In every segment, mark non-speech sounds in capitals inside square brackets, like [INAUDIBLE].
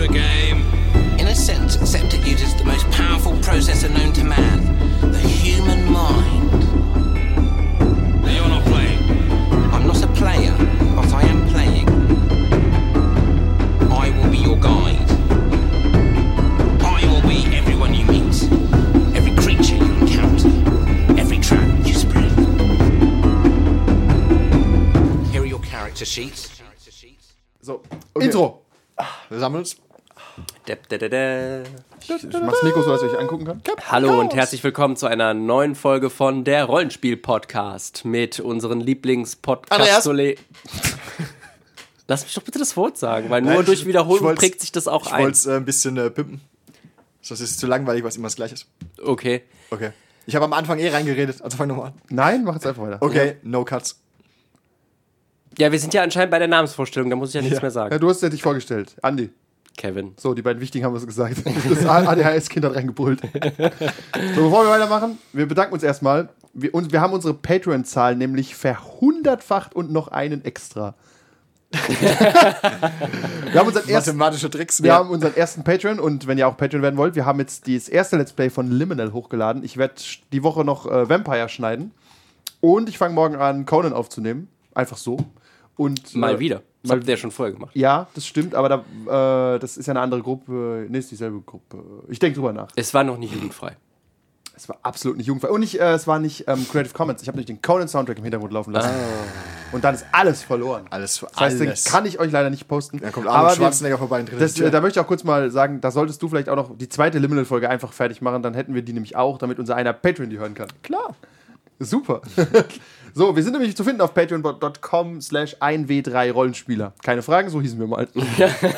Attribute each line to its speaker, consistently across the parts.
Speaker 1: a game.
Speaker 2: In a sense, accept it uses the most powerful processor known to man the human mind.
Speaker 1: Now you're not playing.
Speaker 2: I'm not a player, but I am playing. I will be your guide. I will be everyone you meet, every creature you encounter, every trap you spread. Here are your character sheets.
Speaker 3: So,
Speaker 4: Intro.
Speaker 3: Wir sammeln uns.
Speaker 5: Dep, de, de, de.
Speaker 3: Ich mach's Mikro so, dass ich euch angucken kann.
Speaker 5: Hallo und herzlich willkommen zu einer neuen Folge von der Rollenspiel-Podcast mit unseren
Speaker 3: Andreas?
Speaker 5: Lieblings-Podcast. [LAUGHS] Lass mich doch bitte das Wort sagen, weil nur durch
Speaker 3: Ich
Speaker 5: Wiederholung
Speaker 3: wollt's-
Speaker 5: prägt sich das auch
Speaker 3: ich
Speaker 5: ein.
Speaker 3: wollt's äh, ein bisschen äh, pimpen. Sonst ist es zu langweilig, was immer das gleiche ist.
Speaker 5: Okay.
Speaker 3: Okay. Ich habe am Anfang eh reingeredet, also fang nochmal an.
Speaker 4: Nein, mach jetzt einfach weiter.
Speaker 3: Okay, no cuts.
Speaker 5: Ja, wir sind ja anscheinend bei der Namensvorstellung, da muss ich ja nichts mehr
Speaker 4: Ja,
Speaker 5: sagen.
Speaker 4: du hast ja dich vorgestellt. Andi.
Speaker 5: Kevin.
Speaker 4: So, die beiden Wichtigen haben es gesagt. [LAUGHS] Das ADHS-Kind hat reingebrüllt. so, bevor wir weitermachen, wir bedanken uns erstmal. Wir, und wir haben unsere Patreon-Zahl nämlich verhundertfacht und noch einen
Speaker 5: [LAUGHS]
Speaker 4: extra. wir haben unseren ersten
Speaker 3: Mathematische Tricks.
Speaker 4: Wir
Speaker 3: ja.
Speaker 4: haben unseren ersten Patreon und wenn ihr auch Patreon werden wollt, wir haben jetzt das erste Let's Play von Liminal hochgeladen. Ich werde die Woche noch äh, Vampire schneiden und ich fange morgen an, Conan aufzunehmen. Einfach so. Und,
Speaker 5: Mal
Speaker 4: äh,
Speaker 5: wieder. Das
Speaker 4: mal-
Speaker 5: habt ihr ja schon vorher gemacht.
Speaker 4: Ja, das stimmt, aber da, äh, das ist ja eine andere Gruppe. Nee, ist dieselbe Gruppe. Ich denke drüber nach.
Speaker 5: Es war noch nicht jugendfrei.
Speaker 4: Es war absolut nicht jugendfrei. Und nicht, äh, es war nicht ähm, Creative Commons. Ich habe nicht den Conan-Soundtrack im Hintergrund laufen lassen. Und dann ist alles verloren.
Speaker 3: Ah. Alles für
Speaker 4: Das heißt, den
Speaker 3: alles.
Speaker 4: kann ich euch leider nicht posten.
Speaker 3: Dann kommt Arnold
Speaker 4: Aber wir-
Speaker 3: Schwarzenegger vorbei und tritt
Speaker 4: das,
Speaker 3: ins Tier.
Speaker 4: äh, Da möchte ich auch kurz mal sagen, da solltest du vielleicht auch noch die zweite Liminal-Folge einfach fertig machen. Dann hätten wir die nämlich auch, damit unser einer Patreon die hören kann. Klar. Super. [LAUGHS] so, wir sind nämlich zu finden auf patreon.com slash 1w3-Rollenspieler. Keine Fragen, so hießen wir
Speaker 3: [LAUGHS]
Speaker 4: mal.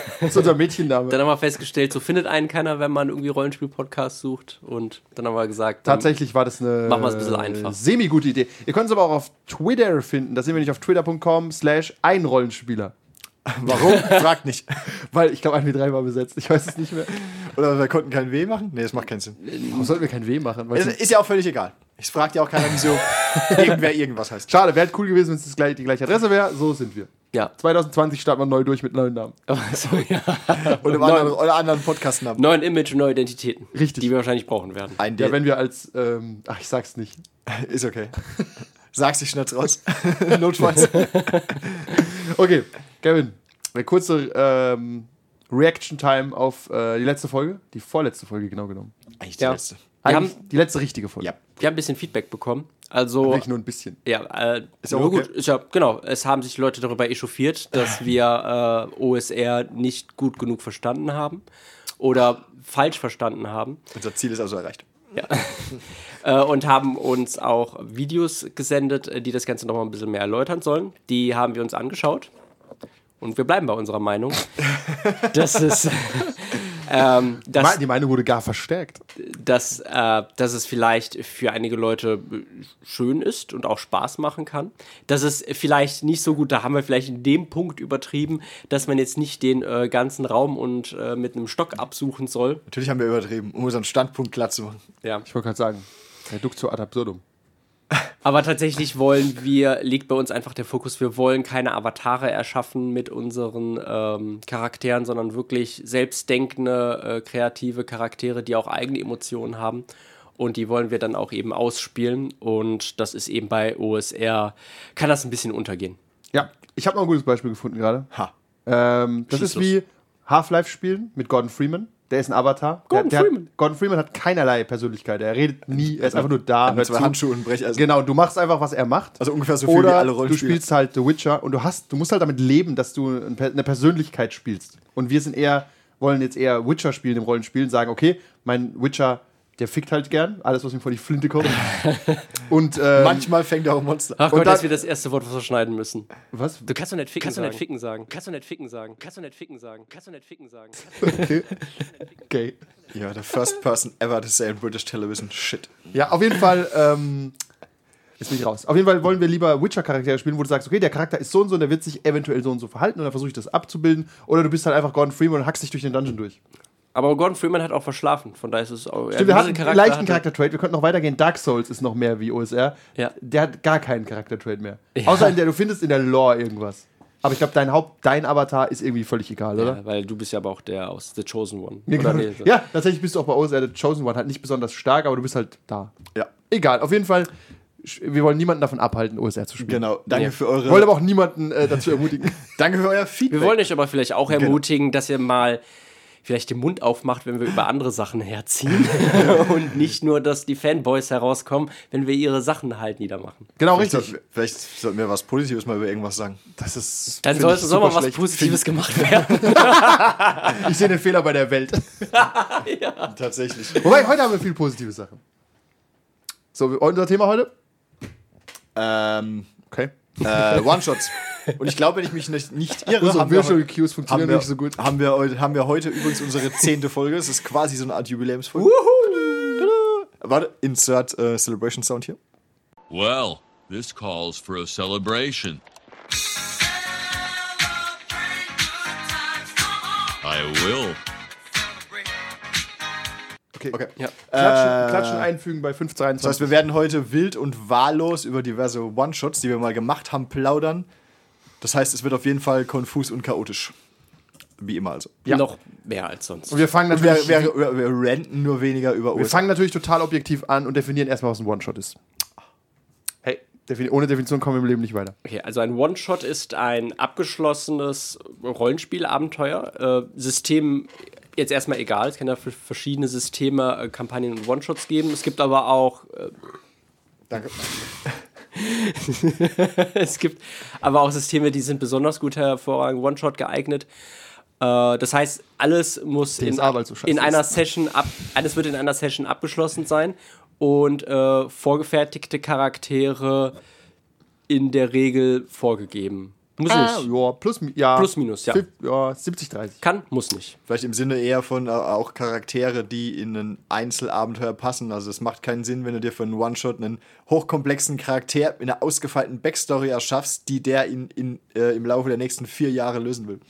Speaker 4: das ist unser Mädchenname.
Speaker 5: Dann haben wir festgestellt, so findet einen keiner, wenn man irgendwie Rollenspiel-Podcast sucht. Und dann haben wir gesagt, dann-
Speaker 4: Tatsächlich war das eine
Speaker 5: Machen wir's ein bisschen einfach.
Speaker 4: semi-gute Idee. Ihr könnt es aber auch auf Twitter finden. Da sind wir nicht auf twitter.com slash einrollenspieler.
Speaker 3: Warum? [LAUGHS] Fragt nicht.
Speaker 4: Weil ich glaube, 1W3 war besetzt. Ich weiß es nicht mehr.
Speaker 3: Oder wir konnten kein W machen? Nee, das macht keinen Sinn.
Speaker 4: Warum sollten wir kein W machen? Weil
Speaker 3: Ist,
Speaker 5: Also
Speaker 4: es-
Speaker 3: ist ja auch völlig egal. Es fragt ja auch keiner, [LAUGHS] wieso irgendwer irgendwas heißt.
Speaker 4: Schade, wäre halt cool gewesen, wenn es das gleich- die gleiche Adresse wäre. So sind wir.
Speaker 5: Ja. [LAUGHS]
Speaker 4: 2020 starten wir neu durch mit neuen Namen.
Speaker 5: so, ja.
Speaker 3: Und im anderen, oder anderen Podcast-Namen.
Speaker 5: Neuen Image und neue Identitäten.
Speaker 4: Richtig.
Speaker 5: Die wir wahrscheinlich brauchen werden.
Speaker 3: Ein D.
Speaker 4: Ja, wenn wir als, ähm, ach, ich sag's nicht.
Speaker 3: ist okay. Sag's dich schnell [LAUGHS] raus. Notfalls.
Speaker 4: Okay, Kevin, eine kurze ähm, Reaction-Time auf äh, die letzte Folge. Die vorletzte Folge, genau genommen.
Speaker 3: Eigentlich die
Speaker 5: Ja.
Speaker 3: letzte.
Speaker 5: Wir
Speaker 4: Eigentlich die letzte richtige Folge.
Speaker 3: Ja.
Speaker 5: Wir haben ein bisschen Feedback bekommen. Also,
Speaker 4: Wirklich nur ein bisschen.
Speaker 5: ja, äh, ist
Speaker 3: auch
Speaker 5: nur
Speaker 3: okay.
Speaker 5: gut. Ist ja, genau, es haben sich Leute darüber echauffiert, dass wir äh, OSR nicht gut genug verstanden haben oder falsch verstanden haben
Speaker 3: Unser Ziel ist also erreicht.
Speaker 5: äh, und haben uns auch Videos gesendet, äh, die das Ganze nochmal ein bisschen mehr erläutern sollen. Die haben wir uns angeschaut und wir bleiben bei unserer Meinung. das ist. [LAUGHS] ähm, das,
Speaker 4: Die Meinung wurde gar verstärkt.
Speaker 5: dass, äh, dass es vielleicht für einige Leute schön ist und auch Spaß machen kann. Dass es vielleicht nicht so gut, da haben wir vielleicht in dem Punkt übertrieben, dass man jetzt nicht den äh, ganzen Raum und äh, mit einem Stock absuchen soll.
Speaker 3: Natürlich haben wir übertrieben, um unseren Standpunkt klar zu machen.
Speaker 5: Ja.
Speaker 4: Ich wollte gerade sagen, Reductio ad absurdum.
Speaker 5: Aber tatsächlich wollen wir, liegt bei uns einfach der Fokus, wir wollen keine Avatare erschaffen mit unseren ähm, Charakteren, sondern wirklich selbstdenkende, äh, kreative Charaktere, die auch eigene Emotionen haben. Und die wollen wir dann auch eben ausspielen. Und das ist eben bei OSR, kann das ein bisschen untergehen.
Speaker 4: Ja, ich habe noch ein gutes Beispiel gefunden gerade.
Speaker 3: Ha.
Speaker 4: Ähm, das
Speaker 5: Schieß
Speaker 4: ist
Speaker 5: los.
Speaker 4: wie Half-Life spielen mit Gordon Freeman. Der ist ein Avatar.
Speaker 5: Gordon
Speaker 4: der, der
Speaker 5: Freeman.
Speaker 4: Hat, Gordon Freeman hat keinerlei Persönlichkeit. Er redet nie. Er ist einfach nur da.
Speaker 3: Mit
Speaker 4: hört
Speaker 3: Also zwei
Speaker 4: zu.
Speaker 3: Handschuhe und Brecheisen.
Speaker 4: Genau, du machst einfach, was er macht.
Speaker 3: Also ungefähr so viel
Speaker 4: Oder
Speaker 3: wie alle
Speaker 4: du
Speaker 3: Rollenspiele.
Speaker 4: spielst halt The Witcher und du hast, du musst halt damit leben, dass du ein Per- eine Persönlichkeit spielst. Und wir sind eher, wollen jetzt eher Witcher spielen im Rollenspiel und sagen, okay, mein Witcher, der fickt halt gern, alles, was ihm vor die
Speaker 3: [LAUGHS]
Speaker 4: Flinte kommt. und ähm,
Speaker 3: Manchmal fängt er auch Monster.
Speaker 5: Ach
Speaker 4: Und
Speaker 5: Gott,
Speaker 4: dann-
Speaker 5: dass wir das erste Wort verschneiden müssen.
Speaker 4: was?
Speaker 5: Du kannst doch nicht ficken kannst sagen. Kannst du nicht ficken sagen. Kannst du nicht ficken sagen. Kannst du nicht ficken sagen. Kannst du nicht ficken sagen.
Speaker 4: Okay.
Speaker 3: Ja, the first person ever to say in British television shit.
Speaker 4: Ja, auf jeden Fall. Ähm, jetzt bin ich raus. Auf jeden Fall wollen wir lieber Witcher-Charaktere spielen, wo du sagst, okay, der Charakter ist so und so und der wird sich eventuell so und so verhalten und dann versuche ich das abzubilden. Oder du bist halt einfach Gordon Freeman und hackst dich durch den Dungeon durch.
Speaker 5: Aber Gordon Freeman hat auch verschlafen. Von daher ist es auch...
Speaker 4: Stimmt, wir hatten einen leichten
Speaker 5: Charakter.
Speaker 4: Charakter-Trade. Wir könnten noch weitergehen. Dark Souls ist noch mehr wie OSR.
Speaker 5: Ja.
Speaker 4: Der hat gar keinen Charakter-Trade mehr. Außer in der, du findest in der Lore irgendwas. Aber ich glaube, dein Haupt, dein Avatar ist irgendwie völlig egal, oder?
Speaker 5: Ja, weil du bist ja aber auch der aus The Chosen One.
Speaker 4: Mir
Speaker 5: Oder
Speaker 4: genau.
Speaker 5: nee, so.
Speaker 4: Ja, tatsächlich bist du auch bei OSR The Chosen One halt nicht besonders stark, aber du bist halt da.
Speaker 3: Ja.
Speaker 4: Egal, auf jeden Fall, sch- wir wollen niemanden davon abhalten, OSR zu spielen.
Speaker 3: Genau. Danke
Speaker 5: Ja.
Speaker 3: für eure.
Speaker 4: Wollen aber auch niemanden äh, dazu ermutigen.
Speaker 3: danke für euer Feedback.
Speaker 5: Wir wollen euch aber vielleicht
Speaker 4: Genau.
Speaker 5: auch ermutigen, dass ihr mal vielleicht den Mund aufmacht, wenn wir über andere Sachen
Speaker 4: [LAUGHS]
Speaker 5: herziehen und nicht nur, dass die Fanboys herauskommen, wenn wir ihre Sachen halt niedermachen.
Speaker 4: genau,
Speaker 3: vielleicht,
Speaker 4: richtig.
Speaker 3: sollten wir- vielleicht sollten wir was Positives mal über irgendwas sagen.
Speaker 4: Das ist.
Speaker 5: Dann
Speaker 4: find ich
Speaker 5: sollte so mal
Speaker 4: super
Speaker 5: was
Speaker 4: schlecht.
Speaker 5: Positives gemacht werden.
Speaker 4: Ich sehe den Fehler bei
Speaker 5: [LAUGHS]
Speaker 4: der Welt.
Speaker 3: Tatsächlich.
Speaker 4: Wobei, heute haben wir viel positive Sachen. So, wir- unser Thema heute?
Speaker 3: ähm,
Speaker 4: Okay.
Speaker 3: äh,
Speaker 4: [LAUGHS]
Speaker 3: One-Shots. Und ich glaube, wenn ich mich nicht, nicht irre,
Speaker 4: Unsere
Speaker 3: wir
Speaker 4: Virtual
Speaker 3: heu-
Speaker 4: Cues funktionieren
Speaker 3: haben wir,
Speaker 4: nicht so gut.
Speaker 3: Haben wir, heu- haben wir heute übrigens unsere zehnte Folge. Es ist quasi so eine Art Jubiläumsfolge. Warte, insert äh, Celebration Sound hier.
Speaker 1: Well, this calls for a celebration. I will.
Speaker 4: Okay.
Speaker 3: Ja.
Speaker 4: Klatschen, Klatschen einfügen bei 5 zu
Speaker 3: Das heißt,
Speaker 4: 21.
Speaker 3: wir werden heute wild und wahllos über diverse One-Shots, die wir mal gemacht haben, plaudern. Das heißt, es wird auf jeden Fall konfus und chaotisch. Wie immer also.
Speaker 4: [LAUGHS] Ja.
Speaker 5: Noch mehr als sonst.
Speaker 4: Und wir fangen
Speaker 3: Und wir,
Speaker 4: natürlich.
Speaker 3: wir, wir, wir renten nur weniger über
Speaker 4: Wir
Speaker 3: OSR.
Speaker 4: fangen natürlich total objektiv an und definieren erstmal, was ein One-Shot ist. Hey, defini ohne Definition kommen wir im Leben nicht weiter.
Speaker 5: Okay, also ein One-Shot ist ein abgeschlossenes Rollenspielabenteuer. Äh, System jetzt erstmal egal, es kann ja für verschiedene Systeme äh, Kampagnen und One-Shots geben. Es gibt aber auch äh,
Speaker 3: Danke.
Speaker 5: [LAUGHS] es gibt aber auch Systeme, die sind besonders gut hervorragend One-Shot geeignet. Äh, Das heißt, alles muss in,
Speaker 4: DSA, weil's so scheiße
Speaker 5: in einer
Speaker 4: ist.
Speaker 5: Session ab, alles wird in einer Session abgeschlossen sein und äh, vorgefertigte Charaktere in der Regel vorgegeben. Muss nicht.
Speaker 4: Ja, plus, mi- ja.
Speaker 5: Plus, minus, ja.
Speaker 4: Fif- ja 70, 30.
Speaker 5: Kann, muss nicht.
Speaker 3: Vielleicht im Sinne eher von äh, auch Charaktere, die in ein Einzelabenteuer passen. Also es macht keinen Sinn, wenn du dir für einen One-Shot einen hochkomplexen Charakter in einer ausgefeilten Backstory erschaffst, die der in, in, äh, im Laufe der nächsten vier Jahre lösen will.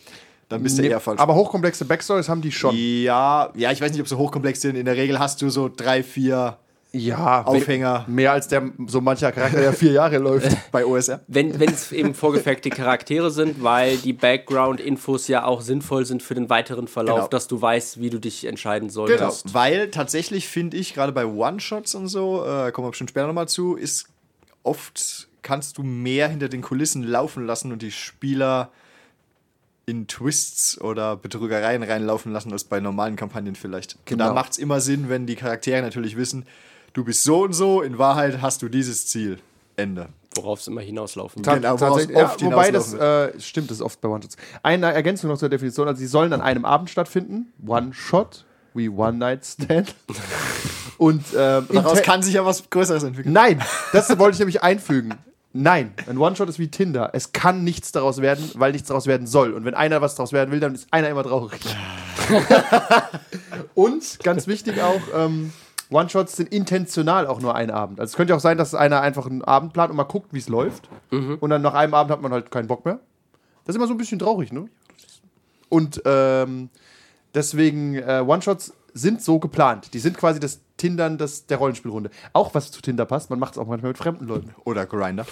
Speaker 3: Dann bist du
Speaker 4: Nee,
Speaker 3: eher falsch.
Speaker 4: aber hochkomplexe Backstories haben die schon.
Speaker 3: ja, ja, ich weiß nicht, ob sie hochkomplex sind. In der Regel hast du so drei,
Speaker 4: [LAUGHS]
Speaker 3: vier
Speaker 4: Ja,
Speaker 3: Aufhänger.
Speaker 4: Mehr als der so mancher Charakter, der vier
Speaker 3: [LAUGHS]
Speaker 4: Jahre läuft.
Speaker 3: bei OSR.
Speaker 5: Wenn es eben vorgefertigte Charaktere sind, weil die Background-Infos ja auch sinnvoll sind für den weiteren Verlauf,
Speaker 3: Genau.
Speaker 5: dass du weißt, wie du dich entscheiden solltest.
Speaker 3: Genau, weil tatsächlich finde ich, gerade bei One-Shots und so, äh, kommen wir bestimmt später nochmal zu, ist oft kannst du mehr hinter den Kulissen laufen lassen und die Spieler in Twists oder Betrügereien reinlaufen lassen, als bei normalen Kampagnen vielleicht.
Speaker 4: Genau.
Speaker 3: Da macht es immer Sinn, wenn die Charaktere natürlich wissen, du bist so und so, in Wahrheit hast du dieses Ziel. Ende.
Speaker 4: Genau.
Speaker 5: Worauf es immer hinauslaufen
Speaker 4: Ta-
Speaker 5: wird.
Speaker 3: Genau, woraus
Speaker 4: tatsächlich.
Speaker 3: oft
Speaker 4: ja, wobei das
Speaker 3: hinauslaufen
Speaker 4: äh, stimmt, das ist oft bei One-Shots. Eine Ergänzung noch zur Definition: also, sie sollen an einem Abend stattfinden. One-Shot,
Speaker 3: [LAUGHS]
Speaker 4: wie One-Night-Stand. Und ähm,
Speaker 3: Daraus
Speaker 4: inten-
Speaker 3: kann sich ja was Größeres entwickeln.
Speaker 4: Nein, das wollte ich nämlich einfügen. Nein, ein One-Shot ist wie Tinder. Es kann nichts daraus werden, weil nichts daraus werden soll. Und wenn einer was daraus werden will, dann ist einer immer traurig. Und ganz wichtig auch, ähm, One-Shots sind intentional auch nur ein Abend. Also es könnte auch sein, dass einer einfach einen Abend plant und mal guckt, wie es läuft. Und dann nach einem Abend hat man halt keinen Bock mehr. Das ist immer so ein bisschen traurig, ne? Und ähm, Deswegen, äh, One-Shots sind so geplant. Die sind quasi das Tindern des, der Rollenspielrunde. Auch was zu Tinder passt, man macht es auch manchmal mit fremden Leuten.
Speaker 3: Oder Grinder.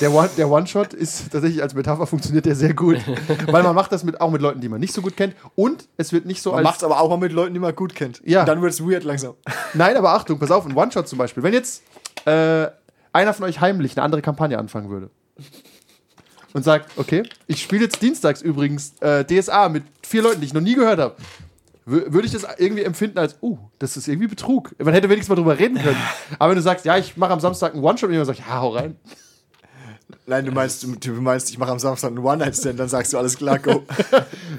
Speaker 4: Der One- der One-Shot ist tatsächlich als Metapher funktioniert der sehr gut. Weil man macht das mit, auch mit Leuten, die man nicht so gut kennt. Und es wird nicht so
Speaker 3: Man
Speaker 4: als.
Speaker 3: macht es aber auch mal mit Leuten, die man gut kennt.
Speaker 4: Ja.
Speaker 3: Und dann wird es weird langsam.
Speaker 4: Nein, aber Achtung, pass auf, ein One-Shot zum Beispiel. Wenn jetzt äh, einer von euch heimlich eine andere Kampagne anfangen würde und sagt, okay, ich spiele jetzt dienstags übrigens äh, DSA mit vier Leuten, die ich noch nie gehört habe, wür- würde ich das irgendwie empfinden als, uh, das ist irgendwie Betrug. Man hätte wenigstens mal drüber reden können. Aber wenn du sagst, ja, ich mache am Samstag einen One-Shot und jemand sagt, ja, hau rein.
Speaker 3: Nein, du meinst, du, du meinst, ich mache am Samstag einen One-Night-Stand, dann sagst du alles klar, [LAUGHS] go.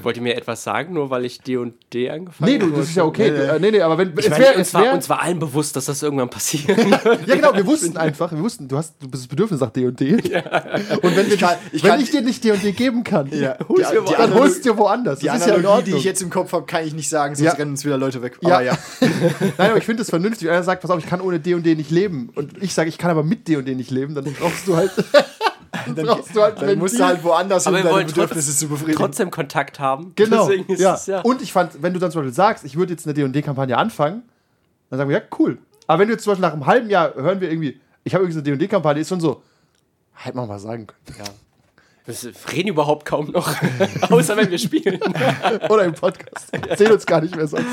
Speaker 5: Wollt ihr mir etwas sagen, nur weil ich D und D angefangen
Speaker 4: Nee, du, das ist ja okay. Nee, nee, aber wenn,
Speaker 5: Ich
Speaker 4: es
Speaker 5: meine,
Speaker 4: wäre,
Speaker 5: uns,
Speaker 4: es
Speaker 5: war,
Speaker 4: wäre,
Speaker 5: uns war allen bewusst, dass das irgendwann passiert.
Speaker 4: [LAUGHS] ja genau,
Speaker 3: [LAUGHS]
Speaker 4: wir wussten einfach, wir wussten, du hast, du bist das Bedürfnis nach D&D. Und wenn, wir,
Speaker 3: Ich kann- ich
Speaker 4: wenn
Speaker 3: kann-
Speaker 4: ich dir nicht D&D geben kann,
Speaker 3: Ja.
Speaker 4: holst
Speaker 3: Die-
Speaker 4: dir
Speaker 3: die
Speaker 4: woanders.
Speaker 3: Analog-
Speaker 4: dann holst du dir woanders.
Speaker 3: Die
Speaker 4: Das ist ja
Speaker 3: Analogie,
Speaker 4: in Ordnung.
Speaker 3: die ich jetzt im Kopf habe, kann ich nicht sagen, sonst
Speaker 4: Ja.
Speaker 3: rennen uns wieder Leute weg.
Speaker 4: ja.
Speaker 3: Aber ja.
Speaker 4: Nein, aber ich finde es vernünftig. Wenn einer sagt, pass auf, ich kann ohne D&D nicht leben. Und ich sage, ich kann aber mit D&D nicht leben, dann brauchst du halt... [LAUGHS] dann brauchst du halt...
Speaker 3: Dann musst du halt woanders
Speaker 5: Aber
Speaker 3: hin,
Speaker 5: wir
Speaker 3: deine
Speaker 5: wollen
Speaker 3: Bedürfnisse zu befriedigen.
Speaker 5: Trotzdem Kontakt haben.
Speaker 4: Genau.
Speaker 5: Deswegen ist
Speaker 4: Ja.
Speaker 5: es ja.
Speaker 4: Und ich fand, wenn du dann zum Beispiel sagst, ich würde jetzt eine DD-Kampagne anfangen, dann sagen wir, ja, cool. Aber wenn du jetzt zum Beispiel nach einem halben Jahr hören wir irgendwie, ich habe übrigens eine DD-Kampagne, ist schon so, halt mal mal sagen können. Ja.
Speaker 5: Wir reden überhaupt kaum noch, [LAUGHS] außer wenn wir
Speaker 4: [LAUGHS]
Speaker 5: spielen.
Speaker 4: Oder
Speaker 3: [LAUGHS]
Speaker 4: im Podcast. Sehen uns gar nicht mehr sonst.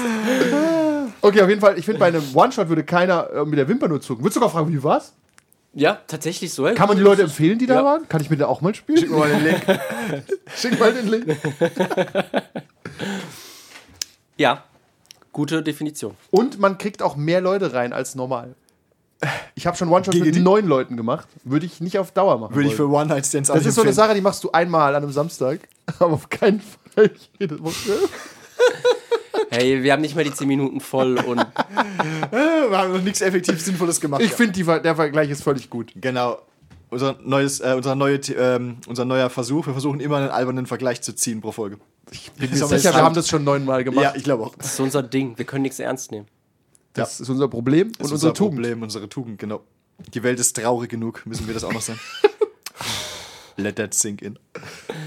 Speaker 4: Okay, auf jeden Fall, ich finde, bei einem One-Shot würde keiner äh, mit der Wimper nur zucken. Würdest du sogar fragen, wie war's?
Speaker 5: ja, tatsächlich so. ey.
Speaker 4: Kann man die Leute empfehlen, die da
Speaker 5: Ja.
Speaker 4: waren? Kann ich mit der auch mal spielen? Schick mal den Link. Schick mal den Link.
Speaker 5: Ja, gute Definition.
Speaker 4: Und man kriegt auch mehr Leute rein als normal. Ich habe schon One-Shots
Speaker 3: Gegen
Speaker 4: mit
Speaker 3: die-
Speaker 4: neun Leuten gemacht. Würde ich nicht auf Dauer machen.
Speaker 3: Würde ich
Speaker 4: wollen.
Speaker 3: für One-Night-Stands auch
Speaker 4: das ist so eine
Speaker 3: empfehlen.
Speaker 4: Sache, die machst du einmal an einem Samstag, [LAUGHS] aber auf keinen Fall jede Woche.
Speaker 5: Hey, wir haben nicht mal die 10 Minuten voll und
Speaker 3: Wir haben noch nichts effektiv Sinnvolles gemacht.
Speaker 4: Ich finde, Ver der Vergleich ist völlig gut.
Speaker 3: Genau. Unser, neues, äh, unser, neue, T- ähm, unser neuer Versuch, wir versuchen immer einen albernen Vergleich zu ziehen pro Folge. Ich bin
Speaker 4: Ich bin sicher, wir haben das schon neunmal gemacht.
Speaker 3: Ja, ich glaube auch.
Speaker 5: das ist unser Ding. Wir können nichts ernst nehmen.
Speaker 4: Das ist unser Problem und
Speaker 3: Das ist
Speaker 4: unsere
Speaker 3: unser
Speaker 4: Tugend.
Speaker 3: Problem, unsere Tugend, genau. Die Welt ist traurig genug, müssen wir das auch noch
Speaker 4: [LAUGHS]
Speaker 3: sein. Let that sink in.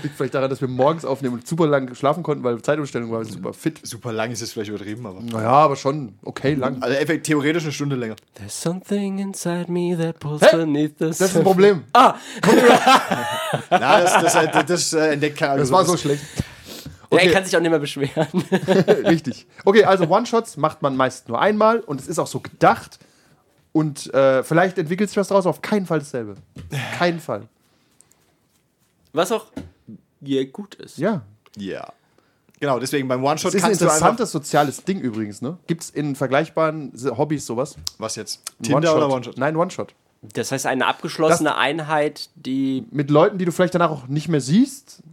Speaker 4: Liegt vielleicht daran, dass wir morgens aufnehmen und super lang schlafen konnten, weil Zeitumstellung war wir sind super fit.
Speaker 3: Super lang ist es vielleicht übertrieben, aber.
Speaker 4: Naja, aber schon okay lang.
Speaker 3: Also effekt- theoretisch eine Stunde
Speaker 4: [LAUGHS]
Speaker 3: länger.
Speaker 5: There's something inside me that pulls
Speaker 4: Hä?
Speaker 5: beneath the
Speaker 4: Das ist ein Problem.
Speaker 3: Na, das, das, äh, das, äh, entdeckt keiner.
Speaker 4: das war so schlecht.
Speaker 5: Ja,
Speaker 4: okay.
Speaker 5: er kann sich auch nicht mehr beschweren.
Speaker 4: [LAUGHS] Richtig. Okay, also One-Shots macht man meist nur einmal und es ist auch so gedacht. Und äh, vielleicht entwickelt sich was daraus, auf keinen Fall dasselbe. Keinen Fall.
Speaker 5: Was auch ja, gut ist.
Speaker 4: Ja.
Speaker 3: Ja. Genau, deswegen beim
Speaker 4: Das
Speaker 3: One-Shot
Speaker 4: ist ein
Speaker 3: kannst du einfach.
Speaker 4: interessantes soziales Ding übrigens, ne? Gibt es in vergleichbaren Hobbys sowas?
Speaker 3: Was jetzt? Tinder
Speaker 4: One-Shot.
Speaker 3: oder One-Shot?
Speaker 4: Nein, One-Shot.
Speaker 5: Das heißt, eine abgeschlossene Einheit, die.
Speaker 4: mit Leuten, die du vielleicht danach auch nicht mehr siehst.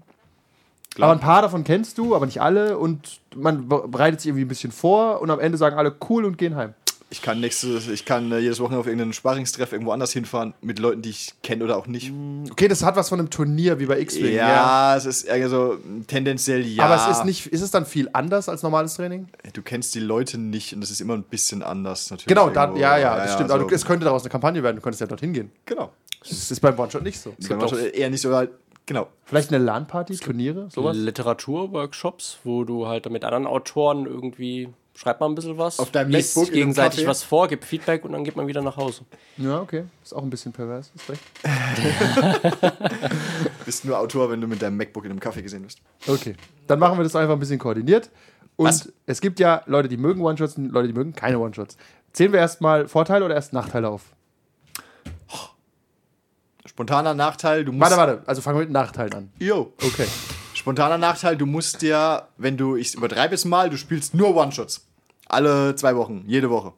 Speaker 4: Aber ein paar davon kennst du, aber nicht alle. Und man be- bereitet sich irgendwie ein bisschen vor und am Ende sagen alle cool und gehen heim.
Speaker 3: Ich kann nächstes, ich kann äh, jedes Wochenende auf irgendeinen Sparringstreff irgendwo anders hinfahren mit Leuten, die ich kenne oder auch nicht.
Speaker 4: Okay, das hat was von einem Turnier wie bei X-Wing.
Speaker 3: Ja, es ist eher so mm, tendenziell ja.
Speaker 4: Aber es ist nicht, ist es dann viel anders als normales Training?
Speaker 3: Du kennst die Leute nicht und es ist immer ein bisschen anders natürlich.
Speaker 4: Genau, da,
Speaker 3: irgendwo. also
Speaker 4: ja, ja, das stimmt. aber
Speaker 3: so.
Speaker 4: du, es könnte daraus eine Kampagne werden, du könntest ja dorthin gehen.
Speaker 3: genau.
Speaker 4: Das ist beim One-Shot nicht so.
Speaker 3: Es gibt auch eher nicht so halt, genau.
Speaker 4: Vielleicht eine LAN-Party, Turniere, sowas?
Speaker 5: Literaturworkshops, wo du halt mit anderen Autoren irgendwie schreibt man ein bisschen was,
Speaker 3: Auf deinem
Speaker 5: liest
Speaker 3: MacBook in einem
Speaker 5: gegenseitig
Speaker 3: Café?
Speaker 5: was vor, gibt Feedback und dann geht man wieder nach Hause.
Speaker 4: Ja, okay. Ist auch ein bisschen pervers, ist recht.
Speaker 3: Du bist nur Autor, wenn du mit deinem MacBook in einem Kaffee gesehen wirst.
Speaker 4: Okay. Dann machen wir das einfach ein bisschen koordiniert. Und
Speaker 3: Was?
Speaker 4: es gibt ja Leute, die mögen One-Shots und Leute, die mögen keine One-Shots. Zählen wir erstmal Vorteile oder erst Nachteile auf?
Speaker 3: Spontaner Nachteil, du musst
Speaker 4: Warte, warte. Also fangen wir mit Nachteilen an.
Speaker 3: Yo.
Speaker 4: Okay.
Speaker 3: Spontaner Nachteil, du musst ja, wenn du, ich übertreibe es mal, du spielst nur One-Shots. Alle zwei Wochen, jede Woche.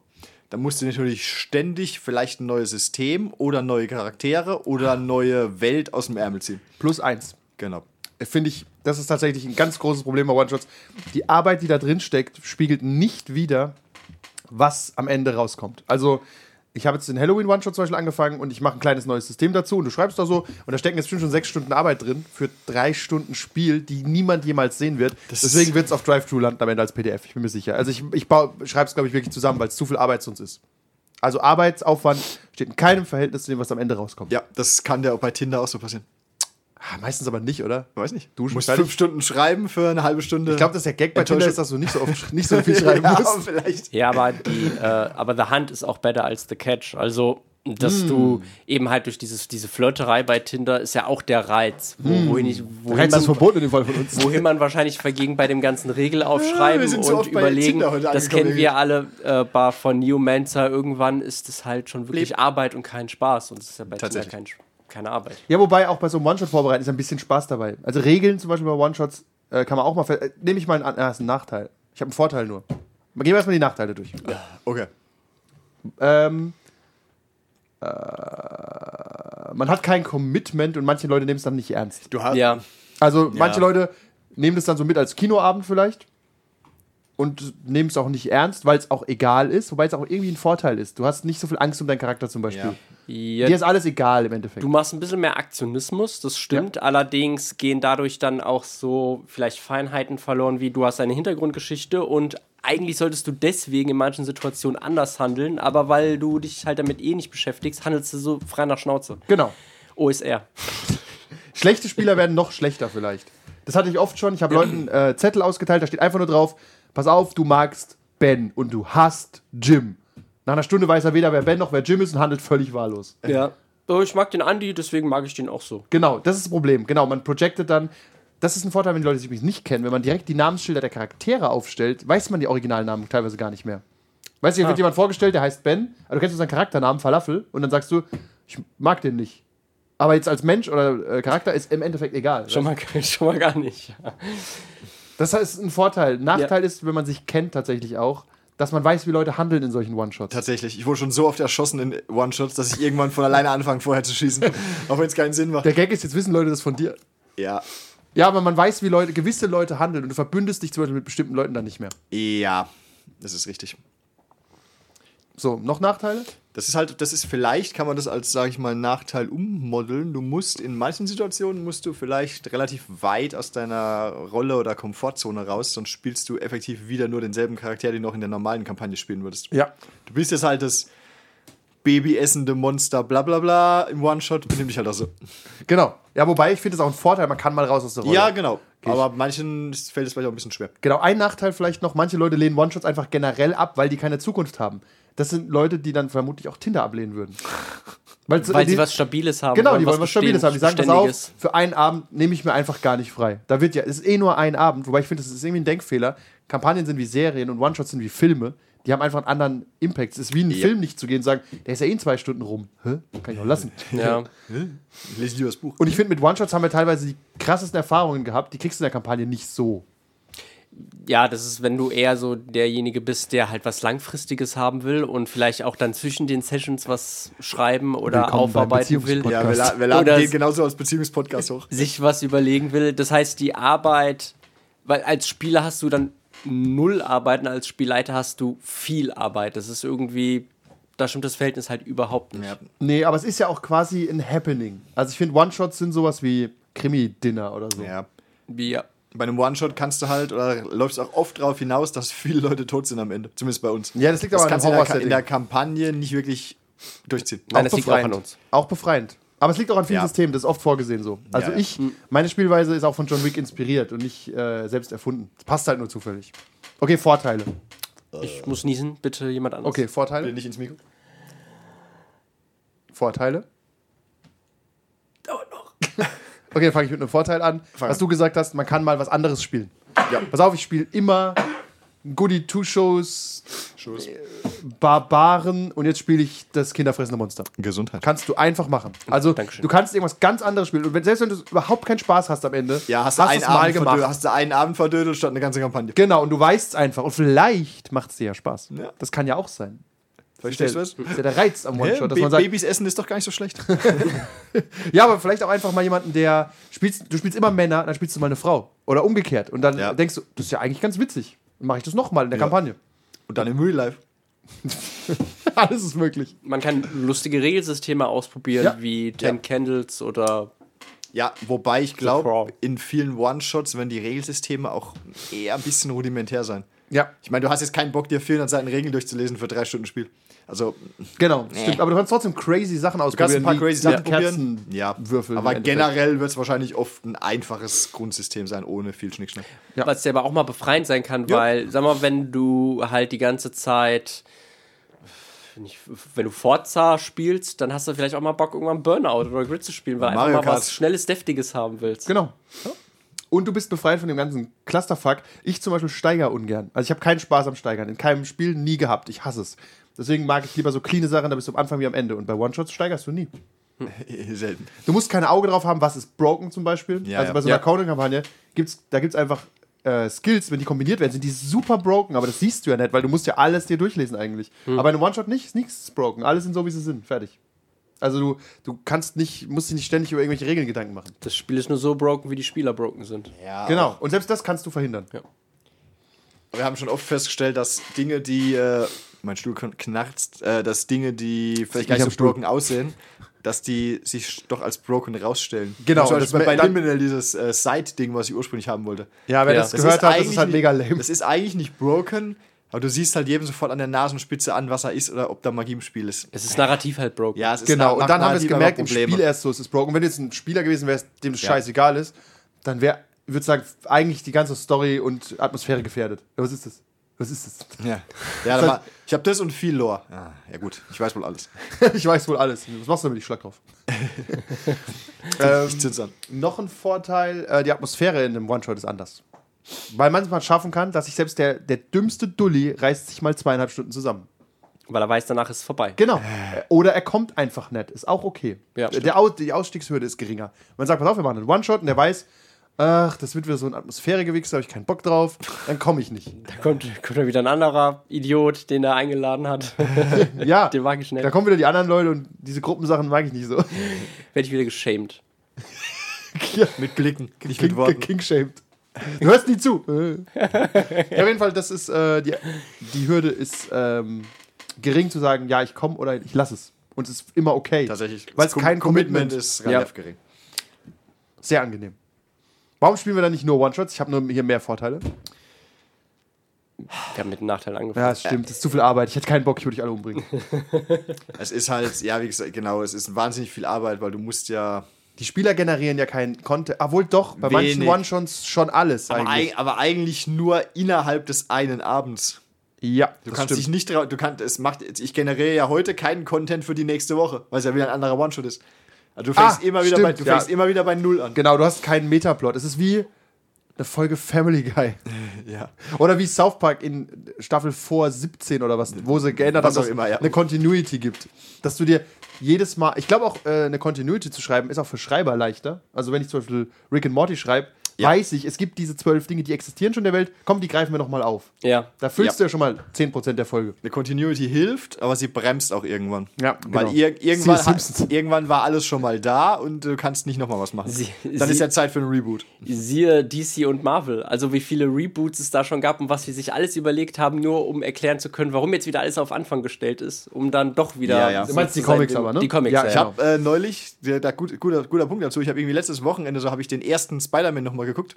Speaker 3: Dann musst du natürlich ständig vielleicht ein neues System oder neue Charaktere oder neue Welt aus dem Ärmel ziehen.
Speaker 4: Plus eins.
Speaker 3: Genau.
Speaker 4: Finde ich, das ist tatsächlich ein ganz großes Problem bei One-Shots. Die Arbeit, die da drin steckt, spiegelt nicht wieder, was am Ende rauskommt. Also, ich habe jetzt den Halloween-One-Shot zum Beispiel angefangen und ich mache ein kleines neues System dazu und du schreibst da so und da stecken jetzt bestimmt schon sechs Stunden Arbeit drin für drei Stunden Spiel, die niemand jemals sehen wird.
Speaker 3: Das
Speaker 4: Deswegen
Speaker 3: ist-
Speaker 4: wird es auf Drive-Thru landen am Ende als PDF, ich bin mir sicher. Also, ich, ich schreibe es, glaube ich, wirklich zusammen, weil es zu viel Arbeit sonst ist. Also, Arbeitsaufwand steht in keinem Verhältnis zu dem, was am Ende rauskommt.
Speaker 3: Ja, das kann ja auch bei Tinder auch so passieren.
Speaker 4: Ah, Meistens aber nicht, oder?
Speaker 3: Weiß nicht. Du
Speaker 4: Duschen
Speaker 3: musst
Speaker 4: fertig.
Speaker 3: fünf Stunden schreiben für eine halbe Stunde.
Speaker 4: Ich glaube, das ist der Gag bei Tinder,
Speaker 3: Enttäuschung.
Speaker 4: ist, dass du nicht so, oft, nicht so [LAUGHS] viel schreiben
Speaker 3: [LAUGHS] ja,
Speaker 4: musst.
Speaker 3: vielleicht.
Speaker 5: Ja, aber die, äh, aber The Hunt ist auch better als The Catch. Also, dass
Speaker 3: Mm.
Speaker 5: du eben halt durch dieses, diese Flirterei bei Tinder ist ja auch der Reiz, wo,
Speaker 3: Mm.
Speaker 5: wohin, ich, wohin, man,
Speaker 4: verboten in dem Fall von uns.
Speaker 5: wohin man wahrscheinlich verging bei dem ganzen Regel
Speaker 3: Ja, Ah, wir
Speaker 5: aufschreiben
Speaker 3: sind so
Speaker 5: und
Speaker 3: oft bei
Speaker 5: überlegen.
Speaker 3: Tinder heute
Speaker 5: Das
Speaker 3: angekommen,
Speaker 5: kennen wir alle äh, bar von Neomancer. Irgendwann ist es halt schon wirklich
Speaker 3: Lebt.
Speaker 5: Arbeit und kein Spaß. Und es ist ja bei Tinder
Speaker 3: Tatsächlich.
Speaker 5: kein, Sch- keine Arbeit.
Speaker 4: Ja, wobei auch bei so einem One-Shot vorbereiten ist ein bisschen Spaß dabei. Also Regeln zum Beispiel bei One-Shots äh, kann man auch mal. ver- Äh, Nehme ich mal einen. an- Ah, ist ein Nachteil. Ich habe einen Vorteil nur. Mal- Gehen wir erstmal die Nachteile durch.
Speaker 3: Okay.
Speaker 4: Ähm, äh, man hat kein Commitment und manche Leute nehmen es dann nicht ernst.
Speaker 3: Du hast.
Speaker 5: Ja.
Speaker 4: Also manche Leute nehmen das dann so mit als Kinoabend vielleicht und nehmen es auch nicht ernst, weil es auch egal ist, wobei es auch irgendwie ein Vorteil ist. Du hast nicht so viel Angst um deinen Charakter zum Beispiel.
Speaker 3: Ja.
Speaker 5: Ja,
Speaker 4: Dir ist alles egal im Endeffekt.
Speaker 5: Du machst ein bisschen mehr Aktionismus, das stimmt. Allerdings gehen dadurch dann auch so vielleicht Feinheiten verloren, wie du hast eine Hintergrundgeschichte und eigentlich solltest du deswegen in manchen Situationen anders handeln, aber weil du dich halt damit eh nicht beschäftigst, handelst du so frei nach Schnauze.
Speaker 4: genau.
Speaker 5: OSR.
Speaker 4: Schlechte Spieler werden noch schlechter vielleicht. Das hatte ich oft schon. Ich habe Leuten äh, Zettel ausgeteilt, da steht einfach nur drauf, pass auf, du magst Ben und du hasst Jim. Nach einer Stunde weiß er weder, wer Ben noch wer Jim ist und handelt völlig wahllos.
Speaker 5: Ja. äh, ich mag den Andi, deswegen mag ich den auch so.
Speaker 4: Genau, das ist das Problem. Genau, man projectet dann. Das ist ein Vorteil, wenn die Leute sich übrigens nicht kennen. Wenn man direkt die Namensschilder der Charaktere aufstellt, weiß man die Originalnamen teilweise gar nicht mehr. Weißt du, hier wird jemand vorgestellt, der heißt Ben, aber du kennst unseren Charakternamen, Falafel, und dann sagst du, ich mag den nicht. Aber jetzt als Mensch oder äh, Charakter ist im Endeffekt egal.
Speaker 5: Schon mal, [LAUGHS] schon mal gar nicht.
Speaker 4: Das ist ein Vorteil. Nachteil ist, wenn man sich kennt tatsächlich auch, dass man weiß, wie Leute handeln in solchen One-Shots.
Speaker 3: Tatsächlich, ich wurde schon so oft erschossen in One-Shots, dass ich irgendwann von alleine anfange, vorher zu schießen.
Speaker 4: [LAUGHS]
Speaker 3: auch wenn es keinen Sinn macht.
Speaker 4: Der Gag ist, jetzt wissen Leute das von dir.
Speaker 3: Ja.
Speaker 4: Ja, aber man weiß, wie Leute, gewisse Leute handeln und du verbündest dich zum Beispiel mit bestimmten Leuten dann nicht mehr.
Speaker 3: Ja, das ist richtig.
Speaker 4: So, noch Nachteile?
Speaker 3: Das ist halt, das ist vielleicht, kann man das als, sage ich mal, Nachteil ummodeln. Du musst in manchen Situationen musst du vielleicht relativ weit aus deiner Rolle oder Komfortzone raus, sonst spielst du effektiv wieder nur denselben Charakter, den du auch in der normalen Kampagne spielen würdest.
Speaker 4: Ja.
Speaker 3: Du bist jetzt halt das babyessende Monster, bla bla bla, im One-Shot, benimm dich halt auch so.
Speaker 4: Genau. Ja, wobei ich finde es auch ein Vorteil, man kann mal raus aus der Rolle.
Speaker 3: Ja, genau. Aber manchen fällt es vielleicht auch ein bisschen schwer.
Speaker 4: Genau, ein Nachteil vielleicht noch, manche Leute lehnen One-Shots einfach generell ab, weil die keine Zukunft haben. Das sind Leute, die dann vermutlich auch Tinder ablehnen würden. Weil,
Speaker 5: Weil
Speaker 4: die,
Speaker 5: sie was Stabiles haben.
Speaker 4: Genau, die wollen was Stabiles haben. Die sagen, pass auf,
Speaker 5: Beständiges.
Speaker 4: für einen Abend nehme ich mir einfach gar nicht frei. Da wird ja, es ist eh nur ein Abend, wobei ich finde, das ist irgendwie ein Denkfehler. Kampagnen sind wie Serien und One-Shots sind wie Filme. Die haben einfach einen anderen Impact. Es ist wie in einen Film nicht zu gehen und sagen, der ist ja eh in zwei Stunden rum. Hä? Kann ich auch lassen.
Speaker 5: Ja.
Speaker 3: Ich lese lieber das Buch.
Speaker 4: Und ich finde, mit One-Shots haben wir teilweise die krassesten Erfahrungen gehabt. Die kriegst du in der Kampagne nicht so.
Speaker 5: ja, das ist, wenn du eher so derjenige bist, der halt was Langfristiges haben will und vielleicht auch dann zwischen den Sessions was schreiben oder
Speaker 4: Willkommen beim
Speaker 5: aufarbeiten will.
Speaker 4: Beziehungspodcast.
Speaker 3: Ja, wir, la wir laden
Speaker 5: Oder
Speaker 3: den
Speaker 5: es-
Speaker 3: genauso als Beziehungspodcast hoch.
Speaker 5: sich was überlegen will. Das heißt, die Arbeit, weil als Spieler hast du dann null Arbeiten, als Spielleiter hast du viel Arbeit. Das ist irgendwie, da stimmt das Verhältnis halt überhaupt nicht.
Speaker 3: Ja.
Speaker 4: Nee, aber es ist ja auch quasi ein Happening. Also ich finde, One-Shots sind sowas wie Krimi-Dinner oder so.
Speaker 3: [LAUGHS] Ja.
Speaker 5: Wie, ja.
Speaker 3: Bei einem One-Shot kannst du halt oder läufst auch oft darauf hinaus, dass viele Leute tot sind am Ende. Zumindest bei uns.
Speaker 4: Ja, das liegt
Speaker 3: das
Speaker 4: aber an
Speaker 3: kannst
Speaker 4: dem
Speaker 3: du in der, in
Speaker 4: Horror-Setting.
Speaker 3: der Kampagne nicht wirklich durchziehen.
Speaker 5: Nein, das liegt auch an uns.
Speaker 4: Auch befreiend. Aber es liegt auch an vielen
Speaker 3: Ja.
Speaker 4: Systemen, das ist oft vorgesehen so. Also
Speaker 3: ja.
Speaker 4: ich, meine Spielweise ist auch von John Wick inspiriert und nicht äh, selbst erfunden. Es passt halt nur zufällig. Okay, Vorteile.
Speaker 5: Ich muss niesen, bitte jemand anderes.
Speaker 4: Äh. Okay, Vorteile.
Speaker 3: Bitte nicht ins Mikro.
Speaker 4: Vorteile. [LAUGHS] Okay, fange ich mit einem Vorteil an.
Speaker 3: Fang
Speaker 4: Was
Speaker 3: an.
Speaker 4: du gesagt hast, man kann mal was anderes spielen.
Speaker 3: Ja.
Speaker 4: Pass auf, ich spiele immer Goody Two Shows, äh,
Speaker 3: Schuss.
Speaker 4: Barbaren und jetzt spiele ich das kinderfressende Monster.
Speaker 3: Gesundheit.
Speaker 4: Kannst du einfach machen. Also,
Speaker 5: Dankeschön.
Speaker 4: du kannst irgendwas ganz anderes spielen. Und wenn, selbst wenn du überhaupt keinen Spaß hast am Ende,
Speaker 3: Ja, hast du einen,
Speaker 4: es mal
Speaker 3: Abend
Speaker 4: gemacht.
Speaker 3: verdödelt- hast du einen Abend verdödelt statt eine ganze Kampagne.
Speaker 4: Genau, und du weißt es einfach. Und vielleicht macht es dir ja Spaß.
Speaker 3: Ja.
Speaker 4: Das kann ja auch sein.
Speaker 3: Verstehst du
Speaker 4: das?
Speaker 3: das?
Speaker 4: Ist ja der Reiz am
Speaker 3: Hä?
Speaker 4: Hm. One-Shot, dass
Speaker 3: Ba-
Speaker 4: man sagt,
Speaker 3: Babys essen ist doch gar nicht so schlecht.
Speaker 4: ja, aber vielleicht auch einfach mal jemanden, der spielst, du spielst immer Männer, dann spielst du mal eine Frau. Oder umgekehrt. Und dann
Speaker 3: Ja.
Speaker 4: denkst du, das ist ja eigentlich ganz witzig. Dann mache ich das nochmal in der Kampagne. [LAUGHS]
Speaker 3: Und dann im Real Life.
Speaker 4: Alles ist möglich.
Speaker 5: Man kann lustige Regelsysteme ausprobieren,
Speaker 4: Ja.
Speaker 5: wie Ten
Speaker 4: Ja.
Speaker 5: Candles oder
Speaker 3: Ja, wobei ich
Speaker 5: Crow.
Speaker 3: glaube, in vielen One-Shots werden die Regelsysteme auch eher ein bisschen rudimentär sein.
Speaker 4: Ja,
Speaker 3: Ich meine, du hast jetzt keinen Bock, dir 400 Seiten Regeln durchzulesen für drei Stunden Spiel. Also,
Speaker 4: genau. Stimmt. Aber du kannst trotzdem crazy Sachen
Speaker 3: Du kannst
Speaker 4: ausprobieren.
Speaker 3: ein paar
Speaker 4: wie-
Speaker 3: crazy
Speaker 4: wie
Speaker 3: Sachen probieren.
Speaker 4: Kerzenwürfel
Speaker 3: aber
Speaker 4: im Endeffekt.
Speaker 3: generell wird es wahrscheinlich oft ein einfaches Grundsystem sein, ohne viel Schnickschnack. [LAUGHS]
Speaker 4: Ja.
Speaker 5: was ja aber auch mal befreiend sein kann, weil, sag mal, wenn du halt die ganze Zeit, wenn, ich, wenn du Forza spielst, dann hast du vielleicht auch mal Bock, irgendwann Burnout oder Grid zu spielen, weil
Speaker 3: Mario
Speaker 5: einfach mal
Speaker 3: Kart.
Speaker 5: was Schnelles, Deftiges haben willst.
Speaker 4: Genau. Und du bist befreit von dem ganzen Clusterfuck. Ich zum Beispiel steiger ungern. Also ich habe keinen Spaß am Steigern. In keinem Spiel nie gehabt. Ich hasse es. Deswegen mag ich lieber so cleane Sachen, da bist du am Anfang wie am Ende. Und bei One-Shots steigerst du nie.
Speaker 3: Selten.
Speaker 4: Du musst kein Auge drauf haben, was ist broken zum Beispiel.
Speaker 3: Ja,
Speaker 4: also
Speaker 3: ja.
Speaker 4: bei so einer
Speaker 5: Ja.
Speaker 4: Conan-Kampagne gibt's, da gibt es einfach äh, Skills, wenn die kombiniert werden, sind die super broken, aber das siehst du ja nicht, weil du musst ja alles dir durchlesen eigentlich. Aber in einem One-Shot nicht, ist nichts broken. Alles sind so, wie sie sind. Fertig. Also du, du kannst nicht, musst dich nicht ständig über irgendwelche Regeln Gedanken machen.
Speaker 5: Das Spiel ist nur so broken, wie die Spieler broken sind.
Speaker 3: Ja,
Speaker 4: Genau. Und selbst das kannst du verhindern.
Speaker 3: Wir haben schon oft festgestellt, dass Dinge, die. Äh, mein Stuhl kon- knarzt, äh, dass Dinge, die vielleicht gar nicht
Speaker 4: Ich hab
Speaker 3: so
Speaker 4: Stuhl.
Speaker 3: broken aussehen, dass die sich doch als broken rausstellen.
Speaker 4: Genau,
Speaker 3: Zum
Speaker 4: und
Speaker 3: Beispiel
Speaker 4: das-
Speaker 3: bei
Speaker 4: dann-
Speaker 3: Liminal dieses äh, Side-Ding, was ich ursprünglich haben wollte.
Speaker 4: Ja, wer
Speaker 5: Ja.
Speaker 4: das,
Speaker 5: Das
Speaker 4: gehört hat, das ist
Speaker 3: eigentlich
Speaker 4: halt
Speaker 3: nicht-
Speaker 4: mega lame.
Speaker 3: Das ist eigentlich nicht broken, aber du siehst halt jedem sofort an der Nasenspitze an, was er ist oder ob da Magie im Spiel ist.
Speaker 5: Es ist narrativ halt broken.
Speaker 3: Ja, es ist
Speaker 4: Genau,
Speaker 3: nach-
Speaker 4: und dann
Speaker 3: nach
Speaker 4: haben wir es
Speaker 3: Narrativ
Speaker 4: gemerkt,
Speaker 3: aber
Speaker 4: im
Speaker 3: Probleme.
Speaker 4: Spiel erst so, es ist broken. Wenn du jetzt ein Spieler gewesen wärst, dem das scheißegal ist, dann wäre, würde sagen, eigentlich die ganze Story und Atmosphäre gefährdet. Ja, was ist das? Das [LAUGHS] ist es.
Speaker 3: Ja, ja da war, ich habe das und viel Lore. Ah, ja gut, ich weiß wohl
Speaker 4: [LAUGHS]
Speaker 3: alles.
Speaker 4: Ich weiß wohl alles. Was machst du damit? Ich schlag drauf. Ähm,
Speaker 3: Ich zitze an.
Speaker 4: Noch ein Vorteil, äh, die Atmosphäre in einem One-Shot ist anders. Weil man es mal schaffen kann, dass sich selbst der, der dümmste Dulli reißt sich mal zweieinhalb Stunden zusammen.
Speaker 5: Weil er weiß, danach ist es vorbei.
Speaker 4: Genau. Oder er kommt einfach nicht. Ist auch okay.
Speaker 5: Äh. Ja, stimmt.
Speaker 4: der Au die Ausstiegshürde ist geringer. Man sagt, pass auf, wir machen einen One-Shot und der weiß, ach, das wird wieder so ein Atmosphäregewichs, da habe ich keinen Bock drauf, dann komme
Speaker 5: [LAUGHS]
Speaker 4: ich nicht.
Speaker 5: Da kommt, kommt dann wieder ein anderer Idiot, den er eingeladen hat. [LAUGHS] Werde
Speaker 4: Ja,
Speaker 5: Den mag ich nicht.
Speaker 4: da kommen wieder die anderen Leute und diese Gruppensachen mag ich nicht so.
Speaker 5: ich wieder geschämt.
Speaker 3: Mit Blicken,
Speaker 4: [LAUGHS]
Speaker 3: nicht mit
Speaker 4: King,
Speaker 3: Worten.
Speaker 4: King shaped. Du hörst
Speaker 5: [LAUGHS]
Speaker 4: nie zu. ja, auf jeden Fall, das ist äh, die, die Hürde ist ähm, gering zu sagen, ja, ich komme oder ich lasse es. Und es ist immer okay.
Speaker 3: Tatsächlich.
Speaker 4: Weil es kein Commitment ist.
Speaker 3: ist, relativ
Speaker 5: Ja.
Speaker 3: gering.
Speaker 4: Sehr angenehm. Warum spielen wir dann nicht nur One-Shots? Ich habe nur hier mehr Vorteile.
Speaker 5: Wir haben mit dem Nachteil angefangen.
Speaker 4: Ja, es stimmt. Es ist zu viel Arbeit. Ich hätte keinen Bock, ich würde dich alle umbringen.
Speaker 3: Es ist halt, ja, wie gesagt, genau, es ist wahnsinnig viel Arbeit, weil du musst ja.
Speaker 4: [LAUGHS] Die Spieler generieren ja keinen Content. Obwohl doch, bei manchen
Speaker 3: Wenig.
Speaker 4: One-Shots schon alles
Speaker 3: Aber,
Speaker 4: eigentlich.
Speaker 3: eig- aber eigentlich nur innerhalb des einen Abends.
Speaker 4: Ja,
Speaker 3: Du kannst dich nicht drauf, du kannst, es macht, ich generiere ja heute keinen Content für die nächste Woche, weil es ja wieder ein anderer One-Shot ist. Also du fängst,
Speaker 4: Ah,
Speaker 3: immer, wieder bei, du
Speaker 4: stimmt, ja.
Speaker 3: fängst immer wieder bei Null an.
Speaker 4: Genau, du hast keinen Metaplot. Es ist wie eine Folge Family Guy.
Speaker 3: Ja.
Speaker 4: Oder wie South Park in Staffel vor 17 oder was, wo sie geändert haben,
Speaker 3: Was auch
Speaker 4: dass
Speaker 3: immer, ja.
Speaker 4: eine Continuity gibt. Dass du dir jedes Mal, ich glaube auch, äh, eine Continuity zu schreiben, ist auch für Schreiber leichter. Also wenn ich zum Beispiel Rick and Morty schreibe, weiß ich, es gibt diese zwölf Dinge, die existieren schon in der Welt, komm, die greifen wir nochmal auf.
Speaker 5: Ja.
Speaker 4: Da füllst
Speaker 3: Ja.
Speaker 4: du ja schon mal 10% der Folge.
Speaker 3: Eine Continuity hilft, aber sie bremst auch irgendwann.
Speaker 4: Ja, genau.
Speaker 3: Weil ir irgendwann,
Speaker 4: Siehe
Speaker 3: hat,
Speaker 4: Simpsons.
Speaker 3: irgendwann war alles schon mal da und du kannst nicht nochmal was machen.
Speaker 5: Sie-
Speaker 3: Dann
Speaker 5: sie-
Speaker 3: ist ja Zeit für einen Reboot.
Speaker 5: Siehe DC und Marvel. Also wie viele Reboots es da schon gab und was sie sich alles überlegt haben, nur um erklären zu können, warum jetzt wieder alles auf Anfang gestellt ist, um dann doch wieder.
Speaker 3: Ja, ja.
Speaker 5: so
Speaker 3: Du
Speaker 4: meinst die
Speaker 5: zu sein,
Speaker 4: Comics
Speaker 5: wie-
Speaker 4: aber, ne?
Speaker 5: Die Comics,
Speaker 4: Ja,
Speaker 5: ja. genau.
Speaker 4: ich
Speaker 5: ja.
Speaker 4: hab-
Speaker 3: Ich habe äh, neulich, der, da, gut, guter, guter Punkt dazu, ich habe irgendwie letztes Wochenende so habe ich den ersten Spider-Man nochmal geguckt.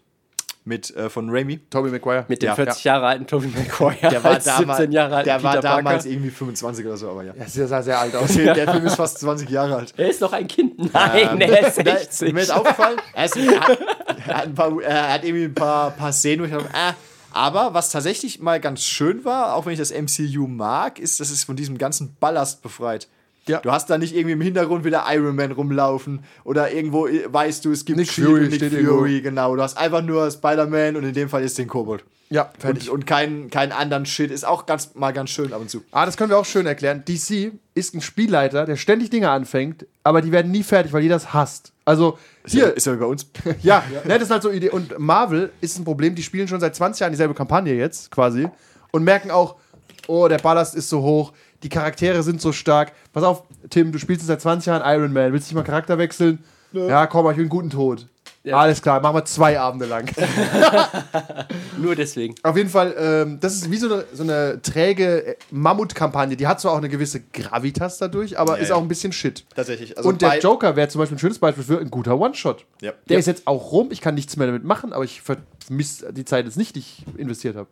Speaker 3: Mit äh, von Raimi.
Speaker 4: Tobey Maguire.
Speaker 5: Mit dem
Speaker 3: Ja.
Speaker 5: 40 Jahre alten Tobey Maguire. [LAUGHS] als
Speaker 3: damals-
Speaker 5: 17 Jahre alten
Speaker 3: der
Speaker 5: Peter
Speaker 3: war damals
Speaker 5: Parker.
Speaker 3: irgendwie 25 oder so, aber ja.
Speaker 4: Das sah sehr alt
Speaker 3: [LAUGHS]
Speaker 4: aus.
Speaker 3: Der Film ist fast 20 Jahre alt.
Speaker 5: [LAUGHS] Er ist noch ein Kind. Nein, er ist
Speaker 3: Da-
Speaker 5: 60.
Speaker 3: Mir ist aufgefallen, er, ist, er, hat, er, hat ein paar, er hat irgendwie ein paar, paar Szenen, wo ich dachte, äh, aber was tatsächlich mal ganz schön war, auch wenn ich das MCU mag, ist, dass es von diesem ganzen Ballast befreit.
Speaker 4: Ja.
Speaker 3: Du hast da nicht irgendwie im Hintergrund wieder Iron Man rumlaufen oder irgendwo äh, weißt du, es gibt
Speaker 4: Nick
Speaker 3: Shield
Speaker 4: Fury
Speaker 3: und Nick
Speaker 4: steht irgendwo.
Speaker 3: Fury, genau. Du hast einfach nur Spider-Man und in dem Fall ist den Kobold.
Speaker 4: ja,
Speaker 3: Und, und keinen keinen anderen Shit. Ist auch ganz, mal ganz schön ab und zu.
Speaker 4: Ah, das können wir auch schön erklären. DC ist ein Spielleiter, der ständig Dinge anfängt, aber die werden nie fertig, weil jeder es hasst. Also, hier,
Speaker 3: Ist er über uns?
Speaker 4: [LAUGHS] ja, Ne, das ist halt so eine Idee. Und Marvel ist ein Problem, die spielen schon seit 20 Jahren dieselbe Kampagne jetzt quasi und merken auch, oh, der Ballast ist so hoch, die Charaktere sind so stark. Pass auf, Tim, du spielst jetzt seit 20 Jahren Iron Man, willst du nicht mal Charakter wechseln? Ja, komm, ich will einen guten Tod. Alles klar, machen wir zwei Abende lang.
Speaker 5: Nur deswegen.
Speaker 4: Auf jeden Fall, ähm, das ist wie so eine, so eine träge äh, Mammutkampagne. Die hat zwar auch eine gewisse Gravitas dadurch, aber
Speaker 3: Ja,
Speaker 4: ist
Speaker 3: ja.
Speaker 4: auch ein bisschen Shit.
Speaker 3: Tatsächlich. Also
Speaker 4: Und der
Speaker 3: bei-
Speaker 4: Joker wäre zum Beispiel ein schönes Beispiel für ein guter One-Shot.
Speaker 3: Ja.
Speaker 4: Der
Speaker 3: Ja.
Speaker 4: ist jetzt auch rum, ich kann nichts mehr damit machen, aber ich vermisse die Zeit jetzt nicht, die ich investiert habe.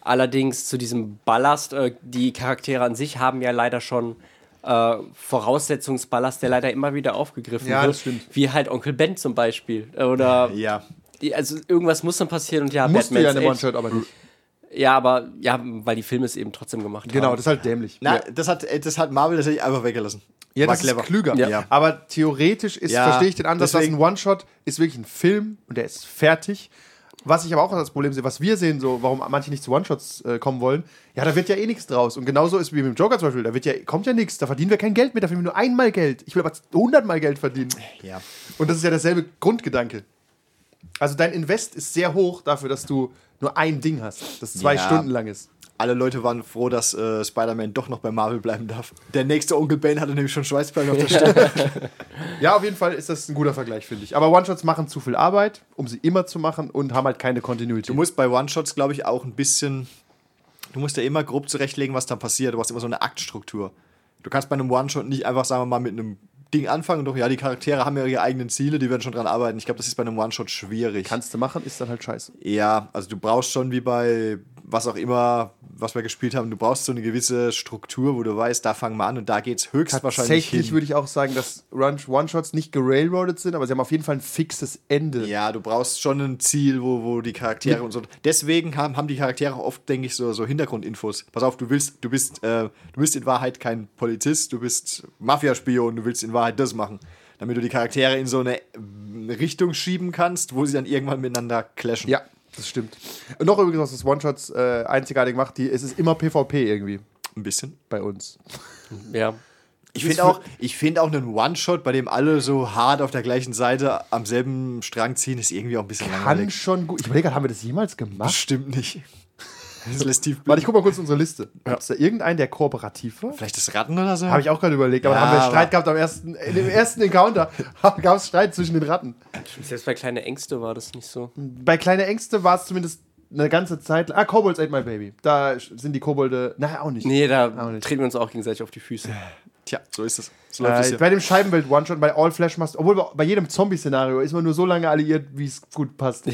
Speaker 5: Allerdings zu diesem Ballast, äh, die Charaktere an sich haben ja leider schon äh, Voraussetzungsballast, der leider immer wieder aufgegriffen
Speaker 4: Ja,
Speaker 5: wird.
Speaker 4: das stimmt.
Speaker 5: Wie halt Onkel Ben zum Beispiel. äh, Oder
Speaker 3: Ja.
Speaker 5: die, also irgendwas muss dann passieren und ja,
Speaker 4: Musste ja
Speaker 5: Batman's
Speaker 4: in dem
Speaker 5: Age-
Speaker 4: One-Shot aber nicht.
Speaker 5: Ja, aber ja, weil die Filme es eben trotzdem gemacht
Speaker 4: Genau, das
Speaker 5: haben.
Speaker 4: ist halt dämlich.
Speaker 3: Na,
Speaker 4: ja.
Speaker 3: das hat, äh, das hat Marvel tatsächlich einfach weggelassen.
Speaker 4: Ja, das ist klüger.
Speaker 5: Ja.
Speaker 3: Ja.
Speaker 4: Aber theoretisch ist,
Speaker 3: Ja,
Speaker 4: verstehe ich den Ansatz, dass ein
Speaker 3: deswegen-
Speaker 4: One-Shot ist wirklich ein Film und der ist fertig. Was ich aber auch als Problem sehe, was wir sehen, so, warum manche nicht zu One-Shots äh, kommen wollen, ja, da wird ja eh nichts draus. Und genauso ist wie mit dem Joker zum Beispiel, da wird ja, kommt ja nichts, da verdienen wir kein Geld mit, da verdienen wir nur einmal Geld. Ich will aber hundertmal Geld verdienen.
Speaker 3: Ja.
Speaker 4: Und das ist ja derselbe Grundgedanke. Also dein Invest ist sehr hoch dafür, dass du nur ein Ding hast, das zwei
Speaker 3: Ja.
Speaker 4: Stunden lang ist.
Speaker 3: Alle Leute waren froh, dass äh, Spider-Man doch noch bei Marvel bleiben darf. Der nächste Onkel Ben hatte nämlich schon Schweißperlen
Speaker 4: [LAUGHS]
Speaker 3: auf der Stirn.
Speaker 4: Ja, auf jeden Fall ist das ein guter Vergleich, finde ich. Aber One-Shots machen zu viel Arbeit, um sie immer zu machen und haben halt keine Continuity.
Speaker 3: Du musst bei One-Shots, glaube ich, auch ein bisschen. Du musst ja immer grob zurechtlegen, was da passiert. Du hast immer so eine Aktstruktur. Du kannst bei einem One-Shot nicht einfach, sagen wir mal, mit einem Ding anfangen und doch, ja, die Charaktere haben ja ihre eigenen Ziele, die werden schon dran arbeiten. Ich glaube, das ist bei einem One-Shot schwierig.
Speaker 4: kannst du machen, ist dann halt scheiße.
Speaker 3: Ja, also du brauchst schon wie bei was auch immer, was wir gespielt haben, du brauchst so eine gewisse Struktur, wo du weißt, da fangen wir an und da geht's höchstwahrscheinlich hin.
Speaker 4: Tatsächlich würde ich auch sagen, dass Run- One-Shots nicht gerailroadet sind, aber sie haben auf jeden Fall ein fixes Ende.
Speaker 3: Ja, du brauchst schon ein Ziel, wo, wo die Charaktere und so. Deswegen haben, haben die Charaktere oft, denke ich, so, so Hintergrundinfos. Pass auf, du willst, du bist, äh, du bist in Wahrheit kein Polizist, du bist Mafiaspion, du willst in Wahrheit das machen. Damit du die Charaktere in so eine ähm, Richtung schieben kannst, wo sie dann irgendwann miteinander clashen.
Speaker 4: Ja, das stimmt. Und noch übrigens, was das One-Shots äh, einzigartig macht, die, es ist immer PvP irgendwie
Speaker 3: Ein bisschen.
Speaker 4: bei uns.
Speaker 5: Ja.
Speaker 3: Ich finde auch, ich find auch einen One-Shot, bei dem alle so hart auf der gleichen Seite am selben Strang ziehen, ist irgendwie auch ein bisschen
Speaker 4: Kann
Speaker 3: langweilig.
Speaker 4: schon gut. Ich überlege gerade, haben wir das jemals gemacht?
Speaker 3: Stimmt nicht. [LAUGHS] Das lässt tief
Speaker 4: Warte, ich guck mal kurz unsere Liste. Ist da irgendeinen, der kooperativ war?
Speaker 3: Vielleicht das Ratten oder so?
Speaker 4: Habe ich auch gerade überlegt, aber
Speaker 3: Ja,
Speaker 4: da haben wir
Speaker 3: aber-
Speaker 4: Streit gehabt am ersten, in dem ersten Encounter. [LAUGHS] gab es Streit zwischen den Ratten.
Speaker 5: Selbst bei kleine Ängste war das nicht so.
Speaker 4: Bei Kleine Ängste war es zumindest eine ganze Zeit lang. Ah, Kobolds ate my baby. Da sind die Kobolde. Naja, auch nicht.
Speaker 5: Nee, da
Speaker 4: Auch nicht.
Speaker 5: treten wir uns auch gegenseitig auf die Füße.
Speaker 3: Tja, so ist es. So läuft es
Speaker 4: Äh,
Speaker 3: hier.
Speaker 4: bei dem Scheibenwelt One-Shot, bei All Flash Must. Obwohl bei- bei jedem Zombie-Szenario ist man nur so lange alliiert, wie es gut passt.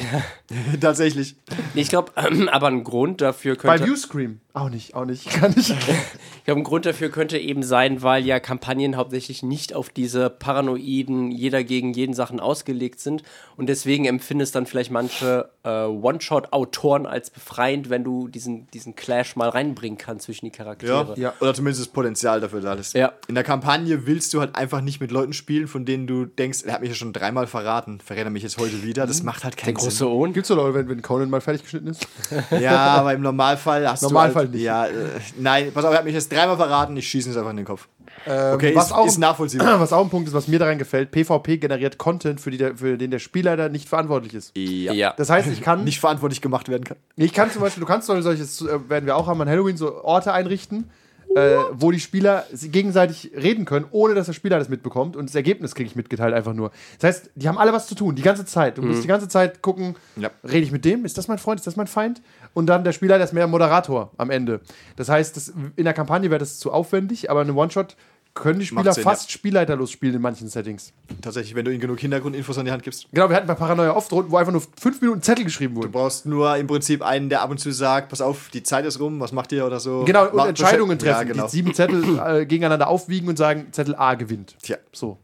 Speaker 3: Tatsächlich.
Speaker 5: Nee, ich glaube, aber ein Grund dafür
Speaker 4: Bei
Speaker 5: könnte.
Speaker 4: Viewscream. Auch nicht, auch nicht. [LAUGHS] Kann ich.
Speaker 5: Ich glaube, ein Grund dafür könnte eben sein, weil ja Kampagnen hauptsächlich nicht auf diese paranoiden, jeder gegen jeden Sachen ausgelegt sind. Und deswegen empfinden es dann vielleicht manche äh, One-Shot-Autoren als befreiend, wenn du diesen, diesen Clash mal reinbringen kannst zwischen die Charaktere.
Speaker 3: Ja. ja. Oder zumindest das Potenzial dafür da ist.
Speaker 5: Ja.
Speaker 3: In der Kampagne willst du halt einfach nicht mit Leuten spielen, von denen du denkst, er hat mich ja schon dreimal verraten, verrät er mich jetzt heute wieder. Das macht halt keinen
Speaker 5: Hm? Große Ohren.
Speaker 4: Gibt's doch noch, wenn, wenn Conan mal fertig geschnitten
Speaker 3: [LAUGHS]
Speaker 4: ist? Ähm,
Speaker 3: Sinn. Ja, aber im Normalfall hast
Speaker 4: Normalfall
Speaker 3: du.
Speaker 4: nicht.
Speaker 3: Halt, Ja, äh, nein, pass auf, er hat mich jetzt dreimal verraten, ich schieße ihn jetzt einfach in den Kopf. okay,
Speaker 4: was
Speaker 3: ist,
Speaker 4: auch-
Speaker 3: ist
Speaker 4: [CLEARS THROAT]
Speaker 3: nachvollziehbar.
Speaker 4: Was auch ein Punkt ist, was mir daran gefällt, PvP generiert Content, für, die der, für den der Spielleiter nicht verantwortlich ist.
Speaker 3: ja.
Speaker 4: Das heißt, ich
Speaker 3: [LAUGHS]
Speaker 4: kann,
Speaker 3: Nicht verantwortlich gemacht werden kann.
Speaker 4: ich kann zum Beispiel, du kannst solche, solches, äh, werden wir auch haben an Halloween, so Orte einrichten, äh, wo die Spieler sie gegenseitig reden können, ohne dass der Spieler das mitbekommt und das Ergebnis kriege ich mitgeteilt einfach nur. Das heißt, die haben alle was zu tun, die ganze Zeit. Du musst die ganze Zeit gucken,
Speaker 3: Mhm. Ja.
Speaker 4: rede ich mit dem, ist das mein Freund, ist das mein Feind? Und dann der Spieler, der ist mehr Moderator am Ende. Das heißt, das, in der Kampagne wäre das zu aufwendig, aber in einem One-Shot können die Spieler
Speaker 3: Macht Sinn,
Speaker 4: fast spielleiterlos spielen in manchen Settings.
Speaker 3: Tatsächlich, wenn du ihnen genug Hintergrundinfos an die Hand gibst.
Speaker 4: Genau, wir hatten bei Paranoia oft Runden, wo einfach nur fünf Minuten Zettel geschrieben wurden.
Speaker 3: Du brauchst nur im Prinzip einen, der ab und zu sagt, pass auf, die Zeit ist rum, was macht ihr oder so.
Speaker 4: Genau, und
Speaker 3: Ma-
Speaker 4: Entscheidungen
Speaker 3: Ja,
Speaker 4: treffen,
Speaker 3: genau.
Speaker 4: die sieben Zettel äh, gegeneinander aufwiegen und sagen, Zettel A gewinnt.
Speaker 3: Tja.
Speaker 4: So.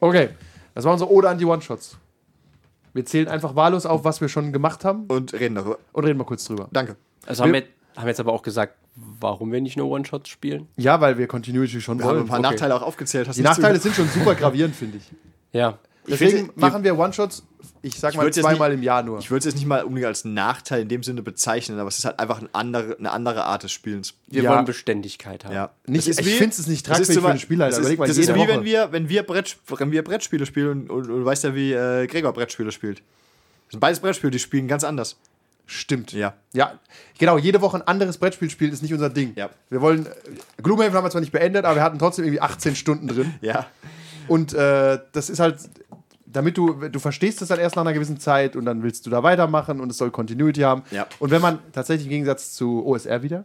Speaker 4: Okay, das war unsere Ode an die One-Shots. Wir zählen einfach wahllos auf, was wir schon gemacht haben
Speaker 3: Und reden darüber.
Speaker 4: und reden mal kurz drüber.
Speaker 3: Danke.
Speaker 5: Also haben wir, haben wir jetzt aber auch gesagt, warum wir nicht nur One-Shots spielen?
Speaker 4: Ja, weil wir Continuity schon
Speaker 3: Wir
Speaker 4: wollen.
Speaker 3: haben ein paar
Speaker 4: Okay.
Speaker 3: Nachteile auch aufgezählt. Hast
Speaker 4: Die
Speaker 3: nicht
Speaker 4: Nachteile
Speaker 3: zugehört.
Speaker 4: sind schon super gravierend, finde ich.
Speaker 5: Ja.
Speaker 4: Deswegen
Speaker 3: find's-
Speaker 4: machen wir One-Shots, ich sag mal,
Speaker 3: würd's jetzt
Speaker 4: zweimal
Speaker 3: nicht-
Speaker 4: im Jahr nur.
Speaker 3: Ich würde es jetzt nicht mal unbedingt als Nachteil in dem Sinne bezeichnen, aber es ist halt einfach ein andere, eine andere Art des Spielens.
Speaker 5: Wir
Speaker 4: Ja.
Speaker 5: wollen Beständigkeit haben.
Speaker 3: Ja.
Speaker 4: Nicht-
Speaker 3: Das ist
Speaker 4: ich
Speaker 3: wie-
Speaker 4: find's es nicht
Speaker 3: das ist
Speaker 4: tragfähig
Speaker 3: zum
Speaker 4: für den
Speaker 3: Beispiel-
Speaker 4: Spielleiter.
Speaker 3: Das
Speaker 4: Überleg
Speaker 3: ist,
Speaker 4: mal,
Speaker 3: das ist
Speaker 4: jede
Speaker 3: wie
Speaker 4: Woche.
Speaker 3: wenn wir, wenn wir, Brett, wenn wir Brettspiele spielen und, und, und du weißt ja, wie äh, Gregor Brettspiele spielt. Das sind beides Brettspiele, die spielen ganz anders.
Speaker 4: Stimmt.
Speaker 3: Ja.
Speaker 4: Ja, genau. Jede Woche ein anderes Brettspiel spielen ist nicht unser Ding.
Speaker 3: Ja.
Speaker 4: Wir wollen. äh, Gloomhaven haben wir zwar nicht beendet, aber wir hatten trotzdem irgendwie 18 Stunden drin.
Speaker 3: Ja. [LAUGHS]
Speaker 4: Und äh, das ist halt, damit du, du verstehst es dann erst nach einer gewissen Zeit und dann willst du da weitermachen und es soll Continuity haben.
Speaker 3: Ja.
Speaker 4: Und wenn man tatsächlich im Gegensatz zu OSR wieder,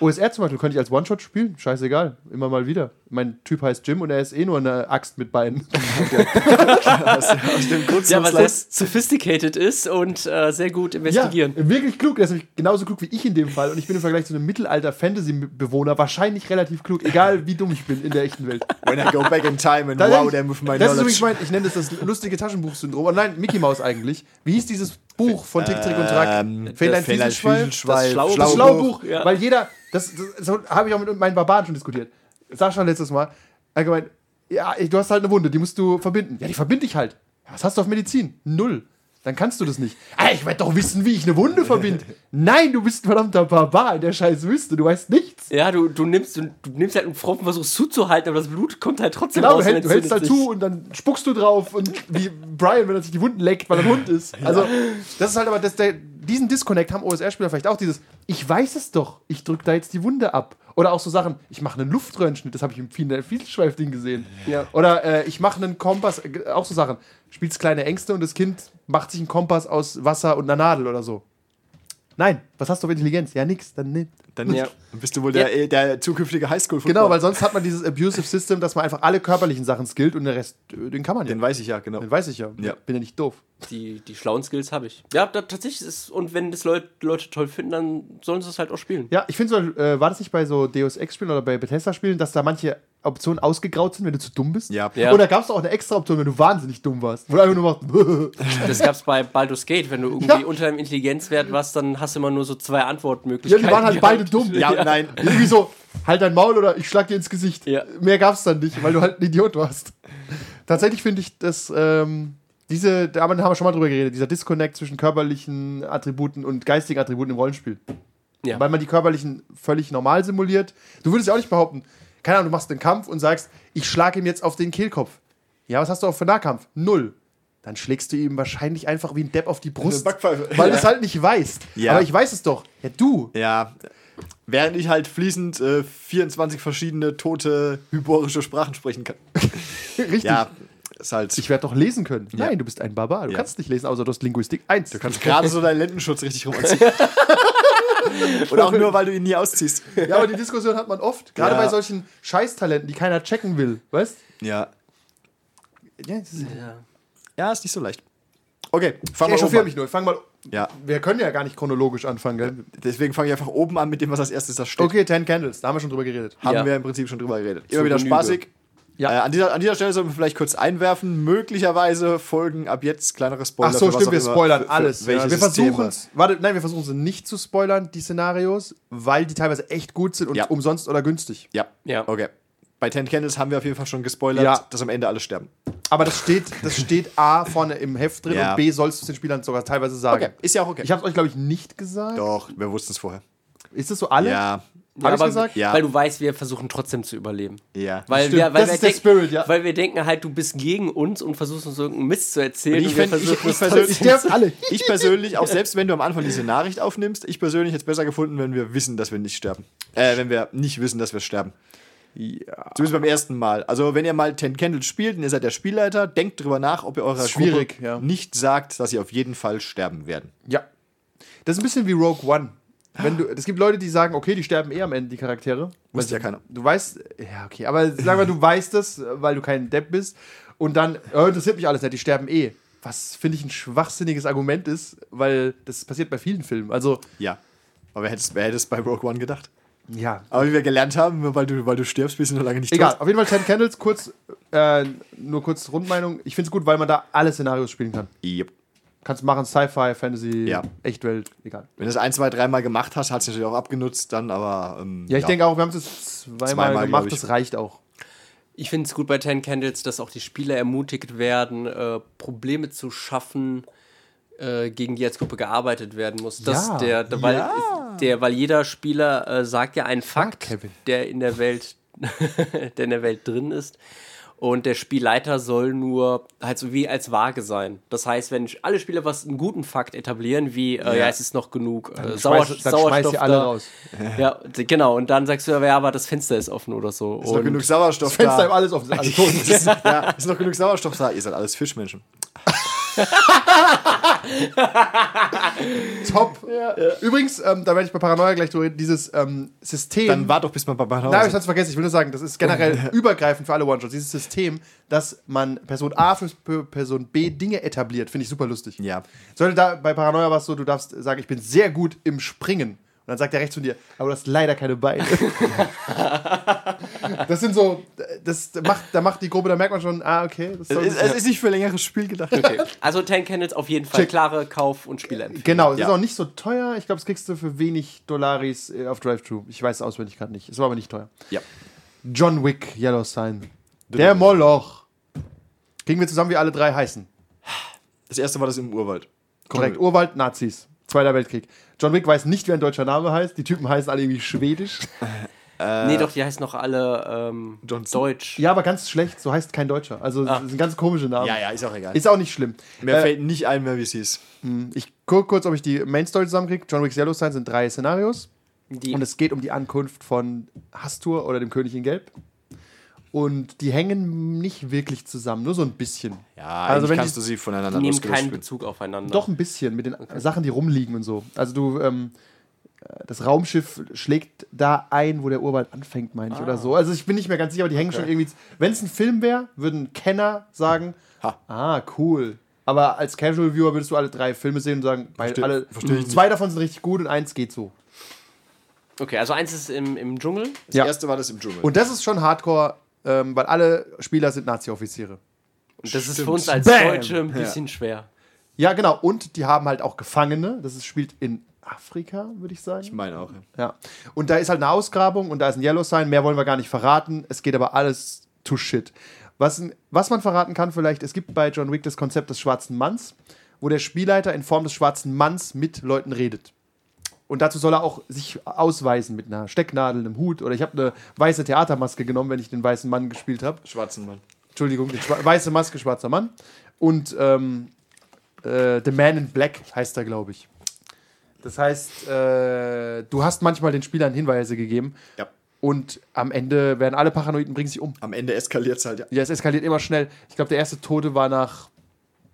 Speaker 4: OSR zum Beispiel könnte ich als One-Shot spielen, scheißegal, immer mal wieder. Mein Typ heißt Jim und er ist eh nur eine Axt mit Beinen.
Speaker 3: Aus dem kurzen
Speaker 5: Ja, weil
Speaker 3: Slice-
Speaker 5: sehr sophisticated ist und äh, sehr gut investigieren.
Speaker 4: wirklich klug. Der ist nämlich genauso klug wie ich in dem Fall und ich bin im Vergleich zu einem Mittelalter-Fantasy-Bewohner wahrscheinlich relativ klug, egal wie dumm ich bin in der echten Welt.
Speaker 3: When I go back in time and
Speaker 4: Da
Speaker 3: wow,
Speaker 4: denk ich-
Speaker 3: damn with my
Speaker 4: das ist übrigens
Speaker 3: knowledge.
Speaker 4: mein, ich nenne das das lustige Taschenbuch-Syndrom. Oh nein, Mickey Mouse eigentlich. Wie hieß dieses Buch von Tick, Trick und Track?
Speaker 3: Ähm,
Speaker 4: Fehler in
Speaker 3: Fehler in
Speaker 4: Fliesenschweif?
Speaker 3: Fliesenschweif,
Speaker 5: Das Schlaue-
Speaker 4: Das
Speaker 5: Schlaubuch.
Speaker 4: Schlaubuch.
Speaker 5: Ja.
Speaker 4: Weil jeder, das, das, so habe ich auch mit meinen Barbaren schon diskutiert. Sascha letztes Mal, er hat gemeint, ja, ich- du hast halt eine Wunde, die musst du verbinden. Ja, die verbinde ich halt. Ja, Was hast du auf Medizin? Null. Dann kannst du das nicht. Ah, ich werde doch wissen, wie ich eine Wunde verbinde. Nein, du bist ein verdammter Barbar in der scheiß Wüste. Du weißt nichts.
Speaker 5: Ja, du, du, nimmst, du, du nimmst halt einen Fropfen, versuchst zuzuhalten, aber das Blut kommt halt trotzdem
Speaker 4: Genau, du,
Speaker 5: raus.
Speaker 4: hält, du
Speaker 5: und
Speaker 4: hältst
Speaker 5: entzündet
Speaker 4: da
Speaker 5: sich.
Speaker 4: zu und dann spuckst du drauf und wie Brian, wenn er sich die Wunden leckt, weil er ein Hund ist. Also, das ist halt aber, das, der, diesen Disconnect haben OSR-Spieler vielleicht auch dieses, ich weiß es doch, ich drück da jetzt die Wunde ab. Oder auch so Sachen, ich mache einen Luftröhrenschnitt, das habe ich im Fiedelschweif-Ding gesehen.
Speaker 5: Ja.
Speaker 4: Oder äh, ich mache einen Kompass, äh, auch so Sachen. Spielst kleine Ängste und das Kind macht sich einen Kompass aus Wasser und einer Nadel oder so. Nein, was hast du auf Intelligenz? Ja, nix, dann nicht.
Speaker 3: Dann
Speaker 5: Ja.
Speaker 3: bist du wohl der, der zukünftige highschool
Speaker 4: Genau, weil sonst hat man dieses Abusive System, dass man einfach alle körperlichen Sachen skillt und den Rest, äh, den kann man ja.
Speaker 3: Den weiß ich ja, genau.
Speaker 4: Den weiß ich ja.
Speaker 3: Ja.
Speaker 4: Bin ja nicht doof.
Speaker 5: die, die schlauen Skills habe ich. Ja, da, tatsächlich ist und wenn das Leut, Leute toll finden, dann sollen sie es halt auch spielen.
Speaker 4: Ja, ich finde, so, äh, war das nicht bei so Deus Ex-Spielen oder bei Bethesda-Spielen, dass da manche Optionen ausgegraut sind, wenn du zu dumm bist?
Speaker 3: Ja.
Speaker 5: Ja.
Speaker 4: Oder gab es auch eine extra Option, wenn du wahnsinnig dumm warst? Wo du einfach nur machst, [LAUGHS]
Speaker 5: Das gab es bei Baldur's Gate, wenn du irgendwie
Speaker 4: Ja.
Speaker 5: unter deinem Intelligenzwert warst, dann hast du immer nur so zwei
Speaker 4: ja,
Speaker 5: Antwortmöglichkeiten.
Speaker 4: die waren halt beide dumm.
Speaker 3: Ja, nein.
Speaker 4: Irgendwie so, halt dein Maul oder ich schlag dir ins Gesicht.
Speaker 5: Ja.
Speaker 4: Mehr gab's dann nicht, weil du halt ein Idiot warst. Tatsächlich finde ich, dass ähm, diese, da haben wir schon mal drüber geredet, dieser Disconnect zwischen körperlichen Attributen und geistigen Attributen im Rollenspiel.
Speaker 5: Ja.
Speaker 4: Weil man die körperlichen völlig normal simuliert. Du würdest ja auch nicht behaupten, keine Ahnung, du machst einen Kampf und sagst, ich schlage ihm jetzt auf den Kehlkopf. Ja, was hast du auch für Nahkampf? Null. Dann schlägst du ihm wahrscheinlich einfach wie ein Depp auf die Brust,
Speaker 3: Backpfeife.
Speaker 4: weil du es halt nicht weißt.
Speaker 3: Ja.
Speaker 4: Aber ich weiß es doch. Ja, du.
Speaker 3: Ja. Während ich halt fließend äh, 24 verschiedene tote hyborische Sprachen sprechen kann.
Speaker 4: Richtig.
Speaker 3: Ja, ist halt.
Speaker 4: Ich werde doch lesen können. Nein, du bist ein Barbar. Du
Speaker 3: Ja.
Speaker 4: kannst nicht lesen, außer du hast Linguistik 1. Du [LAUGHS] kannst
Speaker 3: gerade so deinen Lendenschutz richtig
Speaker 4: [LAUGHS]
Speaker 3: rumanziehen. Und auch nur, weil du ihn nie ausziehst.
Speaker 4: ja, aber die Diskussion hat man oft. Gerade
Speaker 3: Ja.
Speaker 4: bei solchen Scheißtalenten, die keiner checken will. Weißt
Speaker 3: Ja.
Speaker 4: ja, das ist-
Speaker 3: Ja, ist nicht so leicht. Okay,
Speaker 4: Ich
Speaker 3: fangen wir oben
Speaker 4: echauffiere mich
Speaker 3: an.
Speaker 4: nur. Ich Fang mal.
Speaker 3: Ja.
Speaker 4: Wir können ja gar nicht chronologisch anfangen, gell?
Speaker 3: Deswegen fange ich einfach oben an mit dem, was als erstes da steht.
Speaker 4: Okay, Ten Candles, da haben wir schon drüber geredet.
Speaker 3: Haben
Speaker 5: Ja.
Speaker 3: wir im Prinzip schon drüber geredet. Immer
Speaker 5: Zur
Speaker 3: wieder
Speaker 5: Genüge.
Speaker 3: spaßig.
Speaker 4: Ja.
Speaker 3: Äh, an, dieser, an dieser Stelle sollten wir vielleicht kurz einwerfen. Möglicherweise folgen ab jetzt kleinere Spoiler.
Speaker 4: Ach so,
Speaker 3: für was
Speaker 4: stimmt,
Speaker 3: auch
Speaker 4: wir
Speaker 3: immer,
Speaker 4: spoilern
Speaker 3: für- für
Speaker 4: alles.
Speaker 3: Welche
Speaker 4: wir
Speaker 3: Systeme.
Speaker 4: versuchen warte, nein, wir versuchen sie nicht zu spoilern, die Szenarios, weil die teilweise echt gut sind und
Speaker 3: Ja.
Speaker 4: umsonst oder günstig.
Speaker 3: Ja.
Speaker 5: Ja.
Speaker 3: Okay. Bei Ten Candles haben wir auf jeden Fall schon gespoilert,
Speaker 4: Ja.
Speaker 3: dass am Ende alle sterben.
Speaker 4: Aber das steht, das steht A vorne im Heft drin
Speaker 3: Ja.
Speaker 4: und B sollst du es den Spielern sogar teilweise sagen.
Speaker 3: Okay, ist ja auch okay.
Speaker 4: Ich habe es euch, glaube ich, nicht gesagt.
Speaker 3: Doch, wir wussten es vorher.
Speaker 4: Ist das so alle?
Speaker 3: Ja.
Speaker 4: Hab ich's
Speaker 5: aber,
Speaker 4: gesagt?
Speaker 3: Ja.
Speaker 5: Weil du weißt, wir versuchen trotzdem zu überleben.
Speaker 3: Ja.
Speaker 5: Weil
Speaker 4: Stimmt,
Speaker 5: wir, weil,
Speaker 4: das
Speaker 5: wir
Speaker 4: ist der
Speaker 5: denk-
Speaker 4: Spirit, ja.
Speaker 5: weil wir denken halt, du bist gegen uns und versuchst uns irgendeinen Mist zu erzählen.
Speaker 3: Und ich
Speaker 5: und wir
Speaker 3: fänd- ich-
Speaker 5: versuchen
Speaker 3: ich
Speaker 5: es
Speaker 3: persönlich-
Speaker 4: [LAUGHS]
Speaker 5: trotzdem-
Speaker 4: sterben alle.
Speaker 3: [LAUGHS] Ich persönlich, auch selbst wenn du am Anfang diese Nachricht aufnimmst, ich persönlich hätte es besser gefunden, wenn wir wissen, dass wir nicht sterben. Äh, wenn wir nicht wissen, dass wir sterben. Ja. Zumindest beim ersten Mal. Also, wenn ihr mal Ten Candles spielt und ihr seid der Spielleiter, denkt drüber nach, ob ihr eurer
Speaker 4: Schwierig,
Speaker 3: Gruppe
Speaker 4: ja.
Speaker 3: nicht sagt, dass sie auf jeden Fall sterben werden.
Speaker 4: Ja. Das ist ein bisschen wie Rogue One. Wenn du, es gibt Leute, die sagen, okay, die sterben eh am Ende, die Charaktere.
Speaker 3: Wusste ja keiner.
Speaker 4: Du weißt, ja, okay, aber sagen wir, du weißt das, weil du kein Depp bist. Und dann, äh, interessiert mich alles nicht, die sterben eh. Was, finde ich, ein schwachsinniges Argument ist, weil das passiert bei vielen Filmen. Also,
Speaker 3: Ja. Aber wer hätte es- wer hätte es bei Rogue One gedacht?
Speaker 4: ja.
Speaker 3: Aber wie wir gelernt haben, weil du, weil du stirbst, bist du noch lange nicht
Speaker 4: Egal,
Speaker 3: tot.
Speaker 4: auf jeden Fall Ten Candles, kurz, äh, nur kurz Rundmeinung. Ich finde es gut, weil man da alle Szenarios spielen kann.
Speaker 3: Yep.
Speaker 4: Kannst machen Sci-Fi, Fantasy,
Speaker 3: Ja.
Speaker 4: Echtwelt, egal.
Speaker 3: Wenn du es ein, zwei, dreimal gemacht hast, hat es natürlich auch abgenutzt, dann aber. Ähm,
Speaker 4: Ja, ich denke auch, wir haben es jetzt zweimal,
Speaker 3: Zweimal, glaub
Speaker 4: gemacht,
Speaker 3: ich.
Speaker 4: das reicht auch.
Speaker 5: Ich finde es gut bei Ten Candles, dass auch die Spieler ermutigt werden, äh, Probleme zu schaffen, äh, gegen die als Gruppe gearbeitet werden muss. Dass
Speaker 4: Ja,
Speaker 5: der, der, weil, der, weil jeder Spieler äh, sagt ja einen Fakt,
Speaker 4: Kevin.
Speaker 5: der in der Welt, [LAUGHS] der in der Welt drin ist. Und der Spielleiter soll nur halt so wie als Waage sein. Das heißt, wenn alle Spieler was einen guten Fakt etablieren, wie äh, ja. es ist noch genug äh, Sauer,
Speaker 4: schmeißt- dann
Speaker 5: Sauerstoff
Speaker 4: schmeißt ihr alle
Speaker 5: da.
Speaker 4: raus.
Speaker 5: Ja, d- genau. Und dann sagst du, ja, aber das Fenster ist offen oder so.
Speaker 3: Ist noch
Speaker 5: Und-
Speaker 3: genug Sauerstoff
Speaker 4: Fenster
Speaker 3: da.
Speaker 4: im [LAUGHS] alles offen, sind alle tot.
Speaker 3: Ist, ja, ist noch genug Sauerstoff da. Ihr seid alles Fischmenschen.
Speaker 4: Top. Übrigens, ähm, da werde ich bei Paranoia gleich drüber reden, dieses ähm, System.
Speaker 3: Dann also. war doch bis mal bei Banana.
Speaker 4: Nein, ich hab's vergessen, ich will nur sagen, das ist generell übergreifend für alle One-Shots. Dieses System, dass man Person A für P- Person B Dinge etabliert, finde ich super lustig.
Speaker 3: Ja.
Speaker 4: Sollte da bei Paranoia was so, du darfst sagen, ich bin sehr gut im Springen. Und dann sagt der rechts von dir, aber du hast leider keine Beine. das sind so, das macht, da macht die Gruppe, da merkt man schon, ah, okay. Das soll-
Speaker 3: Es, es ist nicht für längeres Spiel gedacht.
Speaker 5: Okay. Also Ten Candles auf jeden Fall
Speaker 4: Check.
Speaker 5: klare Kauf- und Spielempfehlung.
Speaker 4: Genau, es
Speaker 3: Ja.
Speaker 4: ist auch nicht so teuer. Ich glaube, das kriegst du für wenig Dollaris äh, auf Drive-Thru. Ich weiß es auswendig gerade nicht. Es war aber nicht teuer.
Speaker 3: [LAUGHS] Ja.
Speaker 4: John Wick, Yellow Sign. Der Moloch. Kriegen wir zusammen, wie alle drei heißen.
Speaker 3: Das erste war das im Urwald.
Speaker 4: Korrekt. Urwald, Nazis. Zweiter Weltkrieg. John Wick weiß nicht, wie ein deutscher Name heißt. Die Typen heißen alle
Speaker 3: [LAUGHS]
Speaker 4: irgendwie schwedisch.
Speaker 5: Nee, doch, die heißen noch alle ähm,
Speaker 3: Johnson.
Speaker 5: Deutsch.
Speaker 4: Äh, Ja, aber ganz schlecht. So heißt kein Deutscher. Also, das sind ganz komische Namen.
Speaker 3: Ah. Ja, ja, ist auch egal.
Speaker 4: Ist auch nicht schlimm.
Speaker 3: Mir
Speaker 4: Äh,
Speaker 3: fällt nicht ein, mehr wie es hieß.
Speaker 4: ich gucke kurz, ob ich die Main Story zusammenkriege. John Wick's Yellow Sign sind drei Szenarios.
Speaker 5: Die,
Speaker 4: Und es geht um die Ankunft von Hastur oder dem König in Gelb. Und die hängen nicht wirklich zusammen, nur so ein bisschen.
Speaker 3: Ja,
Speaker 4: also
Speaker 3: also
Speaker 4: wenn
Speaker 3: kannst
Speaker 4: die,
Speaker 3: du sie voneinander
Speaker 5: die nehmen
Speaker 3: losgelöst
Speaker 5: keinen
Speaker 3: spielen.
Speaker 5: Bezug aufeinander.
Speaker 4: doch ein bisschen mit den Sachen, die rumliegen und so. Also du, ähm, das Raumschiff schlägt da ein, wo der Urwald anfängt, meine
Speaker 3: Ah.
Speaker 4: ich, oder so. Also ich bin nicht mehr ganz sicher, aber die hängen schon irgendwie. Wenn es ein Film wäre, würden Kenner sagen,
Speaker 3: Ha.
Speaker 4: ah, cool. Aber als Casual Viewer würdest du alle drei Filme sehen und sagen, bei
Speaker 3: Versteh-
Speaker 4: alle
Speaker 3: versteh ich
Speaker 4: zwei davon sind richtig gut und eins geht so.
Speaker 5: Okay, also eins ist im, im Dschungel.
Speaker 3: Das
Speaker 4: Ja.
Speaker 3: erste war das im Dschungel.
Speaker 4: Und das ist schon Hardcore, ähm, weil alle Spieler sind Nazi-Offiziere.
Speaker 5: Und das ist
Speaker 3: Stimmt.
Speaker 5: für uns als
Speaker 4: Bam!
Speaker 5: Deutsche ein bisschen schwer.
Speaker 4: Ja, genau. Und die haben halt auch Gefangene. Das ist, spielt in Afrika, würde ich sagen.
Speaker 3: ich meine auch. ja.
Speaker 4: Ja. Und da ist halt eine Ausgrabung und da ist ein Yellow Sign. Mehr wollen wir gar nicht verraten. Es geht aber alles to shit. Was, was man verraten kann, vielleicht, es gibt bei John Wick das Konzept des schwarzen Manns, wo der Spielleiter in Form des schwarzen Manns mit Leuten redet. Und dazu soll er auch sich ausweisen mit einer Stecknadel, einem Hut oder ich habe eine weiße Theatermaske genommen, wenn ich den weißen Mann gespielt habe.
Speaker 3: Schwarzen Mann.
Speaker 4: Entschuldigung, die schwa- weiße Maske, schwarzer Mann. Und ähm, äh, The Man in Black heißt er, glaube ich. Das heißt, äh, du hast manchmal den Spielern Hinweise gegeben
Speaker 3: Ja.
Speaker 4: und am Ende werden alle Paranoiden, bringen sich um.
Speaker 3: Am Ende eskaliert es halt. Ja.
Speaker 4: Ja, es eskaliert immer schnell. Ich glaube, der erste Tote war nach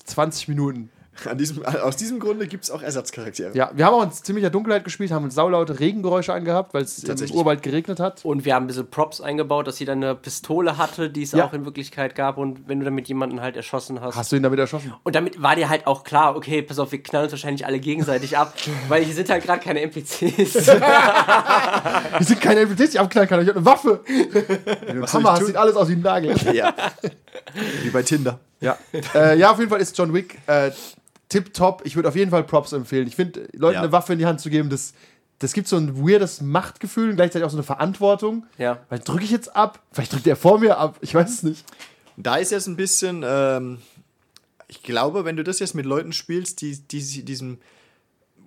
Speaker 4: 20 Minuten.
Speaker 3: An diesem, aus diesem Grunde gibt es auch Ersatzcharaktere.
Speaker 4: Ja, wir haben auch in ziemlicher Dunkelheit gespielt, haben uns saulaute Regengeräusche angehabt, weil es im
Speaker 3: Tatsächlich.
Speaker 4: Urwald geregnet hat.
Speaker 5: Und wir haben ein bisschen Props eingebaut, dass sie dann eine Pistole hatte, die es
Speaker 4: Ja.
Speaker 5: auch in Wirklichkeit gab. Und wenn du damit jemanden halt erschossen hast.
Speaker 4: Hast du ihn damit erschossen?
Speaker 5: Und damit war dir halt auch klar, okay, pass auf, wir knallen uns wahrscheinlich alle gegenseitig
Speaker 4: [LAUGHS]
Speaker 5: ab, weil hier sind halt gerade keine NPCs.
Speaker 4: Wir sind keine NPCs, die abknallen kann. Ich habe eine Waffe.
Speaker 3: Was soll ich
Speaker 4: Hammer, hast
Speaker 3: tun?
Speaker 4: sieht alles aus wie ein Nagel.
Speaker 3: ja.
Speaker 4: [LAUGHS]
Speaker 3: Wie bei Tinder.
Speaker 4: Ja. äh, ja, auf jeden Fall ist John Wick äh, tipptopp. Ich würde auf jeden Fall Props empfehlen. Ich finde, Leuten
Speaker 3: Ja.
Speaker 4: eine Waffe in die Hand zu geben, das, das gibt so ein weirdes Machtgefühl und gleichzeitig auch so eine Verantwortung.
Speaker 5: Ja.
Speaker 4: Weil drücke ich jetzt ab? Vielleicht drückt er vor mir ab. Ich weiß es nicht.
Speaker 3: Da ist jetzt ein bisschen, ähm, ich glaube, wenn du das jetzt mit Leuten spielst, die, die sich diesem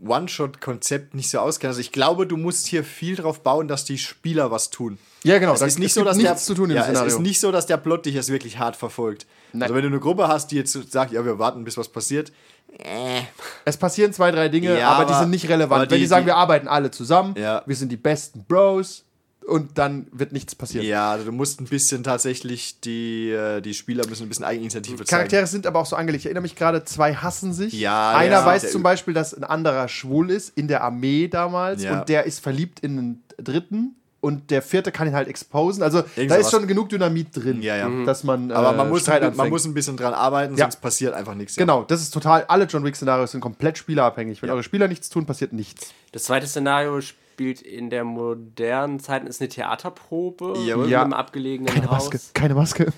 Speaker 3: One-Shot-Konzept nicht so auskennen. Also ich glaube, du musst hier viel drauf bauen, dass die Spieler was tun.
Speaker 4: Ja, genau.
Speaker 3: Es
Speaker 4: Da-
Speaker 3: ist nicht
Speaker 4: es
Speaker 3: so,
Speaker 4: gibt
Speaker 3: dass
Speaker 4: nichts
Speaker 3: der,
Speaker 4: zu tun im
Speaker 3: ja,
Speaker 4: Szenario.
Speaker 3: Es ist nicht so, dass der Plot dich jetzt wirklich hart verfolgt. Also wenn du eine Gruppe hast, die jetzt sagt, ja, wir warten, bis was passiert. Äh,
Speaker 4: Es passieren zwei, drei Dinge,
Speaker 3: Ja,
Speaker 4: aber, die
Speaker 3: aber-
Speaker 4: sind nicht
Speaker 3: aber
Speaker 4: relevant.
Speaker 3: die-
Speaker 4: Wenn die sagen,
Speaker 3: die-
Speaker 4: wir arbeiten alle zusammen,
Speaker 3: Ja.
Speaker 4: wir sind die besten Bros und dann wird nichts passieren.
Speaker 3: ja, also du musst ein bisschen tatsächlich, die, äh, die Spieler müssen ein bisschen Eigeninitiative zeigen.
Speaker 4: Charaktere sind aber auch so angelegt. Ich erinnere mich gerade, zwei hassen sich.
Speaker 3: Ja,
Speaker 4: Einer
Speaker 3: ja.
Speaker 4: weiß
Speaker 3: Der-
Speaker 4: zum Beispiel, dass ein anderer schwul ist in der Armee damals
Speaker 3: Ja.
Speaker 4: und der ist verliebt in einen Dritten und der Vierte kann ihn halt exposen. Also da
Speaker 3: sowas.
Speaker 4: ist schon genug Dynamit drin,
Speaker 3: Ja, ja.
Speaker 4: dass man.
Speaker 3: Aber
Speaker 4: äh,
Speaker 3: man, muss,
Speaker 4: Streit
Speaker 3: man
Speaker 4: anfängt.
Speaker 3: muss ein bisschen dran arbeiten,
Speaker 4: Ja.
Speaker 3: sonst passiert einfach nichts. ja.
Speaker 4: Genau, das ist total. Alle John Wick-Szenarios sind komplett spielerabhängig. Wenn eure Spieler nichts tun, passiert nichts.
Speaker 5: Das zweite Szenario spielt in der modernen Zeit und ist eine Theaterprobe
Speaker 3: Jawohl.
Speaker 5: in
Speaker 4: Ja.
Speaker 5: einem abgelegenen Haus.
Speaker 4: Maske, keine Maske.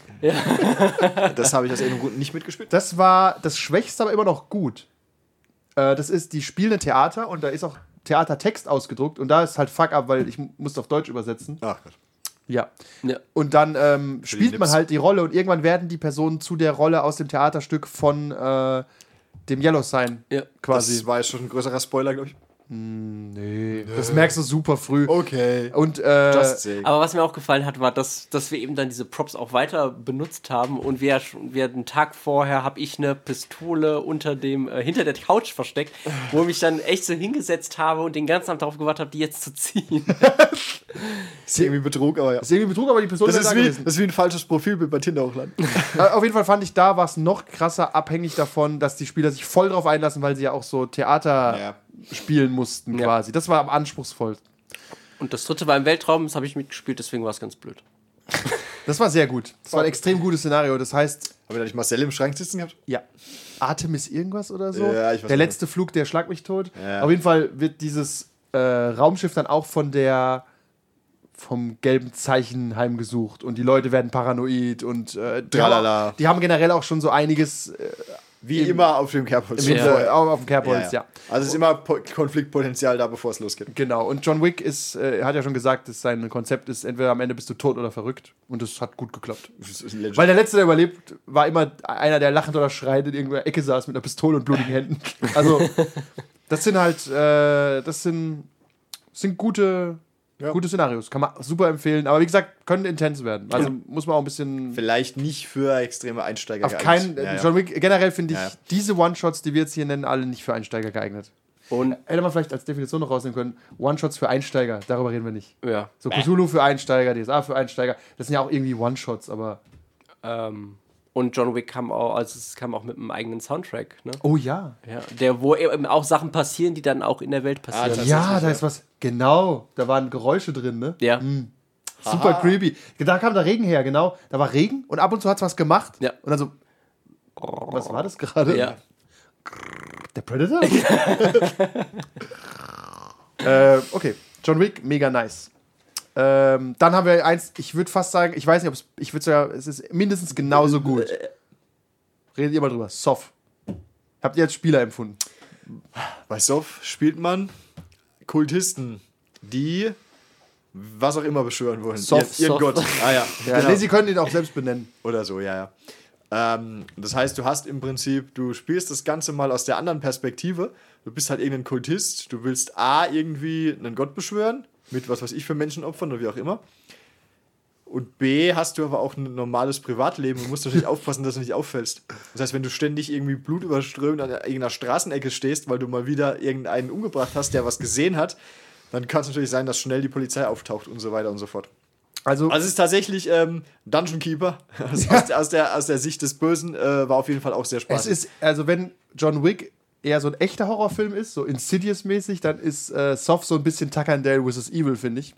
Speaker 3: Das habe ich aus irgendeinem Grund nicht mitgespielt.
Speaker 4: Das war das Schwächste, aber immer noch gut. Äh, das ist, die spielen ein Theater und da ist auch Theatertext ausgedruckt und da ist halt Fuck up, weil ich mu- musste auf Deutsch übersetzen.
Speaker 3: Ach Gott.
Speaker 4: Ja.
Speaker 5: Ja.
Speaker 4: Und dann ähm, spielt man
Speaker 3: Lips.
Speaker 4: halt die Rolle und irgendwann werden die Personen zu der Rolle aus dem Theaterstück von äh, dem Yellow Sign
Speaker 5: Ja.
Speaker 4: quasi.
Speaker 3: Das war jetzt schon ein größerer Spoiler, glaube ich.
Speaker 4: Das, merkst du super früh.
Speaker 3: äh, Okay.
Speaker 4: Und äh,
Speaker 3: Oh, Just saying.
Speaker 5: Aber was mir auch gefallen hat, war, dass, dass wir eben dann diese Props auch weiter benutzt haben und wir, schon- wir einen Tag vorher habe ich eine Pistole unter dem, äh, hinter der Couch versteckt, wo ich mich dann echt so hingesetzt habe und den ganzen Abend darauf gewartet habe, die jetzt zu ziehen.
Speaker 3: ist irgendwie Betrug, aber ja.
Speaker 4: ist irgendwie Betrug, aber die Person
Speaker 3: Das
Speaker 4: wäre
Speaker 3: ist,
Speaker 4: da
Speaker 3: wie,
Speaker 4: gewesen.
Speaker 3: das ist wie ein falsches Profilbild bei Tinder [LAUGHS] hochladen.
Speaker 4: Äh, Auf jeden Fall fand ich, da war es noch krasser abhängig davon, dass die Spieler sich voll drauf einlassen, weil sie ja auch so Theater
Speaker 3: Ja.
Speaker 4: spielen mussten quasi. Das war am anspruchsvollsten.
Speaker 5: Und das dritte war im Weltraum, das habe ich mitgespielt, deswegen war es ganz blöd.
Speaker 4: Das war sehr gut. Das war ein extrem gutes Szenario. Das heißt,
Speaker 3: Haben wir da nicht Marcel im Schrank sitzen gehabt?
Speaker 4: Ja. Artemis irgendwas oder so?
Speaker 3: Ja, ich weiß
Speaker 4: der
Speaker 3: nicht.
Speaker 4: letzte Flug, der schlag mich tot. Auf jeden Fall wird dieses äh, Raumschiff dann auch von der vom gelben Zeichen heimgesucht und die Leute werden paranoid und äh, die,
Speaker 3: Tralala.
Speaker 4: haben, die haben generell auch schon so einiges äh,
Speaker 3: Wie immer auf dem Kerbholz.
Speaker 4: mit,
Speaker 5: Ja.
Speaker 4: äh, auf dem Kerbholz, ja.
Speaker 3: Also ist immer Po- Konfliktpotenzial da, bevor es losgeht.
Speaker 4: Genau, und John Wick ist, äh, hat ja schon gesagt, dass sein Konzept ist, entweder am Ende bist du tot oder verrückt. Und das hat gut geklappt.
Speaker 3: Das ist legit.
Speaker 4: Weil der Letzte, der überlebt, war immer einer, der lachend oder schreiend in irgendeiner Ecke saß mit einer Pistole und blutigen
Speaker 3: [LAUGHS]
Speaker 4: Händen. Also, das sind halt, äh, das sind, sind gute,
Speaker 3: Ja.
Speaker 4: gute Szenarios. Kann man super empfehlen. Aber wie gesagt, können intens werden. Also muss man auch ein bisschen.
Speaker 3: Vielleicht nicht für extreme Einsteiger.
Speaker 4: Auf
Speaker 3: geeignet.
Speaker 4: keinen,
Speaker 3: Ja, ja.
Speaker 4: John Wick, generell finde ich
Speaker 3: Ja, ja.
Speaker 4: diese One-Shots, die wir jetzt hier nennen, alle nicht für Einsteiger geeignet.
Speaker 5: Und
Speaker 4: Hätte man vielleicht als Definition noch rausnehmen können: One-Shots für Einsteiger, darüber reden wir nicht.
Speaker 5: ja,
Speaker 4: So Cthulhu für Einsteiger, DSA für Einsteiger, das sind ja auch irgendwie One-Shots, aber.
Speaker 5: ähm, und John Wick kam auch, also es kam auch mit einem eigenen Soundtrack, ne?
Speaker 4: Oh ja.
Speaker 5: Ja, der, wo eben auch Sachen passieren, die dann auch in der Welt passieren.
Speaker 3: das-
Speaker 4: Ja,
Speaker 3: Tatsächlich,
Speaker 4: da ist was. Genau, da waren Geräusche drin, ne?
Speaker 5: ja.
Speaker 4: Super creepy. Da kam der Regen her, genau. Da war Regen und ab und zu hat es was gemacht.
Speaker 5: Ja.
Speaker 4: Und dann so, Was war das gerade?
Speaker 5: Ja.
Speaker 4: Der Predator? [LAUGHS] äh, okay, John Wick, mega nice. Ähm, dann haben wir eins, ich würde fast sagen, ich weiß nicht, ob es, ich würde sagen, es ist mindestens genauso gut. Redet ihr mal drüber. Soft. Habt ihr als Spieler empfunden?
Speaker 3: Bei Sof spielt man Kultisten, die was auch immer beschwören wollen.
Speaker 4: Sof,
Speaker 3: Ihr- ihren [LAUGHS]
Speaker 4: Sof.
Speaker 3: Gott. Ah ja.
Speaker 4: Ja,
Speaker 3: genau.
Speaker 4: nee, sie können ihn auch selbst benennen.
Speaker 3: Oder so, ja, ja. Ähm, das heißt, du hast im Prinzip, du spielst das Ganze mal aus der anderen Perspektive. Du bist halt irgendein Kultist, du willst A, irgendwie einen Gott beschwören, mit was weiß ich für Menschenopfern oder wie auch immer. Und B, hast du aber auch ein normales Privatleben und musst natürlich aufpassen, dass du nicht auffällst. Das heißt, wenn du ständig irgendwie blutüberströmt an irgendeiner Straßenecke stehst, weil du mal wieder irgendeinen umgebracht hast, der was gesehen hat, dann kann es natürlich sein, dass schnell die Polizei auftaucht und so weiter und so fort.
Speaker 4: Also,
Speaker 3: Also es ist tatsächlich ähm, Dungeon Keeper. [LAUGHS] Aus, aus, aus, der, aus der Sicht des Bösen äh, war auf jeden Fall auch sehr
Speaker 4: es
Speaker 3: spaßig.
Speaker 4: ist, also wenn John Wick eher so ein echter Horrorfilm ist, so Insidious-mäßig, dann ist äh, Soft so ein bisschen Tucker and Dale vs. Evil, finde ich.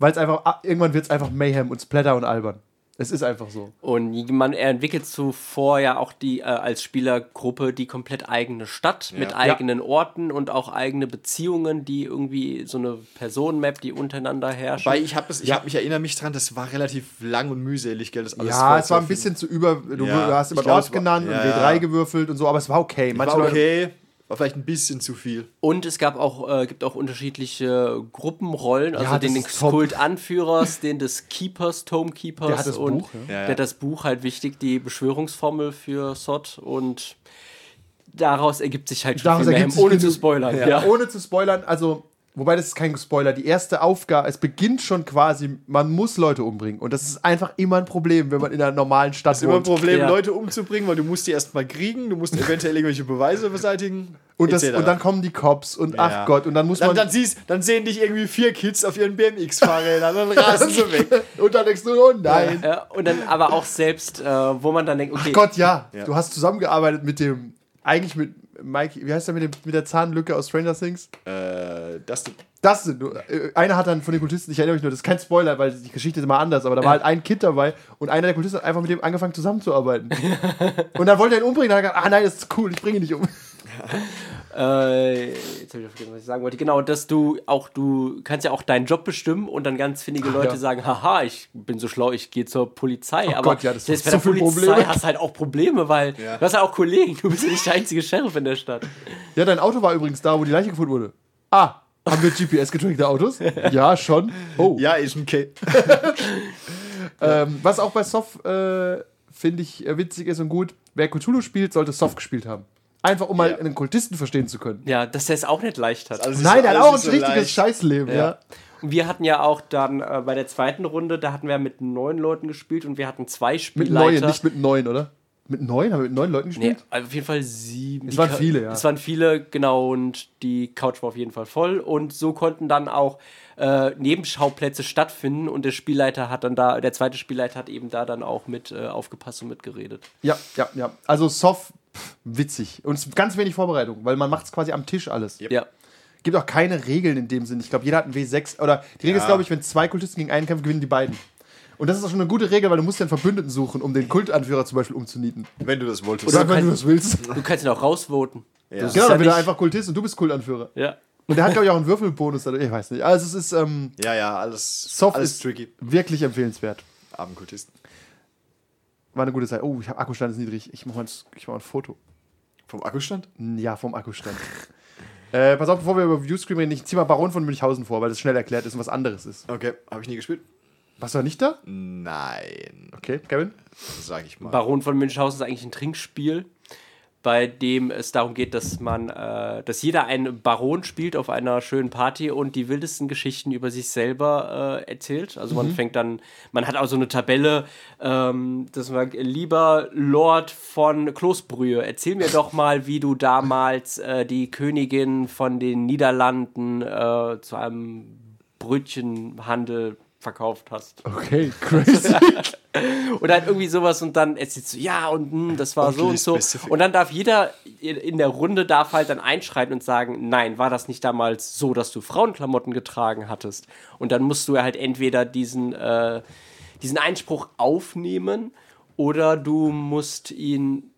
Speaker 4: Weil es einfach, ah, irgendwann wird es einfach Mayhem und Splatter und albern. Es ist einfach so.
Speaker 5: Und man entwickelt zuvor ja auch die äh, als Spielergruppe die komplett eigene Stadt mit eigenen Orten und auch eigene Beziehungen, die irgendwie so eine Personenmap, die untereinander herrscht.
Speaker 3: Wobei ich habe ich hab mich erinnere mich dran, das war relativ lang und mühselig, gell? Das alles
Speaker 4: Ja,
Speaker 3: voll
Speaker 4: es war ein
Speaker 3: zu finden.
Speaker 4: bisschen zu über. Du
Speaker 3: Ja,
Speaker 4: hast immer
Speaker 3: ich glaub,
Speaker 4: Ort
Speaker 3: es war-
Speaker 4: genannt
Speaker 3: ja,
Speaker 4: und W3
Speaker 3: ja.
Speaker 4: gewürfelt und so, aber es war okay. Manche
Speaker 3: war
Speaker 4: Leute,
Speaker 3: okay, war vielleicht ein bisschen zu viel.
Speaker 5: Und es gab auch, äh, gibt auch unterschiedliche Gruppenrollen, also
Speaker 4: das
Speaker 5: den
Speaker 4: ist
Speaker 5: des
Speaker 4: top.
Speaker 5: Kultanführers, den des Keepers, Tomekeepers
Speaker 4: Der hat das
Speaker 5: und
Speaker 4: Buch, ja.
Speaker 3: Ja, ja.
Speaker 5: der hat das Buch halt wichtig, die Beschwörungsformel für Sot und daraus ergibt sich halt schon
Speaker 4: daraus
Speaker 5: viel mehr,
Speaker 4: ergibt sich
Speaker 5: ohne zu
Speaker 4: genug-
Speaker 5: spoilern.
Speaker 4: Ja.
Speaker 5: Ja.
Speaker 4: Ohne zu spoilern, also. Wobei das ist kein Spoiler. Die erste Aufgabe, es beginnt schon quasi, man muss Leute umbringen. Und das ist einfach immer ein Problem, wenn man in einer normalen Stadt
Speaker 3: Ist immer ein
Speaker 4: wohnt.
Speaker 3: Problem,
Speaker 5: Ja.
Speaker 3: Leute umzubringen, weil du musst die erstmal kriegen, du musst eventuell irgendwelche Beweise beseitigen.
Speaker 4: Und, das,
Speaker 3: etc.
Speaker 4: und dann kommen die Cops und ach
Speaker 3: Ja.
Speaker 4: Gott, und dann muss
Speaker 3: dann,
Speaker 4: man.
Speaker 3: dann, siehst, dann sehen dich irgendwie vier Kids auf ihren BMX-Fahrrädern, dann
Speaker 4: [LAUGHS]
Speaker 3: rasen sie weg.
Speaker 4: und dann denkst du, oh nein.
Speaker 5: Ja, und dann aber auch selbst, äh, wo man dann denkt, okay,
Speaker 4: Ach Gott, ja. Du hast zusammengearbeitet mit dem, eigentlich mit Mike, wie heißt der mit, dem, mit der Zahnlücke aus Stranger Things?
Speaker 3: Äh, das,
Speaker 4: Das sind nur, äh, einer hat dann von den Kultisten, ich erinnere mich nur, das ist kein Spoiler, weil die Geschichte ist immer anders, aber da war halt ein Kind dabei und einer der Kultisten hat einfach mit dem
Speaker 3: [LAUGHS]
Speaker 4: angefangen zusammenzuarbeiten. und dann wollte er ihn umbringen, dann hat er gesagt, ah nein, das ist cool, ich bringe ihn nicht um.
Speaker 5: Äh, jetzt habe ich vergessen, was ich sagen wollte. Genau, dass du auch, du kannst ja auch deinen Job bestimmen und dann ganz findige Leute
Speaker 4: ja. Oh
Speaker 5: sagen, haha, ich bin so schlau, ich gehe zur Polizei. Aber
Speaker 4: Gott, ja, das
Speaker 5: selbst
Speaker 4: macht
Speaker 5: bei
Speaker 4: so
Speaker 5: der
Speaker 4: viele
Speaker 5: Polizei
Speaker 4: Probleme.
Speaker 5: hast du halt auch Probleme, weil du hast ja auch Kollegen, du bist ja nicht der einzige Sheriff in der Stadt.
Speaker 4: Ja, dein Auto war übrigens da, wo die Leiche gefunden wurde. Ah, haben wir
Speaker 3: [LAUGHS]
Speaker 4: GPS-getrackte Autos? ja, schon. Oh.
Speaker 3: ja, ist ein Kid.
Speaker 4: Ähm, was auch bei Soft, äh, finde ich, äh, witzig ist und gut, wer Cthulhu spielt, sollte Soft gespielt haben. Einfach, um mal einen Kultisten verstehen zu können.
Speaker 5: Ja, dass der es auch nicht leicht hat.
Speaker 3: Also, es ist
Speaker 4: Nein, der hat
Speaker 3: alles
Speaker 4: auch ein
Speaker 3: nicht so
Speaker 4: richtiges
Speaker 3: leicht.
Speaker 4: Scheißleben, ja.
Speaker 5: Und wir hatten ja auch dann äh, bei der zweiten Runde, da hatten wir mit neun Leuten gespielt und wir hatten zwei
Speaker 4: Mit neun,
Speaker 5: Spielleiter.
Speaker 4: nicht mit neun, oder? Mit neun? Haben wir mit neun Leuten
Speaker 5: Nee, also
Speaker 4: gespielt?
Speaker 5: auf jeden Fall sieben.
Speaker 4: Es
Speaker 5: Die
Speaker 4: waren
Speaker 5: Cou-
Speaker 4: viele, ja.
Speaker 5: Es waren viele, genau, und die Couch war auf jeden Fall voll. Und so konnten dann auch äh, Nebenschauplätze stattfinden und der Spielleiter hat dann da, der zweite Spielleiter hat eben da dann auch mit äh, aufgepasst und mitgeredet.
Speaker 4: Ja, ja, ja. Also Soft, pff, witzig. Und es ist ganz wenig Vorbereitung, weil man macht es quasi am Tisch alles.
Speaker 5: Ja.
Speaker 4: Gibt auch keine Regeln in dem Sinn. Ich glaube, jeder hat ein W6. Oder die Regel ist, glaube ich, wenn zwei Kultisten gegen einen kämpfen, gewinnen die beiden. Und das ist auch schon eine gute Regel, weil du musst ja einen Verbündeten suchen, um den Kultanführer zum Beispiel umzunieten.
Speaker 3: Wenn du das wolltest.
Speaker 4: Oder wenn
Speaker 5: kannst-
Speaker 4: du das willst.
Speaker 5: Du kannst ihn auch rausvoten. Das ist
Speaker 4: Genau, dann wird er
Speaker 5: nicht-
Speaker 4: einfach Kultist und du bist Kultanführer.
Speaker 5: Ja.
Speaker 4: Und der hat, glaube ich, auch einen Würfelbonus. dadurch. Ich weiß nicht. Also es ist, ähm,
Speaker 3: ja, ja, alles,
Speaker 4: Soft
Speaker 3: alles
Speaker 4: ist
Speaker 3: tricky.
Speaker 4: wirklich empfehlenswert.
Speaker 3: Abendkultisten.
Speaker 4: War eine gute Zeit. Oh, ich hab Akkustand ist niedrig. Ich mache mal, ein- ich mach mal ein Foto.
Speaker 3: Vom Akkustand?
Speaker 4: Ja,
Speaker 5: [LAUGHS]
Speaker 4: vom Akkustand. äh, pass auf, bevor wir über Viewscreen reden, ich zieh mal Baron von Münchhausen vor, weil das schnell erklärt ist und was anderes ist.
Speaker 3: Okay, habe ich nie gespielt?
Speaker 4: Warst du nicht da?
Speaker 3: Nein,
Speaker 4: Okay, Kevin.
Speaker 3: sage ich mal.
Speaker 5: Baron von Münchhausen ist eigentlich ein Trinkspiel, bei dem es darum geht, dass man, äh, dass jeder einen Baron spielt auf einer schönen Party und die wildesten Geschichten über sich selber äh, erzählt. Also man fängt dann, man hat auch so eine Tabelle, ähm, dass man lieber Lord von Kloßbrühe, erzähl mir doch mal, wie du damals äh, die Königin von den Niederlanden äh, zu einem Brötchenhandel verkauft hast.
Speaker 4: Okay, crazy.
Speaker 5: [LAUGHS] Und dann irgendwie sowas und dann erzählst du, ja, und hm, das war so und
Speaker 3: liest
Speaker 5: so.
Speaker 3: Pacific.
Speaker 5: Und dann darf jeder in in der Runde darf halt dann einschreiten und sagen, nein, war das nicht damals so, dass du Frauenklamotten getragen hattest? Und dann musst du halt entweder diesen, äh, diesen Einspruch aufnehmen oder du musst ihn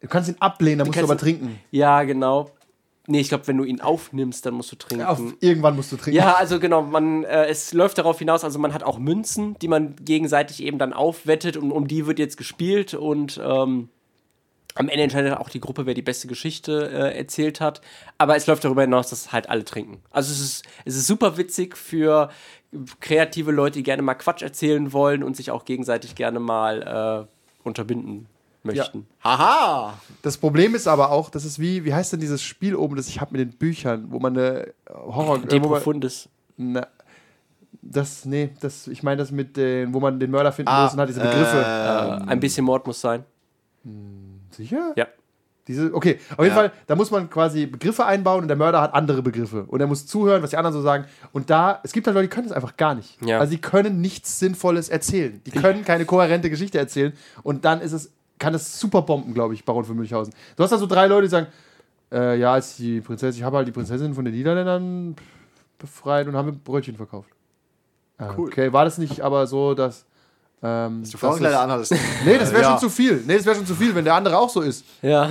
Speaker 4: Du kannst ihn ablehnen, dann musst du
Speaker 5: kannst
Speaker 4: aber
Speaker 5: ihn-
Speaker 4: trinken.
Speaker 5: Ja, genau. Nee, ich glaube, wenn du ihn aufnimmst, dann musst du trinken.
Speaker 4: Auf, irgendwann musst du trinken.
Speaker 5: Ja, also genau, man, äh, es läuft darauf hinaus, also man hat auch Münzen, die man gegenseitig eben dann aufwettet und um die wird jetzt gespielt und ähm, am Ende entscheidet auch die Gruppe, wer die beste Geschichte äh, erzählt hat. Aber es läuft darüber hinaus, dass halt alle trinken. Also es ist, es ist super witzig für kreative Leute, die gerne mal Quatsch erzählen wollen und sich auch gegenseitig gerne mal äh, unterbinden möchten.
Speaker 3: Haha!
Speaker 4: Das Problem ist aber auch, das ist wie, wie heißt denn dieses Spiel oben, das ich habe mit den Büchern, wo man eine Horror...
Speaker 5: De
Speaker 4: äh, wo man-
Speaker 5: Profundis.
Speaker 4: Na, das, nee, das, ich meine das mit den, wo man den Mörder finden
Speaker 3: Ah, äh.
Speaker 4: muss und hat diese Begriffe.
Speaker 5: äh, Ein bisschen Mord muss sein.
Speaker 4: Sicher?
Speaker 5: Ja.
Speaker 4: Diese, okay, auf jeden
Speaker 3: Ja.
Speaker 4: Fall, da muss man quasi Begriffe einbauen und der Mörder hat andere Begriffe. Und er muss zuhören, was die anderen so sagen. Und da, es gibt halt Leute, die können es einfach gar nicht.
Speaker 5: Ja.
Speaker 4: Also die können nichts Sinnvolles erzählen. Die können keine kohärente Geschichte erzählen. Und dann ist es, kann es super bomben, glaube ich, Baron von Münchhausen. Du hast da so drei Leute, die sagen, äh, ja, als die Prinzessin, ich habe halt die Prinzessin von den Niederländern befreit und haben Brötchen verkauft. Ah,
Speaker 3: Cool.
Speaker 4: Okay, war das nicht aber so, dass. Ähm,
Speaker 3: Du
Speaker 4: dass
Speaker 3: Frauenkleider
Speaker 4: das-
Speaker 3: anhattest. [LAUGHS]
Speaker 4: Nee, das wäre
Speaker 3: Ja.
Speaker 4: schon zu viel. Nee, das wäre schon zu viel, wenn der andere auch so ist.
Speaker 5: [LAUGHS] Ja.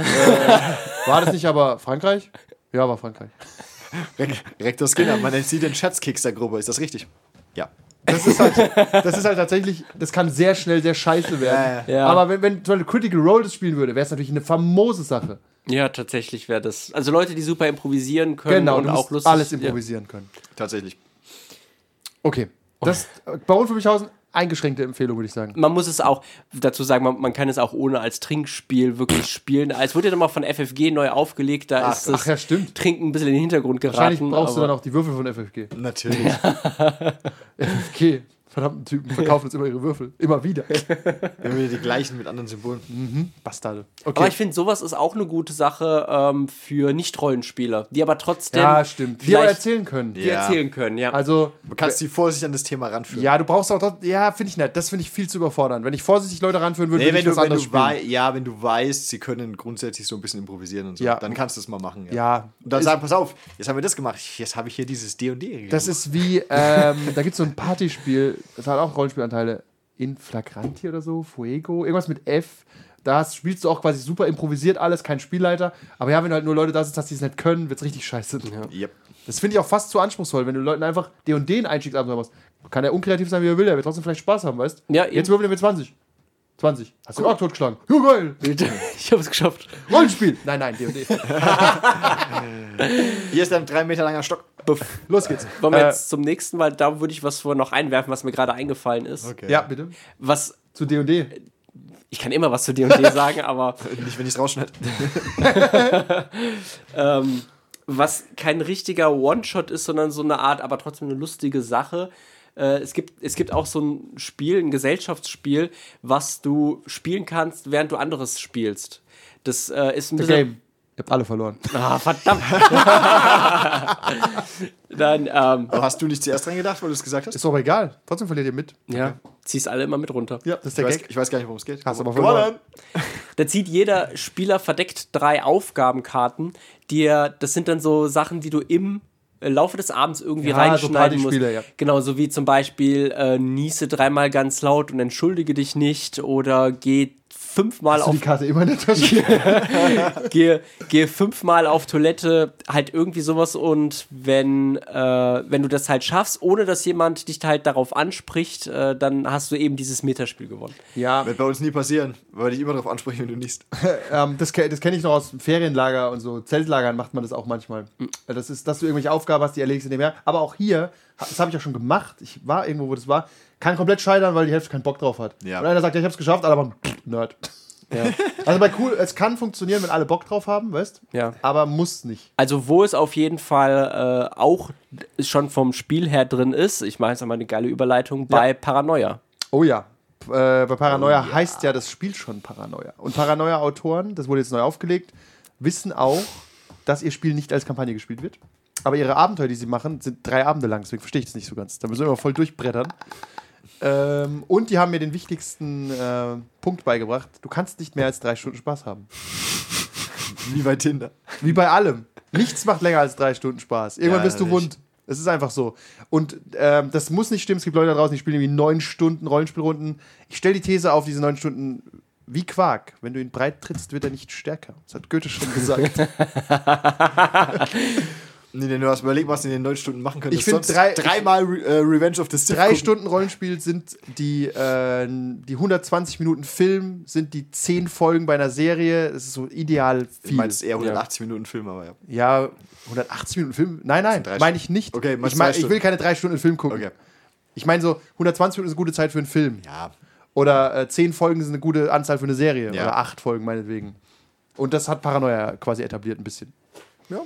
Speaker 4: War das nicht aber Frankreich? Ja, war Frankreich.
Speaker 3: Rektor Skinner, man nennt sie den Schatzkeks der Gruppe, ist das richtig? Ja.
Speaker 4: Das ist halt, das ist halt tatsächlich, das kann sehr schnell sehr scheiße werden.
Speaker 5: Ja, ja.
Speaker 4: Aber wenn, wenn zum Beispiel Critical Role das spielen würde, wäre es natürlich eine famose Sache.
Speaker 5: Ja, tatsächlich wäre das. Also Leute, die super improvisieren können
Speaker 4: Genau,
Speaker 5: und
Speaker 4: du musst
Speaker 5: auch lustig
Speaker 4: alles improvisieren können.
Speaker 3: Tatsächlich.
Speaker 4: Okay. Das Baron von Münchhausen, eingeschränkte Empfehlung, würde ich sagen.
Speaker 5: Man muss es auch dazu sagen, man, man kann es auch ohne als Trinkspiel wirklich
Speaker 4: [CLEARS THROAT]
Speaker 5: spielen. Ah, Es wurde ja nochmal von FFG neu aufgelegt, da ist das
Speaker 4: ach ja, stimmt.
Speaker 5: Trinken ein bisschen in den Hintergrund geraten.
Speaker 4: Wahrscheinlich brauchst du
Speaker 5: aber-
Speaker 4: dann auch die Würfel von FFG.
Speaker 3: Natürlich.
Speaker 4: FFG, verdammten Typen, verkaufen uns immer ihre Würfel. Immer wieder.
Speaker 3: Immer wieder die gleichen mit anderen Symbolen.
Speaker 4: [LAUGHS] Bastarde.
Speaker 5: Aber
Speaker 4: Okay.
Speaker 5: ich finde, sowas ist auch eine gute Sache ähm, für Nicht-Rollenspieler, die aber trotzdem
Speaker 4: Ja, stimmt. Die
Speaker 5: vielleicht
Speaker 4: aber erzählen können.
Speaker 5: die
Speaker 3: Ja.
Speaker 5: erzählen können. Ja.
Speaker 4: Also,
Speaker 3: Du kannst sie vorsichtig an das Thema ranführen.
Speaker 4: Ja, du brauchst auch trotzdem. Ja, finde ich nett. Das finde ich viel zu überfordern. Wenn ich vorsichtig Leute ranführen würde,
Speaker 3: Nee,
Speaker 4: würde
Speaker 3: wenn du,
Speaker 4: ich das
Speaker 3: wenn
Speaker 4: anders
Speaker 3: du wei
Speaker 4: spielen.
Speaker 3: ja, wenn du weißt, sie können grundsätzlich so ein bisschen improvisieren und so,
Speaker 4: Ja.
Speaker 3: dann kannst du es mal machen.
Speaker 4: Ja.
Speaker 3: Und dann
Speaker 4: Ist-
Speaker 3: sagen, pass auf, jetzt haben wir das gemacht, jetzt habe ich hier dieses D&D.
Speaker 4: Das ist wie, ähm, da gibt es so ein Partyspiel, das hat auch Rollenspielanteile. In Flagranti oder so, Fuego, irgendwas mit F. Da hast, spielst du auch quasi super improvisiert alles, kein Spielleiter. Aber ja, wenn halt nur Leute da sind, dass die es nicht können, wird's richtig scheiße.
Speaker 3: Yep.
Speaker 4: Das finde ich auch fast zu anspruchsvoll, wenn du Leuten einfach den und den Einstiegsabend machst. Kann er unkreativ sein, wie er will, er wird trotzdem vielleicht Spaß haben, weißt
Speaker 5: Ja, eben.
Speaker 4: Jetzt würfeln wir 20. 20. Hast du den Ork totgeschlagen? Ja, geil.
Speaker 5: ich habe es geschafft.
Speaker 4: Rollenspiel. [LAUGHS] Nein, nein, D&D.
Speaker 3: Hier ist ein drei Meter langer Stock.
Speaker 4: Los geht's.
Speaker 5: Wollen wir
Speaker 4: Äh,
Speaker 5: jetzt zum nächsten Mal, da würde ich was vor noch einwerfen, was mir gerade eingefallen ist.
Speaker 4: Ja, bitte.
Speaker 5: Was,
Speaker 4: Zu D&D.
Speaker 5: ich kann immer was zu
Speaker 4: [LAUGHS]
Speaker 5: D&D sagen, aber
Speaker 3: Nicht, wenn ich es rausschneide.
Speaker 5: ähm, was kein richtiger One-Shot ist, sondern so eine Art, aber trotzdem eine lustige Sache. Äh, es, gibt, es gibt auch so ein Spiel, ein Gesellschaftsspiel, was du spielen kannst, während du anderes spielst. Das äh, ist ein bisschen.
Speaker 4: Game. Ihr habt alle verloren.
Speaker 5: Ah, verdammt! [LAUGHS] Dann, ähm,
Speaker 3: Aber Äh, hast du nicht zuerst dran gedacht, weil du es gesagt hast?
Speaker 4: Ist doch aber egal. Trotzdem verliert ihr mit.
Speaker 5: ja, ziehst alle immer mit runter.
Speaker 4: Ja, das ist
Speaker 3: Ich
Speaker 4: der
Speaker 3: weiß,
Speaker 4: Gag.
Speaker 3: ich weiß gar nicht, worum es geht.
Speaker 4: Hast aber
Speaker 3: Gewonnen.
Speaker 4: verloren.
Speaker 5: Da zieht jeder Spieler verdeckt drei Aufgabenkarten, die er, das sind dann so Sachen, die du im äh, Laufe des Abends irgendwie
Speaker 4: Ja, so
Speaker 5: reinschneiden musst.
Speaker 4: Partyspiele, ja.
Speaker 5: Genau, so wie zum Beispiel äh, niese dreimal ganz laut und entschuldige dich nicht oder geh fünfmal
Speaker 4: Hast du
Speaker 5: auf
Speaker 4: die Karte immer in der Tasche?
Speaker 5: gehe, gehe fünfmal auf Toilette, halt irgendwie sowas und wenn, äh, wenn du das halt schaffst, ohne dass jemand dich halt darauf anspricht, äh, dann hast du eben dieses Meterspiel gewonnen.
Speaker 4: [LAUGHS] ja,
Speaker 3: Wird bei uns nie passieren, weil ich immer darauf anspreche, wenn du [LAUGHS] niest.
Speaker 4: ähm, das, ke- das kenne ich noch aus dem Ferienlager und so. Zeltlagern macht man das auch manchmal. Das ist, dass du irgendwelche Aufgaben hast, die erledigst du nebenher. Aber auch hier, ha- das habe ich auch schon gemacht. Ich war irgendwo, wo das war. Kann komplett scheitern, weil die Hälfte keinen Bock drauf hat.
Speaker 3: Ja.
Speaker 4: Und einer sagt, ja, ich hab's geschafft, alle machen, pff, [LAUGHS] Nerd. Also bei cool, es kann funktionieren, wenn alle Bock drauf haben, weißt?
Speaker 5: Ja.
Speaker 4: Aber muss nicht.
Speaker 5: Also wo es auf jeden Fall äh, auch schon vom Spiel her drin ist, ich mache jetzt nochmal eine geile Überleitung, bei Paranoia.
Speaker 4: Oh ja. P- Äh, bei Paranoia heißt ja das Spiel schon Paranoia. Und Paranoia-Autoren, das wurde jetzt neu aufgelegt, wissen auch, dass ihr Spiel nicht als Kampagne gespielt wird. Aber ihre Abenteuer, die sie machen, sind drei Abende lang. Deswegen verstehe ich das nicht so ganz. Da müssen wir immer voll durchbrettern. Ähm, und die haben mir den wichtigsten äh, Punkt beigebracht. Du kannst nicht mehr als drei Stunden Spaß haben.
Speaker 3: Wie bei Tinder.
Speaker 4: Wie bei allem. Nichts macht länger als drei Stunden Spaß. Irgendwann
Speaker 3: Ja,
Speaker 4: bist du
Speaker 3: natürlich.
Speaker 4: wund. Es ist einfach so. Und ähm, das muss nicht stimmen. Es gibt Leute da draußen, die spielen irgendwie neun Stunden Rollenspielrunden. Ich stelle die These auf, diese neun Stunden Wie Quark, wenn du ihn breit trittst, wird er nicht stärker. Das hat Goethe schon gesagt.
Speaker 3: [LAUGHS] Nee, nee, du hast überlegt, was du in den neun Stunden machen könntest.
Speaker 4: Ich find
Speaker 3: Sonst
Speaker 4: drei-
Speaker 3: dreimal Re äh, Revenge of the Sith.
Speaker 4: Drei
Speaker 3: gucken.
Speaker 4: Stunden Rollenspiel sind die, äh, die 120 Minuten Film, sind die 10 Folgen bei einer Serie. Es ist so ideal
Speaker 3: Du
Speaker 4: viel.
Speaker 3: meinst eher 180 Minuten Film, aber ja.
Speaker 4: Ja, 180 Minuten Film? Nein, nein,
Speaker 3: drei
Speaker 4: meine ich nicht.
Speaker 3: Okay, meinst
Speaker 4: ich, mein,
Speaker 3: drei
Speaker 4: ich
Speaker 3: Stunden.
Speaker 4: will keine drei Stunden Film gucken.
Speaker 3: Okay.
Speaker 4: Ich meine so, 120 Minuten ist eine gute Zeit für einen Film.
Speaker 3: Ja.
Speaker 4: Oder äh, zehn Folgen sind eine gute Anzahl für eine Serie.
Speaker 3: Ja.
Speaker 4: Oder acht Folgen meinetwegen. Und das hat Paranoia quasi etabliert ein bisschen. Ja.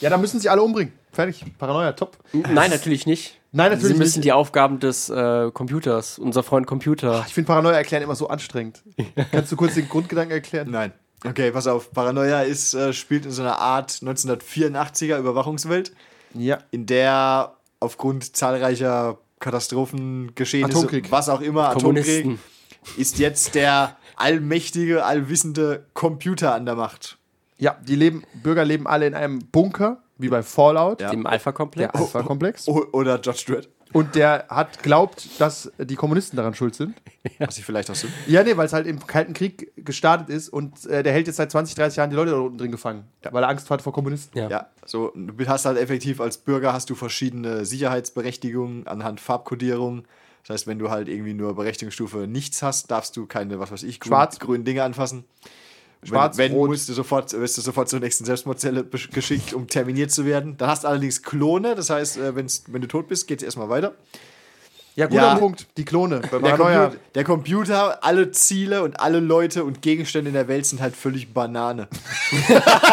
Speaker 4: Ja, da müssen sie alle umbringen. Fertig. Paranoia, top.
Speaker 5: Nein, natürlich nicht.
Speaker 4: Nein, natürlich
Speaker 5: Sie müssen
Speaker 4: nicht.
Speaker 5: die Aufgaben des äh, Computers, unser Freund Computer.
Speaker 4: Ich finde Paranoia erklären immer
Speaker 3: [LAUGHS]
Speaker 4: so anstrengend. Kannst du kurz den Grundgedanken erklären?
Speaker 3: Nein. Okay, pass auf. Paranoia ist, äh, spielt in so einer Art 1984er Überwachungswelt,
Speaker 4: Ja.
Speaker 3: in der aufgrund zahlreicher Katastrophen, Geschehnisse,
Speaker 4: Atomkrieg.
Speaker 3: was auch immer, Atomkrieg,
Speaker 5: Kommunisten.
Speaker 3: ist jetzt der allmächtige, allwissende Computer an der Macht.
Speaker 4: Ja, die leben, Bürger leben alle in einem Bunker, wie bei Fallout,
Speaker 3: Ja. Oh,
Speaker 5: Im Alpha-Komplex.
Speaker 4: der Alpha-Komplex.
Speaker 3: O oder Judge Dredd.
Speaker 4: Und der hat glaubt, dass die Kommunisten daran schuld sind.
Speaker 3: Was ich vielleicht auch so.
Speaker 4: Ja, nee, weil es halt im Kalten Krieg gestartet ist und äh, der hält jetzt seit 20, 30 Jahren die Leute da unten drin gefangen, weil er Angst hat vor Kommunisten.
Speaker 5: Ja.
Speaker 3: Ja, so du hast halt effektiv als Bürger hast du verschiedene Sicherheitsberechtigungen anhand Farbkodierung. Das heißt, wenn du halt irgendwie nur Berechtigungsstufe nichts hast, darfst du keine, was weiß ich, grün,
Speaker 4: Schwarz.
Speaker 3: grünen Dinge anfassen.
Speaker 4: Schwarz,
Speaker 3: wenn, wenn
Speaker 4: rot.
Speaker 3: musst du sofort, wirst du sofort zur nächsten Selbstmordzelle besch- geschickt, um terminiert zu werden. Dann hast du allerdings Klone, das heißt, äh, wenn's, wenn du tot bist, geht es erstmal weiter.
Speaker 4: Ja, guter
Speaker 3: Ja.
Speaker 4: Punkt. Die Klone. Bei
Speaker 3: Der,
Speaker 4: Paranoia.
Speaker 3: Computer, der Computer, alle Ziele und alle Leute und Gegenstände in der Welt sind halt völlig [LAUGHS] Banane.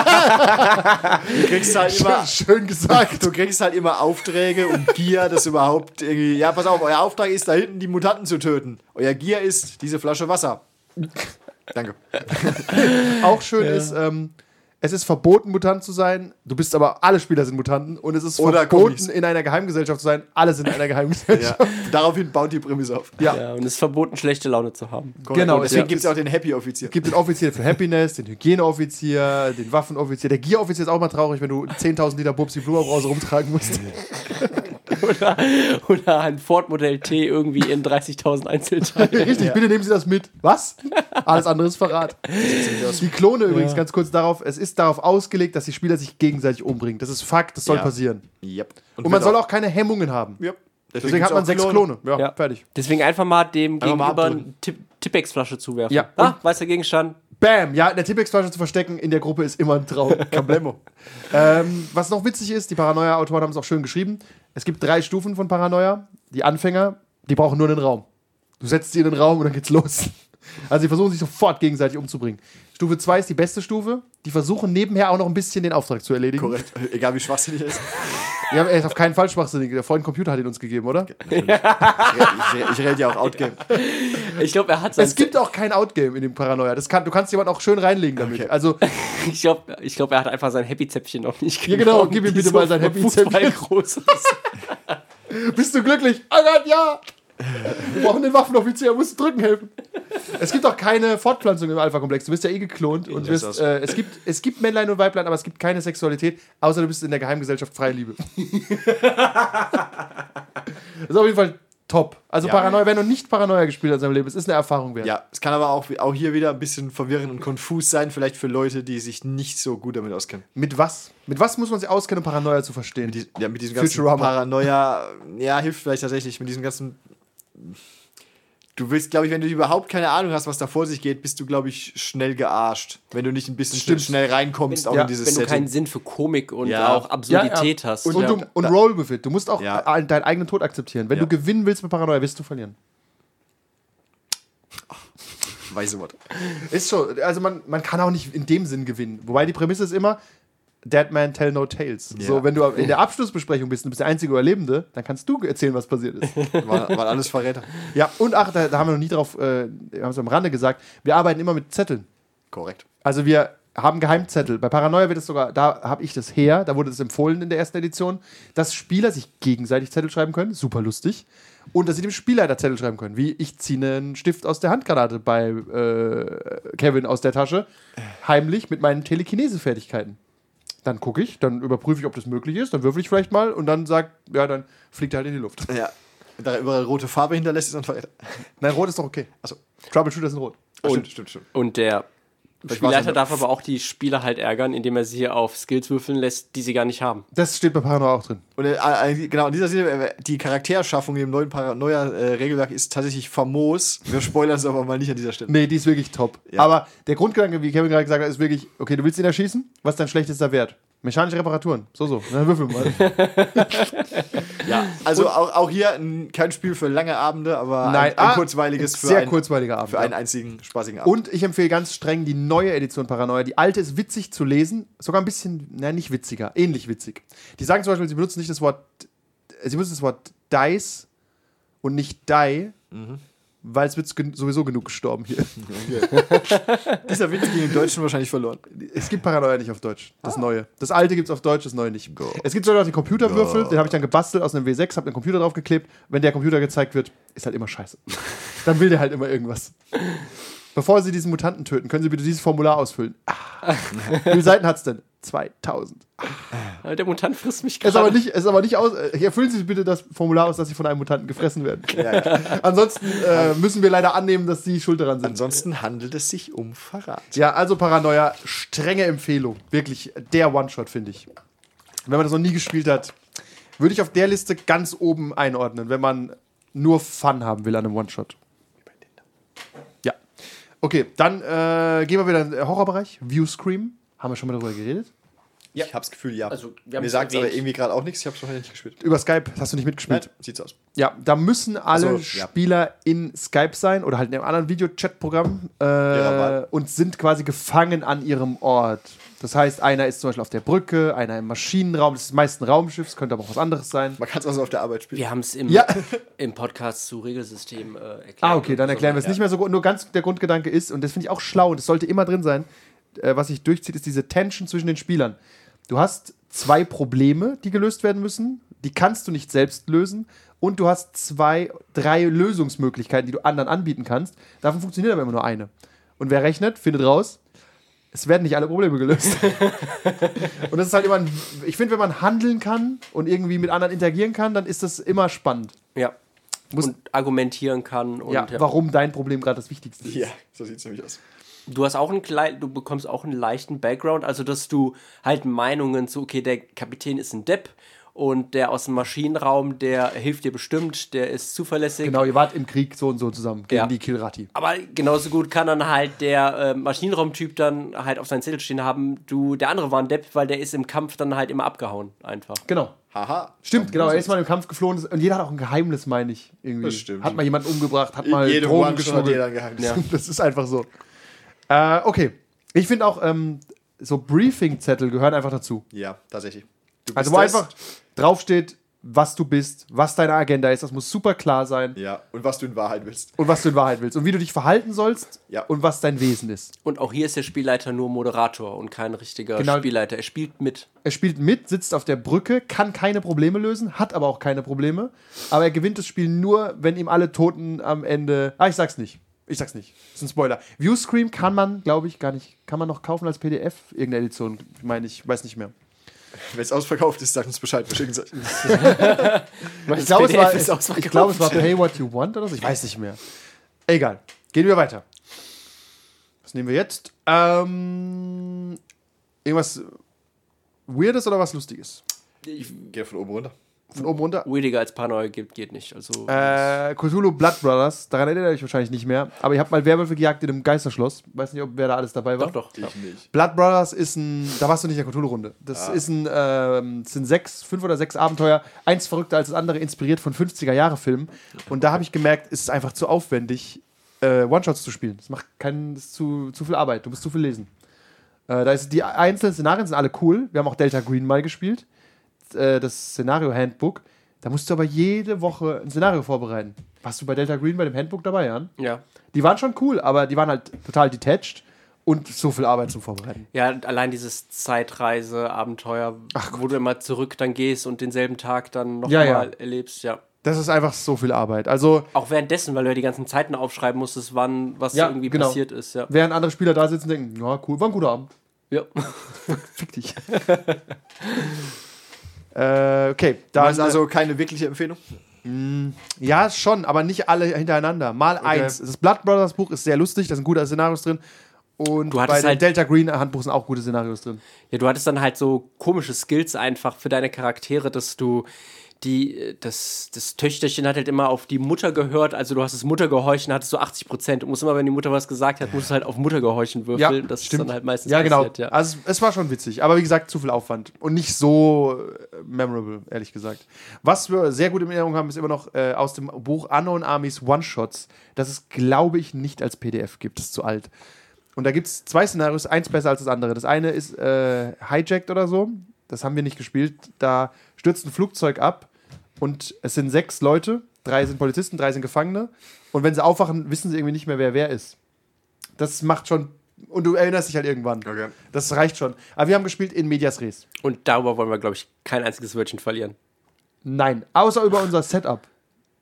Speaker 3: du kriegst [LAUGHS] halt immer
Speaker 4: Schön gesagt.
Speaker 3: Du kriegst halt immer Aufträge und Gier, das überhaupt irgendwie. Ja, pass auf, euer Auftrag ist, da hinten die Mutanten zu töten. Euer Gier ist diese Flasche Wasser. Danke.
Speaker 4: Auch schön ist, ähm, es ist verboten, Mutant zu sein. Du bist aber, alle Spieler sind Mutanten. Und es ist
Speaker 3: Oder
Speaker 4: verboten,
Speaker 3: Kommis.
Speaker 4: in einer Geheimgesellschaft zu sein. Alle sind in einer Geheimgesellschaft.
Speaker 3: Ja. [LAUGHS] Daraufhin baut die Prämisse auf.
Speaker 5: Ja, und es ist verboten, schlechte Laune zu haben.
Speaker 4: Genau,
Speaker 3: deswegen
Speaker 4: ja.
Speaker 3: gibt es ja auch den Happy-Offizier.
Speaker 4: Es [LAUGHS] gibt den Offizier für Happiness, den Hygieneoffizier, den Waffenoffizier. Der Gieroffizier ist auch mal traurig, wenn du 10.000 Liter Bubsi Blue Brause
Speaker 3: [LAUGHS]
Speaker 4: rumtragen musst.
Speaker 5: Oder ein Ford Modell T irgendwie in 30.000 Einzelteilen.
Speaker 4: Richtig, bitte nehmen Sie das mit. Was? Alles andere ist Verrat. Die Klone übrigens ganz kurz darauf, es ist darauf ausgelegt, dass die Spieler sich gegenseitig umbringen. Das ist Fakt, das soll
Speaker 3: Ja.
Speaker 4: passieren.
Speaker 3: Yep.
Speaker 4: Und man soll auch keine Hemmungen haben.
Speaker 3: Yep. Deswegen,
Speaker 4: Deswegen
Speaker 3: gibt's
Speaker 4: hat man
Speaker 3: auch
Speaker 4: sechs Klone. [LAUGHS] Ja,
Speaker 5: Ja.
Speaker 4: fertig.
Speaker 5: Deswegen einfach mal dem
Speaker 3: Einfach mal
Speaker 5: Gegenüber
Speaker 3: abdrücken.
Speaker 5: eine Tipp- Tippex-Flasche zuwerfen.
Speaker 4: Ja.
Speaker 5: Ah, weißer Gegenstand.
Speaker 4: Bam! Ja, in der Tippex-Flasche zu verstecken in der Gruppe ist immer ein Traum. Kablemo. ähm, was noch witzig ist, die Paranoia-Autoren haben es auch schön geschrieben. Es gibt drei Stufen von Paranoia. Die Anfänger, die brauchen nur einen Raum. Du setzt sie in den Raum und dann geht's los. Also sie versuchen sich sofort gegenseitig umzubringen. Stufe 2 ist die beste Stufe. Die versuchen nebenher auch noch ein bisschen den Auftrag zu erledigen.
Speaker 3: Korrekt. Egal wie schwachsinnig er ist.
Speaker 4: Ja, er ist auf keinen Fall schwachsinnig. Der Freund Computer hat ihn uns gegeben, oder?
Speaker 3: Ich, ich, ich rede ja auch Outgame.
Speaker 5: Ich glaube, er hat sein
Speaker 4: Es gibt auch kein Outgame in dem Paranoia. Das kann, du kannst jemanden auch schön reinlegen damit.
Speaker 3: Okay.
Speaker 4: Also
Speaker 5: Ich glaube, ich glaub, er hat einfach sein Happy-Zäpfchen noch nicht
Speaker 4: Ja, genau,
Speaker 5: [LAUGHS]
Speaker 4: gib ihm
Speaker 5: die
Speaker 4: bitte mal sein
Speaker 5: so [LAUGHS]
Speaker 4: Happy-Zäpfchen.
Speaker 5: fußballgroß ist.
Speaker 4: Bist du glücklich? Oh Gott, ja! Wir brauchen den Waffenoffizier, muss drücken helfen. Es gibt auch keine Fortpflanzung im Alpha-Komplex. Du bist ja eh geklont und
Speaker 3: Ja, ist
Speaker 4: wirst,
Speaker 3: das.
Speaker 4: äh, es, gibt, es gibt Männlein und Weiblein, aber es gibt keine Sexualität, außer du bist in der Geheimgesellschaft
Speaker 3: [LAUGHS]
Speaker 4: Freie Liebe. das ist auf jeden Fall top. Also
Speaker 3: Ja.
Speaker 4: Paranoia, wer noch nicht Paranoia gespielt hat in seinem Leben, es ist eine Erfahrung wert.
Speaker 3: Ja, es kann aber auch, auch hier wieder ein bisschen verwirrend und konfus sein, vielleicht für Leute, die sich nicht so gut damit auskennen.
Speaker 4: Mit was? Mit was muss man sich auskennen, um Paranoia zu verstehen?
Speaker 3: Die, ja, mit diesem ganzen
Speaker 4: Futurama.
Speaker 3: Paranoia, ja, hilft vielleicht tatsächlich mit diesem ganzen. Du willst, glaube ich, wenn du überhaupt keine Ahnung hast, was da vor sich geht, bist du, glaube ich, schnell gearscht. Wenn du nicht ein bisschen schnell,
Speaker 4: Stimmt.
Speaker 3: schnell reinkommst, auch
Speaker 4: ja,
Speaker 3: in dieses
Speaker 5: Wenn du
Speaker 3: Setting.
Speaker 5: keinen Sinn für Komik und
Speaker 3: Ja.
Speaker 5: auch Absurdität hast.
Speaker 4: Und, um-
Speaker 3: Ja.
Speaker 4: du, und roll with it. Du musst auch
Speaker 3: Ja.
Speaker 4: äh, deinen eigenen Tod akzeptieren. Wenn
Speaker 3: Ja.
Speaker 4: du gewinnen willst mit Paranoia, wirst du verlieren.
Speaker 3: Weise Wort.
Speaker 4: Ist so, also man, man kann auch nicht in dem Sinn gewinnen. Wobei die Prämisse ist immer, Dead Man Tell No Tales. So, wenn du in der Abschlussbesprechung bist, du bist der einzige Überlebende, dann kannst du erzählen, was passiert ist.
Speaker 3: War, war alles Verräter.
Speaker 4: ja, und ach, da, da haben wir noch nie drauf, äh, haben es am Rande gesagt, wir arbeiten immer mit Zetteln.
Speaker 3: Korrekt.
Speaker 4: Also wir haben Geheimzettel. Bei Paranoia wird es sogar, da habe ich das her, da wurde das empfohlen in der ersten Edition, dass Spieler sich gegenseitig Zettel schreiben können, super lustig, und dass sie dem Spielleiter Zettel schreiben können, wie ich ziehe einen Stift aus der Handgranate bei äh, Kevin aus der Tasche, heimlich mit meinen Telekinese-Fertigkeiten. Dann gucke ich, dann überprüfe ich, ob das möglich ist, dann würfel ich vielleicht mal und dann sagt, ja, dann fliegt er halt in die Luft.
Speaker 3: Ja. Da er überall rote Farbe hinterlässt, ist ein Verräter.
Speaker 4: Nein, rot ist doch okay.
Speaker 3: Achso.
Speaker 4: Troubleshooter sind rot.
Speaker 3: stimmt, stimmt, stimmt.
Speaker 5: Und der
Speaker 3: war's
Speaker 5: Spielleiter
Speaker 3: dann-
Speaker 5: darf aber auch die Spieler halt ärgern, indem er sie hier auf Skills würfeln lässt, die sie gar nicht haben.
Speaker 4: Das steht bei Paranoia auch drin.
Speaker 3: Und äh, äh, genau, an dieser Stelle, äh, die Charakterschaffung im neuen Paranoia-Regelwerk ist tatsächlich famos. Wir spoilern es aber mal nicht an dieser Stelle.
Speaker 4: Nee, die ist wirklich top. Aber der Grundgedanke, wie Kevin gerade gesagt hat, ist wirklich, okay, du willst ihn erschießen, was ist dein schlechtester Wert? Mechanische Reparaturen. So, so. Dann
Speaker 3: [LAUGHS]
Speaker 4: würfeln wir mal.
Speaker 3: Also auch, auch hier ein, kein Spiel für lange Abende, aber
Speaker 4: Nein,
Speaker 3: ein, ein
Speaker 4: ah,
Speaker 3: kurzweiliges für,
Speaker 4: Sehr
Speaker 3: ein,
Speaker 4: kurzweiliger Abend.
Speaker 3: für
Speaker 4: ja.
Speaker 3: einen einzigen spaßigen Abend.
Speaker 4: Und ich empfehle ganz streng die neue Edition Paranoia. Die alte ist witzig zu lesen, sogar ein bisschen, na nicht witziger, ähnlich witzig. Die sagen zum Beispiel, sie benutzen nicht das Wort, äh, sie benutzen das Wort Dice und nicht Die,
Speaker 3: Mhm.
Speaker 4: weil es wird gen- sowieso genug gestorben hier.
Speaker 3: dieser Witz ging im Deutschen wahrscheinlich verloren.
Speaker 4: Es gibt Paranoia nicht auf Deutsch, das neue. Das alte gibt es auf Deutsch, das neue nicht. Es gibt sogar noch den Computerwürfel, den habe ich dann gebastelt aus einem W6, habe den Computer draufgeklebt. Wenn der Computer gezeigt wird, ist halt immer scheiße. dann will der halt immer irgendwas. Bevor Sie diesen Mutanten töten, können Sie bitte dieses Formular ausfüllen. Ah. Wie viele Seiten hat es denn? 2000.
Speaker 5: Äh, Der Mutant frisst mich
Speaker 4: Es ist aber
Speaker 5: gerade.
Speaker 4: nicht, es ist aber nicht aus. äh, Erfüllen Sie bitte das Formular aus, dass Sie von einem Mutanten gefressen werden. Ansonsten äh, müssen wir leider annehmen, dass Sie schuld daran sind.
Speaker 3: Ansonsten handelt es sich um Verrat.
Speaker 4: Ja, also Paranoia, strenge Empfehlung. Wirklich der One-Shot, finde ich. Wenn man das noch nie gespielt hat, würde ich auf der Liste ganz oben einordnen, wenn man nur Fun haben will an einem One-Shot. Ja. Okay, dann äh, gehen wir wieder in den Horrorbereich. View Scream. Haben wir schon mal darüber geredet?
Speaker 3: Ich habe das Gefühl, ja.
Speaker 5: Also, wir haben
Speaker 3: Mir
Speaker 5: es
Speaker 3: sagt aber
Speaker 5: erwähnt.
Speaker 3: irgendwie gerade auch nichts. Ich habe es noch nicht gespielt.
Speaker 4: Über Skype hast du nicht mitgespielt.
Speaker 3: Nein, sieht's aus.
Speaker 4: Ja, da müssen alle
Speaker 3: Ach so, Also, ja.
Speaker 4: Spieler in Skype sein oder halt in einem anderen Videochat-Programm äh,
Speaker 3: Wahl.
Speaker 4: und sind quasi gefangen an ihrem Ort. Das heißt, einer ist zum Beispiel auf der Brücke, einer im Maschinenraum, das ist meist ein Raumschiff, es könnte aber auch was anderes sein.
Speaker 3: Man kann es also auf der Arbeit spielen.
Speaker 5: Wir haben es im,
Speaker 4: Ja.
Speaker 5: [LAUGHS] im Podcast zu Regelsystem äh, erklärt.
Speaker 4: Ah, okay, dann
Speaker 5: und so
Speaker 4: erklären wir es
Speaker 5: weiter.
Speaker 4: nicht mehr so gut. Nur ganz der Grundgedanke ist, und das finde ich auch schlau, und das sollte immer drin sein, äh, was sich durchzieht, ist diese Tension zwischen den Spielern. Du hast zwei Probleme, die gelöst werden müssen, die kannst du nicht selbst lösen, und du hast zwei, drei Lösungsmöglichkeiten, die du anderen anbieten kannst. Davon funktioniert aber immer nur eine. Und wer rechnet, findet raus, es werden nicht alle Probleme
Speaker 5: [LAUGHS]
Speaker 4: gelöst. und das ist halt immer, ein, ich finde, wenn man handeln kann und irgendwie mit anderen interagieren kann, dann ist das immer spannend.
Speaker 5: Ja. und argumentieren kann. Und,
Speaker 4: Ja,
Speaker 5: ja.
Speaker 4: warum dein Problem gerade das Wichtigste ist.
Speaker 3: Ja, so sieht's nämlich aus.
Speaker 5: Du hast auch einen kleinen, du bekommst auch einen leichten Background, also dass du halt Meinungen zu, okay, der Kapitän ist ein Depp und der aus dem Maschinenraum, der hilft dir bestimmt, der ist zuverlässig.
Speaker 4: Genau, ihr wart im Krieg so und so zusammen gegen
Speaker 5: Ja.
Speaker 4: die Kilrati.
Speaker 5: Aber genauso gut kann dann halt der äh, Maschinenraumtyp dann halt auf seinen Zettel stehen haben, du, der andere war ein Depp, weil der ist im Kampf dann halt immer abgehauen, einfach.
Speaker 4: Genau.
Speaker 3: Haha.
Speaker 4: Stimmt, genau. Er ist mal im Kampf geflohen ist- und jeder hat auch ein Geheimnis, meine ich. Irgendwie.
Speaker 3: Das stimmt.
Speaker 4: Hat mal jemanden umgebracht, hat
Speaker 3: In
Speaker 4: mal
Speaker 3: jedem
Speaker 4: Drogen
Speaker 3: One-Shot hat jeder
Speaker 4: geschmuggelt.
Speaker 3: ein Geheimnis. [LAUGHS]
Speaker 5: Ja.
Speaker 4: Das ist einfach so. Äh, okay. Ich finde auch, ähm, so Briefing-Zettel gehören einfach dazu.
Speaker 3: Ja, tatsächlich. Du
Speaker 4: Also,
Speaker 3: bist
Speaker 4: wo
Speaker 3: das.
Speaker 4: einfach draufsteht, was du bist, was deine Agenda ist. Das muss super klar sein.
Speaker 3: Ja, und was du in Wahrheit willst.
Speaker 4: Und was du in Wahrheit willst. Und wie du dich verhalten sollst.
Speaker 3: Ja.
Speaker 4: Und was dein Wesen ist.
Speaker 5: Und auch hier ist der Spielleiter nur Moderator und kein richtiger
Speaker 4: Genau.
Speaker 5: Spielleiter. Er spielt mit.
Speaker 4: Er spielt mit, sitzt auf der Brücke, kann keine Probleme lösen, hat aber auch keine Probleme. Aber er gewinnt das Spiel nur, wenn ihm alle Toten am Ende. Ah, ich sag's nicht. Ich sag's nicht. Ist ein Spoiler. Viewscream kann man, glaube ich, gar nicht. Kann man noch kaufen als PDF? Irgendeine Edition, meine ich. Weiß nicht mehr.
Speaker 3: Wenn es ausverkauft ist, sagt uns Bescheid. Wir schicken euch.
Speaker 4: Ich glaube, es,
Speaker 5: PDF
Speaker 4: war-
Speaker 5: ist
Speaker 4: ich-
Speaker 5: ausverkauft.
Speaker 4: ich glaub, es war Pay What You Want oder so. Ich weiß nicht mehr. Egal. Gehen wir weiter. Was nehmen wir jetzt? Ähm, irgendwas Weirdes oder was Lustiges?
Speaker 3: Geh von oben runter.
Speaker 4: Von oben runter.
Speaker 5: Weirdiger als Paranoia gibt, geht nicht. Also,
Speaker 4: Äh, Cthulhu Blood Brothers, daran erinnert ihr euch wahrscheinlich nicht mehr, aber ihr habt mal Werwölfe gejagt in einem Geisterschloss. Weiß nicht, ob wer da alles dabei war.
Speaker 5: doch, doch.
Speaker 3: Ich nicht.
Speaker 4: Blood Brothers ist ein, da warst du nicht in der Cthulhu-Runde. Das ist ein, ähm, es sind sechs, fünf oder sechs Abenteuer, eins verrückter als das andere, inspiriert von 50er-Jahre-Filmen. Und da habe ich gemerkt, es ist einfach zu aufwendig, äh, One-Shots zu spielen. Das macht keinen, das ist zu, zu viel Arbeit, du musst zu viel lesen. Äh, da ist, die einzelnen Szenarien sind alle cool. Wir haben auch Delta Green mal gespielt, äh, das Szenario-Handbook. Da musst du aber jede Woche ein Szenario vorbereiten. Warst du bei Delta Green bei dem Handbook dabei, Jan?
Speaker 5: Ja.
Speaker 4: Die waren schon cool, aber die waren halt total detached und so viel Arbeit zum Vorbereiten.
Speaker 5: Ja, und allein dieses Zeitreise-Abenteuer, wo du immer zurück dann gehst und denselben Tag dann nochmal
Speaker 4: Ja, ja.
Speaker 5: erlebst, ja.
Speaker 4: Das ist einfach so viel Arbeit. Also,
Speaker 5: Auch währenddessen, weil du ja die ganzen Zeiten aufschreiben musstest, wann was
Speaker 4: Ja,
Speaker 5: irgendwie
Speaker 4: genau.
Speaker 5: passiert ist, ja.
Speaker 4: während andere Spieler da sitzen und denken, ja, cool, war ein guter Abend.
Speaker 5: ja. [LAUGHS]
Speaker 4: Fick dich. äh, okay, da Äh,
Speaker 5: also-
Speaker 3: Das ist also keine wirkliche Empfehlung.
Speaker 4: Ja, schon, aber nicht alle hintereinander. Mal eins. Das Blood Brothers Buch ist sehr lustig, da sind gute Szenarios drin. Und
Speaker 5: Du hattest
Speaker 4: bei dem
Speaker 5: halt-
Speaker 4: Delta Green Handbuch sind auch gute Szenarios drin.
Speaker 5: Ja, du hattest dann halt so komische Skills einfach für deine Charaktere, dass du die, äh, das, das Töchterchen hat halt immer auf die Mutter gehört, also du hast das Muttergehorchen, hattest du 80 Prozent. Du musst immer, wenn die Mutter was gesagt hat, musst du halt auf Muttergehorchen würfeln. das ist dann halt meistens
Speaker 4: Ja, genau.
Speaker 5: passiert, ja.
Speaker 4: Also es, es war schon witzig, aber wie gesagt, zu viel Aufwand und nicht so äh, memorable, ehrlich gesagt. Was wir sehr gut in Erinnerung haben, ist immer noch äh, aus dem Buch Unknown Armies One-Shots, das es, glaube ich, nicht als PDF gibt, das ist zu alt. Und da gibt es zwei Szenarios, eins besser als das andere. Das eine ist äh, Hijacked oder so, das haben wir nicht gespielt. Da stürzt ein Flugzeug ab und es sind sechs Leute, drei sind Polizisten, drei sind Gefangene. Und wenn sie aufwachen, wissen sie irgendwie nicht mehr, wer wer ist. Das macht schon. Und du erinnerst dich halt irgendwann.
Speaker 3: Okay.
Speaker 4: Das reicht schon. Aber wir haben gespielt in Medias Res.
Speaker 5: Und darüber wollen wir, glaube ich, kein einziges Wörtchen verlieren.
Speaker 4: Nein, außer über unser Setup.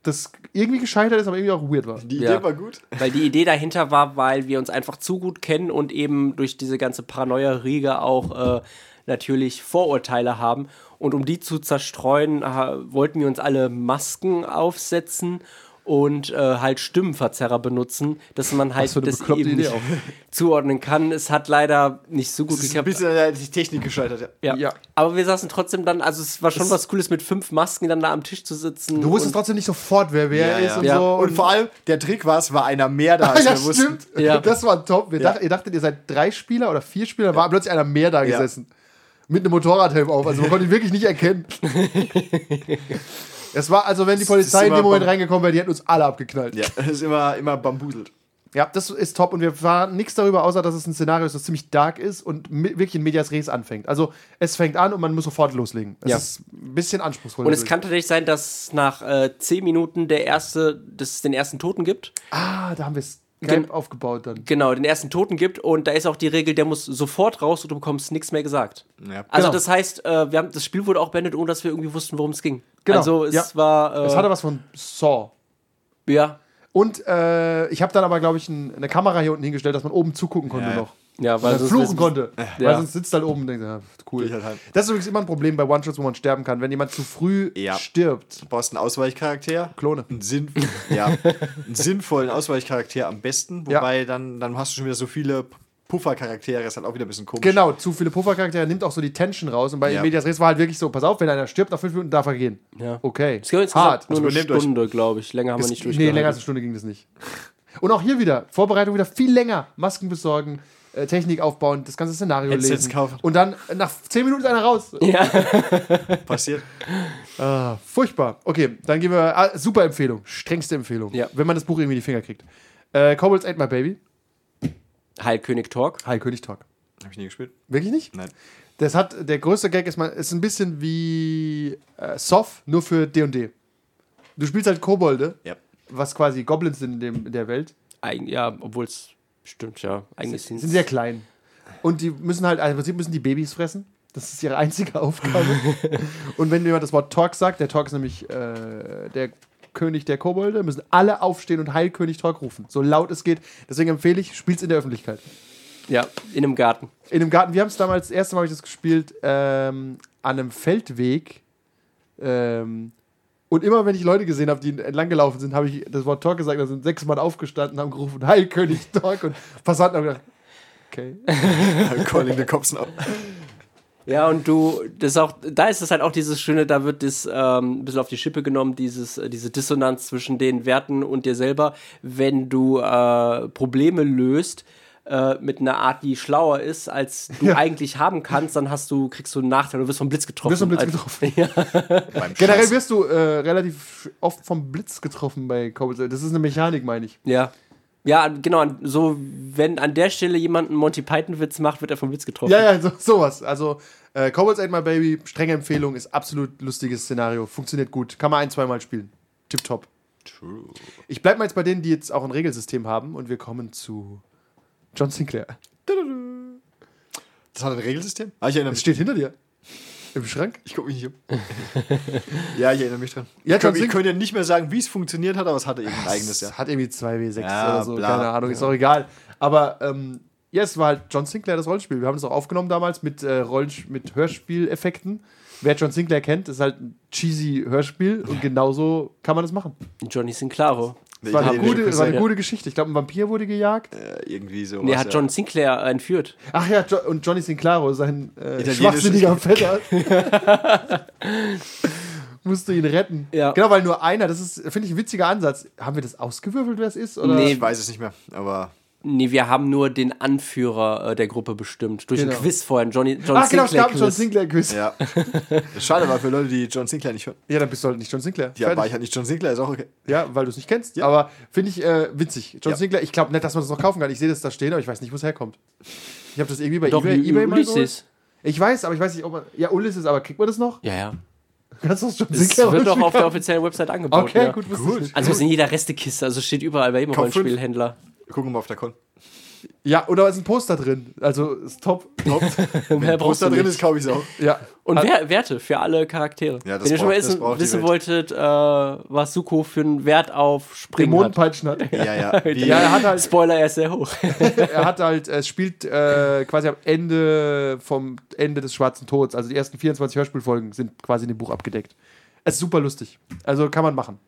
Speaker 4: Das irgendwie gescheitert ist, aber irgendwie auch weird war.
Speaker 3: Die
Speaker 5: Ja.
Speaker 3: Idee war gut.
Speaker 5: Weil die Idee dahinter war, weil wir uns einfach zu gut kennen und eben durch diese ganze Paranoia-Riege auch äh, natürlich Vorurteile haben. Und um die zu zerstreuen, ha- wollten wir uns alle Masken aufsetzen und äh, halt Stimmenverzerrer benutzen, dass man halt
Speaker 4: für eine
Speaker 5: das
Speaker 4: bekloppte
Speaker 5: eben
Speaker 4: Idee
Speaker 5: nicht
Speaker 4: auch.
Speaker 5: [LAUGHS] zuordnen kann. Es hat leider nicht so
Speaker 3: Das
Speaker 5: gut
Speaker 3: ist ein
Speaker 5: geklappt.
Speaker 3: bisschen an der Technik gescheitert. Ja.
Speaker 5: Ja.
Speaker 4: Ja.
Speaker 5: aber wir saßen trotzdem dann, also es war schon was Cooles, mit fünf Masken dann da am Tisch zu sitzen.
Speaker 4: Du wusstest
Speaker 5: und-
Speaker 4: trotzdem nicht sofort, wer wer
Speaker 3: Ja,
Speaker 4: ist
Speaker 3: ja.
Speaker 4: und
Speaker 5: Ja.
Speaker 4: so.
Speaker 3: Und vor allem, der Trick war, es war einer mehr
Speaker 4: [LAUGHS]
Speaker 3: da, als
Speaker 4: ja,
Speaker 3: Ah, wir wussten.
Speaker 4: stimmt.
Speaker 5: Ja.
Speaker 4: Das war top. Wir
Speaker 3: Ja.
Speaker 4: dacht, ihr dachtet, ihr seid drei Spieler oder vier Spieler, war plötzlich einer mehr da
Speaker 3: Ja.
Speaker 4: gesessen. Mit einem Motorradhelm auf. Also man konnte ihn wirklich nicht erkennen. Es war, also wenn die
Speaker 3: ist
Speaker 4: Polizei in
Speaker 3: immer
Speaker 4: dem Moment
Speaker 3: Bom-
Speaker 4: reingekommen wäre, die hätten uns alle abgeknallt.
Speaker 3: Ja, das ist immer, immer bambuselt.
Speaker 4: Ja, das ist top und wir erfahren nichts darüber, außer dass es ein Szenario ist, das ziemlich dark ist und mi- wirklich in Medias Res anfängt. Also es fängt an und man muss sofort loslegen. Es
Speaker 5: Ja.
Speaker 4: ist ein bisschen anspruchsvoll.
Speaker 5: Und es kann tatsächlich sein, dass nach äh, zehn Minuten der erste, dass es den ersten Toten gibt.
Speaker 4: Ah, da haben wir es geil
Speaker 5: Gen-
Speaker 4: aufgebaut dann.
Speaker 5: Genau, den ersten Toten gibt und da ist auch die Regel, der muss sofort raus und du bekommst nichts mehr gesagt.
Speaker 3: Ja.
Speaker 5: Also
Speaker 4: Genau.
Speaker 5: das heißt, äh, wir haben, das Spiel wurde auch beendet, ohne dass wir irgendwie wussten, worum es ging.
Speaker 4: Genau,
Speaker 5: Also es
Speaker 4: ja.
Speaker 5: war. Äh,
Speaker 4: Es hatte was von Saw.
Speaker 5: ja,
Speaker 4: Und äh, ich habe dann aber, glaube ich, ein, eine Kamera hier unten hingestellt, dass man oben zugucken konnte
Speaker 3: Ja.
Speaker 4: noch.
Speaker 5: ja, weil
Speaker 4: Weil
Speaker 5: sonst-
Speaker 4: fluchen konnte. Weil
Speaker 5: Ja.
Speaker 4: sonst sitzt halt oben und denkt, ja, cool.
Speaker 3: Geht halt heim.
Speaker 4: Das ist übrigens immer ein Problem bei One-Shots, wo man sterben kann. Wenn jemand zu früh
Speaker 3: Ja.
Speaker 4: stirbt,
Speaker 3: Du brauchst einen Ausweichcharakter.
Speaker 4: Klone.
Speaker 3: Einen, Sinn, ja, einen sinnvollen Ausweichcharakter am besten.
Speaker 4: Ja.
Speaker 3: Wobei dann, dann hast du schon wieder so viele Puffercharaktere. Ist halt auch wieder ein bisschen komisch.
Speaker 4: Genau, zu viele Puffercharaktere nimmt auch so die Tension raus. Und bei
Speaker 3: Ja.
Speaker 4: Medias Res war halt wirklich so: pass auf, wenn einer stirbt, nach fünf Minuten darf er gehen.
Speaker 5: Ja.
Speaker 4: Okay.
Speaker 5: Es ging jetzt
Speaker 4: Hart.
Speaker 5: Hart. nur eine
Speaker 3: übernehmt euch.
Speaker 5: Stunde, glaube ich. Länger haben wir
Speaker 4: Es-
Speaker 5: nicht
Speaker 4: nee, länger
Speaker 5: durchgehalten.
Speaker 4: als eine Stunde ging das nicht. Und auch hier wieder: Vorbereitung wieder viel länger. Masken besorgen, äh, Technik aufbauen, das ganze Szenario
Speaker 3: Headsets
Speaker 4: lesen.
Speaker 3: kaufen.
Speaker 4: Und dann äh, nach zehn Minuten ist einer raus.
Speaker 5: [LAUGHS]
Speaker 3: Passiert.
Speaker 4: Ah, furchtbar. Okay, dann gehen wir. Ah, super Empfehlung. Strengste Empfehlung.
Speaker 5: Ja.
Speaker 4: Wenn man das Buch irgendwie in die Finger kriegt. Äh, Kobolds Ain't My Baby. [LAUGHS]
Speaker 5: Heilkönig Talk.
Speaker 4: Hi, König Talk.
Speaker 3: Hab ich nie gespielt.
Speaker 4: Wirklich nicht?
Speaker 3: Nein.
Speaker 4: Das hat, der größte Gag ist, man, ist ein bisschen wie äh, Soft, nur für D&D. Du spielst halt Kobolde, [LAUGHS]
Speaker 3: Ja.
Speaker 4: was quasi Goblins sind in, dem, in der Welt.
Speaker 5: Eig ja, obwohl es stimmt, ja. Eigentlich sind
Speaker 4: Sind sehr klein. Und die müssen halt, also im Prinzip müssen die Babys fressen. Das ist ihre einzige [LAUGHS] Aufgabe. Und wenn jemand das Wort Tork sagt, der Tork ist nämlich äh, der König der Kobolde, müssen alle aufstehen und Heilkönig Tork rufen. So laut es geht. Deswegen empfehle ich, spiel's in der Öffentlichkeit.
Speaker 5: Ja, in einem Garten.
Speaker 4: In dem Garten, wir haben es damals, das erste Mal habe ich das gespielt, ähm, an einem Feldweg. Ähm, und immer wenn ich Leute gesehen habe, die entlang gelaufen sind, habe ich das Wort Talk gesagt, da sind sechs Mann aufgestanden, haben gerufen, Heil König Talk und Passanten haben gedacht, okay.
Speaker 3: Calling the Cops now.
Speaker 5: Ja, und du, das ist auch, da ist es halt auch dieses Schöne, da wird das ähm, ein bisschen auf die Schippe genommen, dieses, äh, diese Dissonanz zwischen den Werten und dir selber, wenn du äh, Probleme löst äh, mit einer Art, die schlauer ist, als du eigentlich haben kannst, dann hast du, kriegst du einen Nachteil, du wirst vom Blitz getroffen.
Speaker 4: Wirst vom Blitz
Speaker 5: Also-
Speaker 4: getroffen.
Speaker 5: [LAUGHS] Ja.
Speaker 3: Beim
Speaker 4: Generell
Speaker 3: Scheiß.
Speaker 4: wirst du äh, relativ oft vom Blitz getroffen bei Kobolds. Das ist eine Mechanik, meine ich.
Speaker 5: ja. Ja, an- genau, an- so, wenn an der Stelle jemand einen Monty Python-Witz macht, wird er vom Blitz getroffen.
Speaker 4: Ja, ja, so, sowas. Also äh, Kobolds Ain't My Baby, strenge Empfehlung, ist absolut lustiges Szenario. Funktioniert gut. Kann man ein, zweimal spielen. Tipptopp.
Speaker 3: True.
Speaker 4: Ich bleibe mal jetzt bei denen, die jetzt auch ein Regelsystem haben und wir kommen zu John Sinclair.
Speaker 3: Das hat ein Regelsystem? Ah, ich erinnere
Speaker 4: Es
Speaker 3: mich.
Speaker 4: steht hinter dir. Im Schrank.
Speaker 3: Ich guck mich nicht um. [LAUGHS] ja, ich erinnere mich dran.
Speaker 4: Ja, Ah,
Speaker 3: ich könnte
Speaker 4: John
Speaker 3: ich könnte ja nicht mehr sagen, wie es funktioniert hat, aber es hatte eben ein eigenes, ja.
Speaker 4: Es hat irgendwie 2W6
Speaker 3: Ja,
Speaker 4: oder so,
Speaker 3: bla.
Speaker 4: keine Ahnung, ist auch egal. Aber ähm, ja, es war halt John Sinclair das Rollenspiel. Wir haben das auch aufgenommen damals mit, äh, Rollensch- mit Hörspieleffekten. Wer John Sinclair kennt, ist halt ein cheesy Hörspiel und genauso kann man das machen.
Speaker 5: Johnny Sinclairo.
Speaker 4: Es war, eine
Speaker 3: Italienische
Speaker 4: gute, es war eine
Speaker 5: Ja.
Speaker 4: gute Geschichte. Ich glaube, ein Vampir wurde gejagt.
Speaker 3: Äh, irgendwie so.
Speaker 5: Nee, hat John Sinclair entführt.
Speaker 4: Ach ja, jo und Johnny Sinclairo, sein äh,
Speaker 3: Italienisches-
Speaker 4: schwachsinniger Vetter.
Speaker 3: [LAUGHS]
Speaker 4: Musste ihn retten.
Speaker 5: Ja.
Speaker 4: Genau, weil nur einer, das ist, finde ich, ein witziger Ansatz. Haben wir das ausgewürfelt, wer es ist? Oder?
Speaker 5: Nee.
Speaker 3: Ich weiß es nicht mehr, aber
Speaker 5: Nee, wir haben nur den Anführer äh, der Gruppe bestimmt. Durch
Speaker 4: Genau.
Speaker 5: ein Quiz vorhin. Johnny, John
Speaker 4: Ach genau, es gab einen
Speaker 5: Quiz.
Speaker 4: John Sinclair-Quiz. Ja.
Speaker 5: [LAUGHS]
Speaker 3: ja. Schade war für Leute, die John Sinclair nicht hören.
Speaker 4: dann bist du halt nicht John Sinclair.
Speaker 3: Ja,
Speaker 4: Fertig.
Speaker 3: war ich halt nicht John Sinclair, ist auch okay.
Speaker 4: ja weil du es nicht kennst. Aber finde ich äh, witzig. John
Speaker 3: Ja.
Speaker 4: Sinclair, ich glaube nicht, dass man das noch kaufen kann. Ich sehe das da stehen, aber ich weiß nicht, wo es herkommt. Ich habe das irgendwie bei
Speaker 5: Doch,
Speaker 4: eBay,
Speaker 5: Ü-
Speaker 4: eBay mal geholt.
Speaker 5: Ulysses.
Speaker 4: Ich weiß, aber ich weiß nicht, ob man. Ja, Ulysses, aber kriegt man das noch?
Speaker 5: Ja,
Speaker 4: [LAUGHS]
Speaker 5: ja.
Speaker 4: Kannst du das John
Speaker 5: Das
Speaker 4: Sinclair
Speaker 5: wird doch auf der
Speaker 4: holen?
Speaker 5: offiziellen Website angeboten.
Speaker 4: [LAUGHS] Okay,
Speaker 5: ja.
Speaker 4: gut, wusste ich nicht.
Speaker 5: Also es ist in jeder Restekiste, also steht überall bei jedem
Speaker 3: Kauf fünf.
Speaker 5: Rollenspielhändler.
Speaker 3: Gucken wir mal auf der
Speaker 5: [LAUGHS]
Speaker 3: Con.
Speaker 4: Ja, oder ist ein Poster drin? Also ist top.
Speaker 3: Top.
Speaker 5: Mehr
Speaker 3: Was
Speaker 5: brauchst
Speaker 3: da
Speaker 5: du
Speaker 3: drin
Speaker 5: nicht.
Speaker 3: ist, kaufe ich
Speaker 5: [LAUGHS]
Speaker 3: es auch.
Speaker 4: Ja.
Speaker 5: Und wer, Werte für alle Charaktere.
Speaker 3: Ja, das
Speaker 5: Wenn ihr schon mal
Speaker 3: braucht- das
Speaker 5: wissen,
Speaker 3: braucht die
Speaker 5: wissen
Speaker 3: Welt.
Speaker 5: wolltet, äh, was Suko für einen Wert auf Springen hat. [LAUGHS]
Speaker 4: Dämonenpeitschen hat.
Speaker 3: Ja, ja. Wie,
Speaker 4: Ja, er hat halt,
Speaker 5: Spoiler, er ist sehr hoch. [LAUGHS]
Speaker 4: er hat halt, es spielt äh, quasi am Ende vom Ende des Schwarzen Tods. Also die ersten 24 Hörspielfolgen sind quasi in dem Buch abgedeckt. Es ist super lustig. Also kann man machen.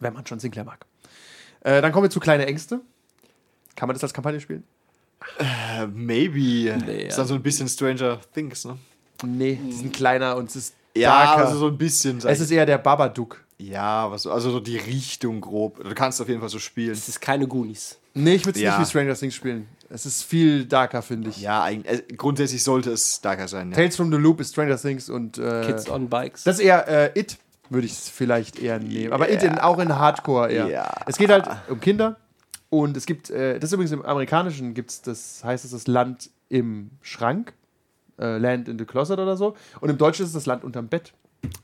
Speaker 4: Wenn man schon Sinclair mag. Äh, dann kommen wir zu Kleine Ängste. Kann man das als Kampagne spielen?
Speaker 3: Äh, maybe.
Speaker 5: Nee,
Speaker 3: Ist
Speaker 5: ja.
Speaker 3: dann so ein bisschen Stranger Things, ne?
Speaker 4: Nee. Die sind kleiner und es ist.
Speaker 3: Ja,
Speaker 4: darker.
Speaker 3: also so ein bisschen. sag
Speaker 4: es ist eher der Babadook.
Speaker 3: ich. ja, was, so- also so die Richtung grob. Du kannst auf jeden Fall so spielen.
Speaker 5: Es ist keine Goonies.
Speaker 4: Nee, ich würde es
Speaker 3: Ja.
Speaker 4: nicht wie Stranger Things spielen. Es ist viel darker, finde ich.
Speaker 3: Ja, eigentlich, äh, grundsätzlich sollte es darker sein. Ja.
Speaker 4: Tales from the Loop ist Stranger Things und. Äh,
Speaker 5: Kids on Bikes.
Speaker 4: Das ist eher äh, It, würde ich es vielleicht eher nehmen. Aber It in, auch in Hardcore eher.
Speaker 3: Ja.
Speaker 4: Es geht halt um Kinder und es gibt, äh, das ist übrigens im Amerikanischen gibt's das, heißt es das Land im Schrank, äh, Land in the Closet oder so. Und im Deutschen ist es das Land unterm Bett.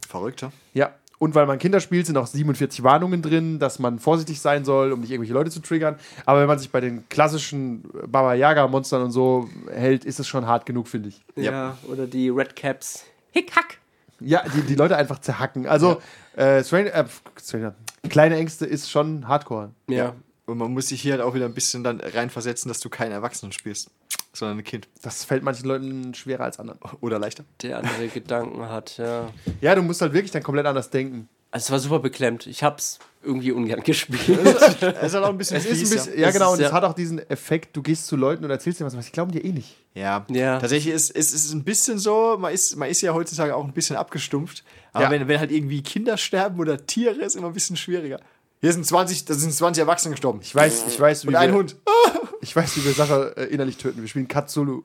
Speaker 3: Verrückt, ja?
Speaker 4: Ja. Und weil man Kinder spielt, sind auch 47 Warnungen drin, dass man vorsichtig sein soll, um nicht irgendwelche Leute zu triggern. Aber wenn man sich bei den klassischen Baba Yaga-Monstern und so hält, ist es schon hart genug, finde ich.
Speaker 3: Ja.
Speaker 5: Oder die Red Caps. Hick, hack.
Speaker 4: Ja, die, die Leute einfach zerhacken. Also, äh, Stranger, äh, Stranger, kleine Ängste ist schon Hardcore.
Speaker 5: Ja.
Speaker 3: Und man muss sich hier halt auch wieder ein bisschen dann reinversetzen, dass du keinen Erwachsenen spielst, sondern ein Kind.
Speaker 4: Das fällt manchen Leuten schwerer als anderen.
Speaker 3: Oder leichter.
Speaker 5: Der andere Gedanken hat, ja.
Speaker 4: Ja, du musst halt wirklich dann komplett anders denken.
Speaker 5: Also es war super beklemmt. Ich hab's irgendwie ungern [LAUGHS] gespielt.
Speaker 3: Es ist halt auch ein bisschen
Speaker 4: Es ist ein
Speaker 3: fies,
Speaker 4: bisschen, ja,
Speaker 5: Es
Speaker 4: genau,
Speaker 5: ist
Speaker 4: und es
Speaker 5: ja-
Speaker 4: hat auch diesen Effekt, du gehst zu Leuten und erzählst dir was, was ich glauben dir eh nicht.
Speaker 3: Ja.
Speaker 5: Ja.
Speaker 3: tatsächlich ist es ist, es ein bisschen so, man ist, man ist ja heutzutage auch ein bisschen abgestumpft. Aber
Speaker 4: Ja.
Speaker 3: wenn, wenn halt irgendwie Kinder sterben oder Tiere, ist immer ein bisschen schwieriger. Hier sind 20, da sind 20 Erwachsene gestorben.
Speaker 4: Ich weiß, ich weiß, wie
Speaker 3: Und ein
Speaker 4: wir,
Speaker 3: Hund.
Speaker 4: [LAUGHS] Ich weiß, wie wir Sache äh, innerlich töten. Wir spielen Katsulu.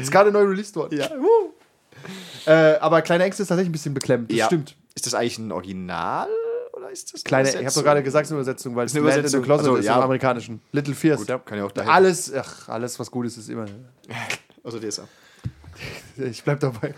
Speaker 4: Ist gerade neu released worden.
Speaker 3: Ja.
Speaker 4: Äh, aber kleine Ängste ist tatsächlich ein bisschen beklemmt. Das
Speaker 3: Ja.
Speaker 4: stimmt.
Speaker 3: Ist das eigentlich ein Original oder ist das eine
Speaker 4: Kleine, ich habe doch
Speaker 3: Übersetzung?
Speaker 4: gerade gesagt, es ist eine Übersetzung, weil es
Speaker 3: Ist eine
Speaker 4: Land in the
Speaker 3: Übersetzung.
Speaker 4: Closet
Speaker 3: Also,
Speaker 4: ist
Speaker 3: ja.
Speaker 4: im Amerikanischen. Little Fears.
Speaker 3: Gut, kann ja auch daher.
Speaker 4: alles, ach, alles, was gut ist, ist immer.
Speaker 3: Also DSA.
Speaker 4: Ich bleib dabei.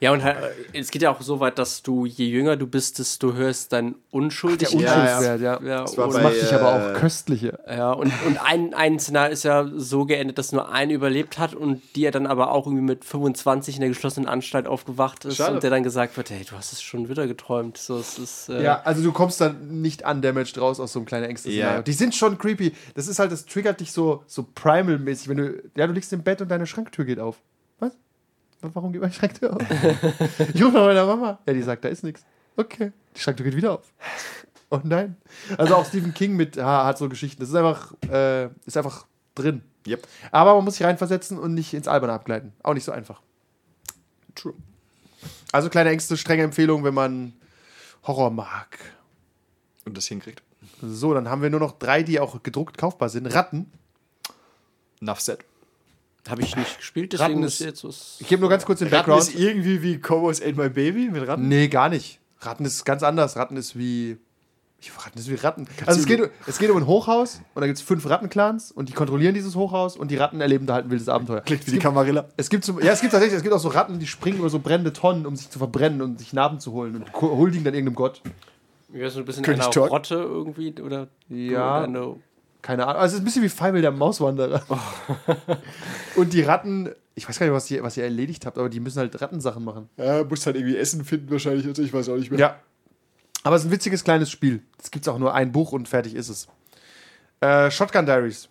Speaker 5: ja, und halt, äh, es geht ja auch so weit, dass du, je jünger du bist, desto höher ist dein unschuldig.
Speaker 4: Der Unschuldswert, ja.
Speaker 5: ja,
Speaker 3: war
Speaker 5: und-
Speaker 4: Das
Speaker 3: bei-
Speaker 4: macht dich aber
Speaker 3: äh,
Speaker 4: auch köstliche.
Speaker 5: Ja, und, und ein, ein Szenario ist ja so geendet, dass nur einer überlebt hat und die er dann aber auch irgendwie mit 25 in der geschlossenen Anstalt aufgewacht ist
Speaker 3: Schade.
Speaker 5: und der dann gesagt wird, hey, du hast es schon wieder geträumt. So, es ist, äh,
Speaker 4: Ja, also du kommst dann nicht undamaged raus aus so einem kleinen ängste
Speaker 3: Ja.
Speaker 4: Die sind schon creepy. Das ist halt, das triggert dich so, so primal-mäßig, wenn du, ja, du liegst im Bett und deine Schranktür geht auf. Was? Warum geht meine Schranktür [LAUGHS] auf? ich rufe nach meiner Mama. Ja, die sagt, da ist nichts. Okay. Die Schranktür geht wieder auf. Oh nein. Also auch Stephen King mit ha, hat so Geschichten. Das ist einfach, äh, ist einfach drin.
Speaker 3: Yep.
Speaker 4: Aber man muss sich reinversetzen und nicht ins Alberne abgleiten. Auch nicht so einfach.
Speaker 3: True.
Speaker 4: Also kleine Ängste, strenge Empfehlung, wenn man Horror mag.
Speaker 3: Und das hinkriegt.
Speaker 4: So, dann haben wir nur noch drei, die auch gedruckt kaufbar sind. Ratten.
Speaker 3: Enough said.
Speaker 5: habe ich nicht gespielt,
Speaker 4: Ratten
Speaker 5: deswegen ist
Speaker 4: ist-
Speaker 5: jetzt was.
Speaker 4: Ich gebe nur ganz kurz den
Speaker 3: Ratten
Speaker 4: Background.
Speaker 3: ist irgendwie wie Cowboys Ate My Baby mit Ratten.
Speaker 4: nee, gar nicht. Ratten ist ganz anders. Ratten ist wie. Ich- Ratten ist wie Ratten. Also es geht, es geht um ein Hochhaus und da gibt es fünf Rattenclans und die kontrollieren dieses Hochhaus und die Ratten erleben da halt ein wildes Abenteuer.
Speaker 3: Klingt wie
Speaker 4: es
Speaker 3: die
Speaker 4: gibt,
Speaker 3: Camarilla.
Speaker 4: es gibt zum, ja, es gibt tatsächlich, es gibt auch so Ratten, die springen über so brennende Tonnen, um sich zu verbrennen und sich Narben zu holen und ko- huldigen dann irgendeinem Gott.
Speaker 5: Wir sind ein bisschen
Speaker 3: König
Speaker 5: einer
Speaker 3: Tut.
Speaker 5: Rotte irgendwie oder
Speaker 4: Ja.
Speaker 5: oder eine-
Speaker 4: Keine Ahnung. Also es ist ein bisschen wie Feimel der Mauswanderer. Oh. [LAUGHS] und die Ratten, ich weiß gar nicht, was ihr, was ihr erledigt habt, aber die müssen halt Rattensachen machen.
Speaker 3: Ja, musst halt irgendwie Essen finden wahrscheinlich. Also ich weiß auch nicht mehr.
Speaker 4: Ja. Aber es ist ein witziges kleines Spiel. Es gibt auch nur ein Buch und fertig ist es. Äh, Shotgun Diaries.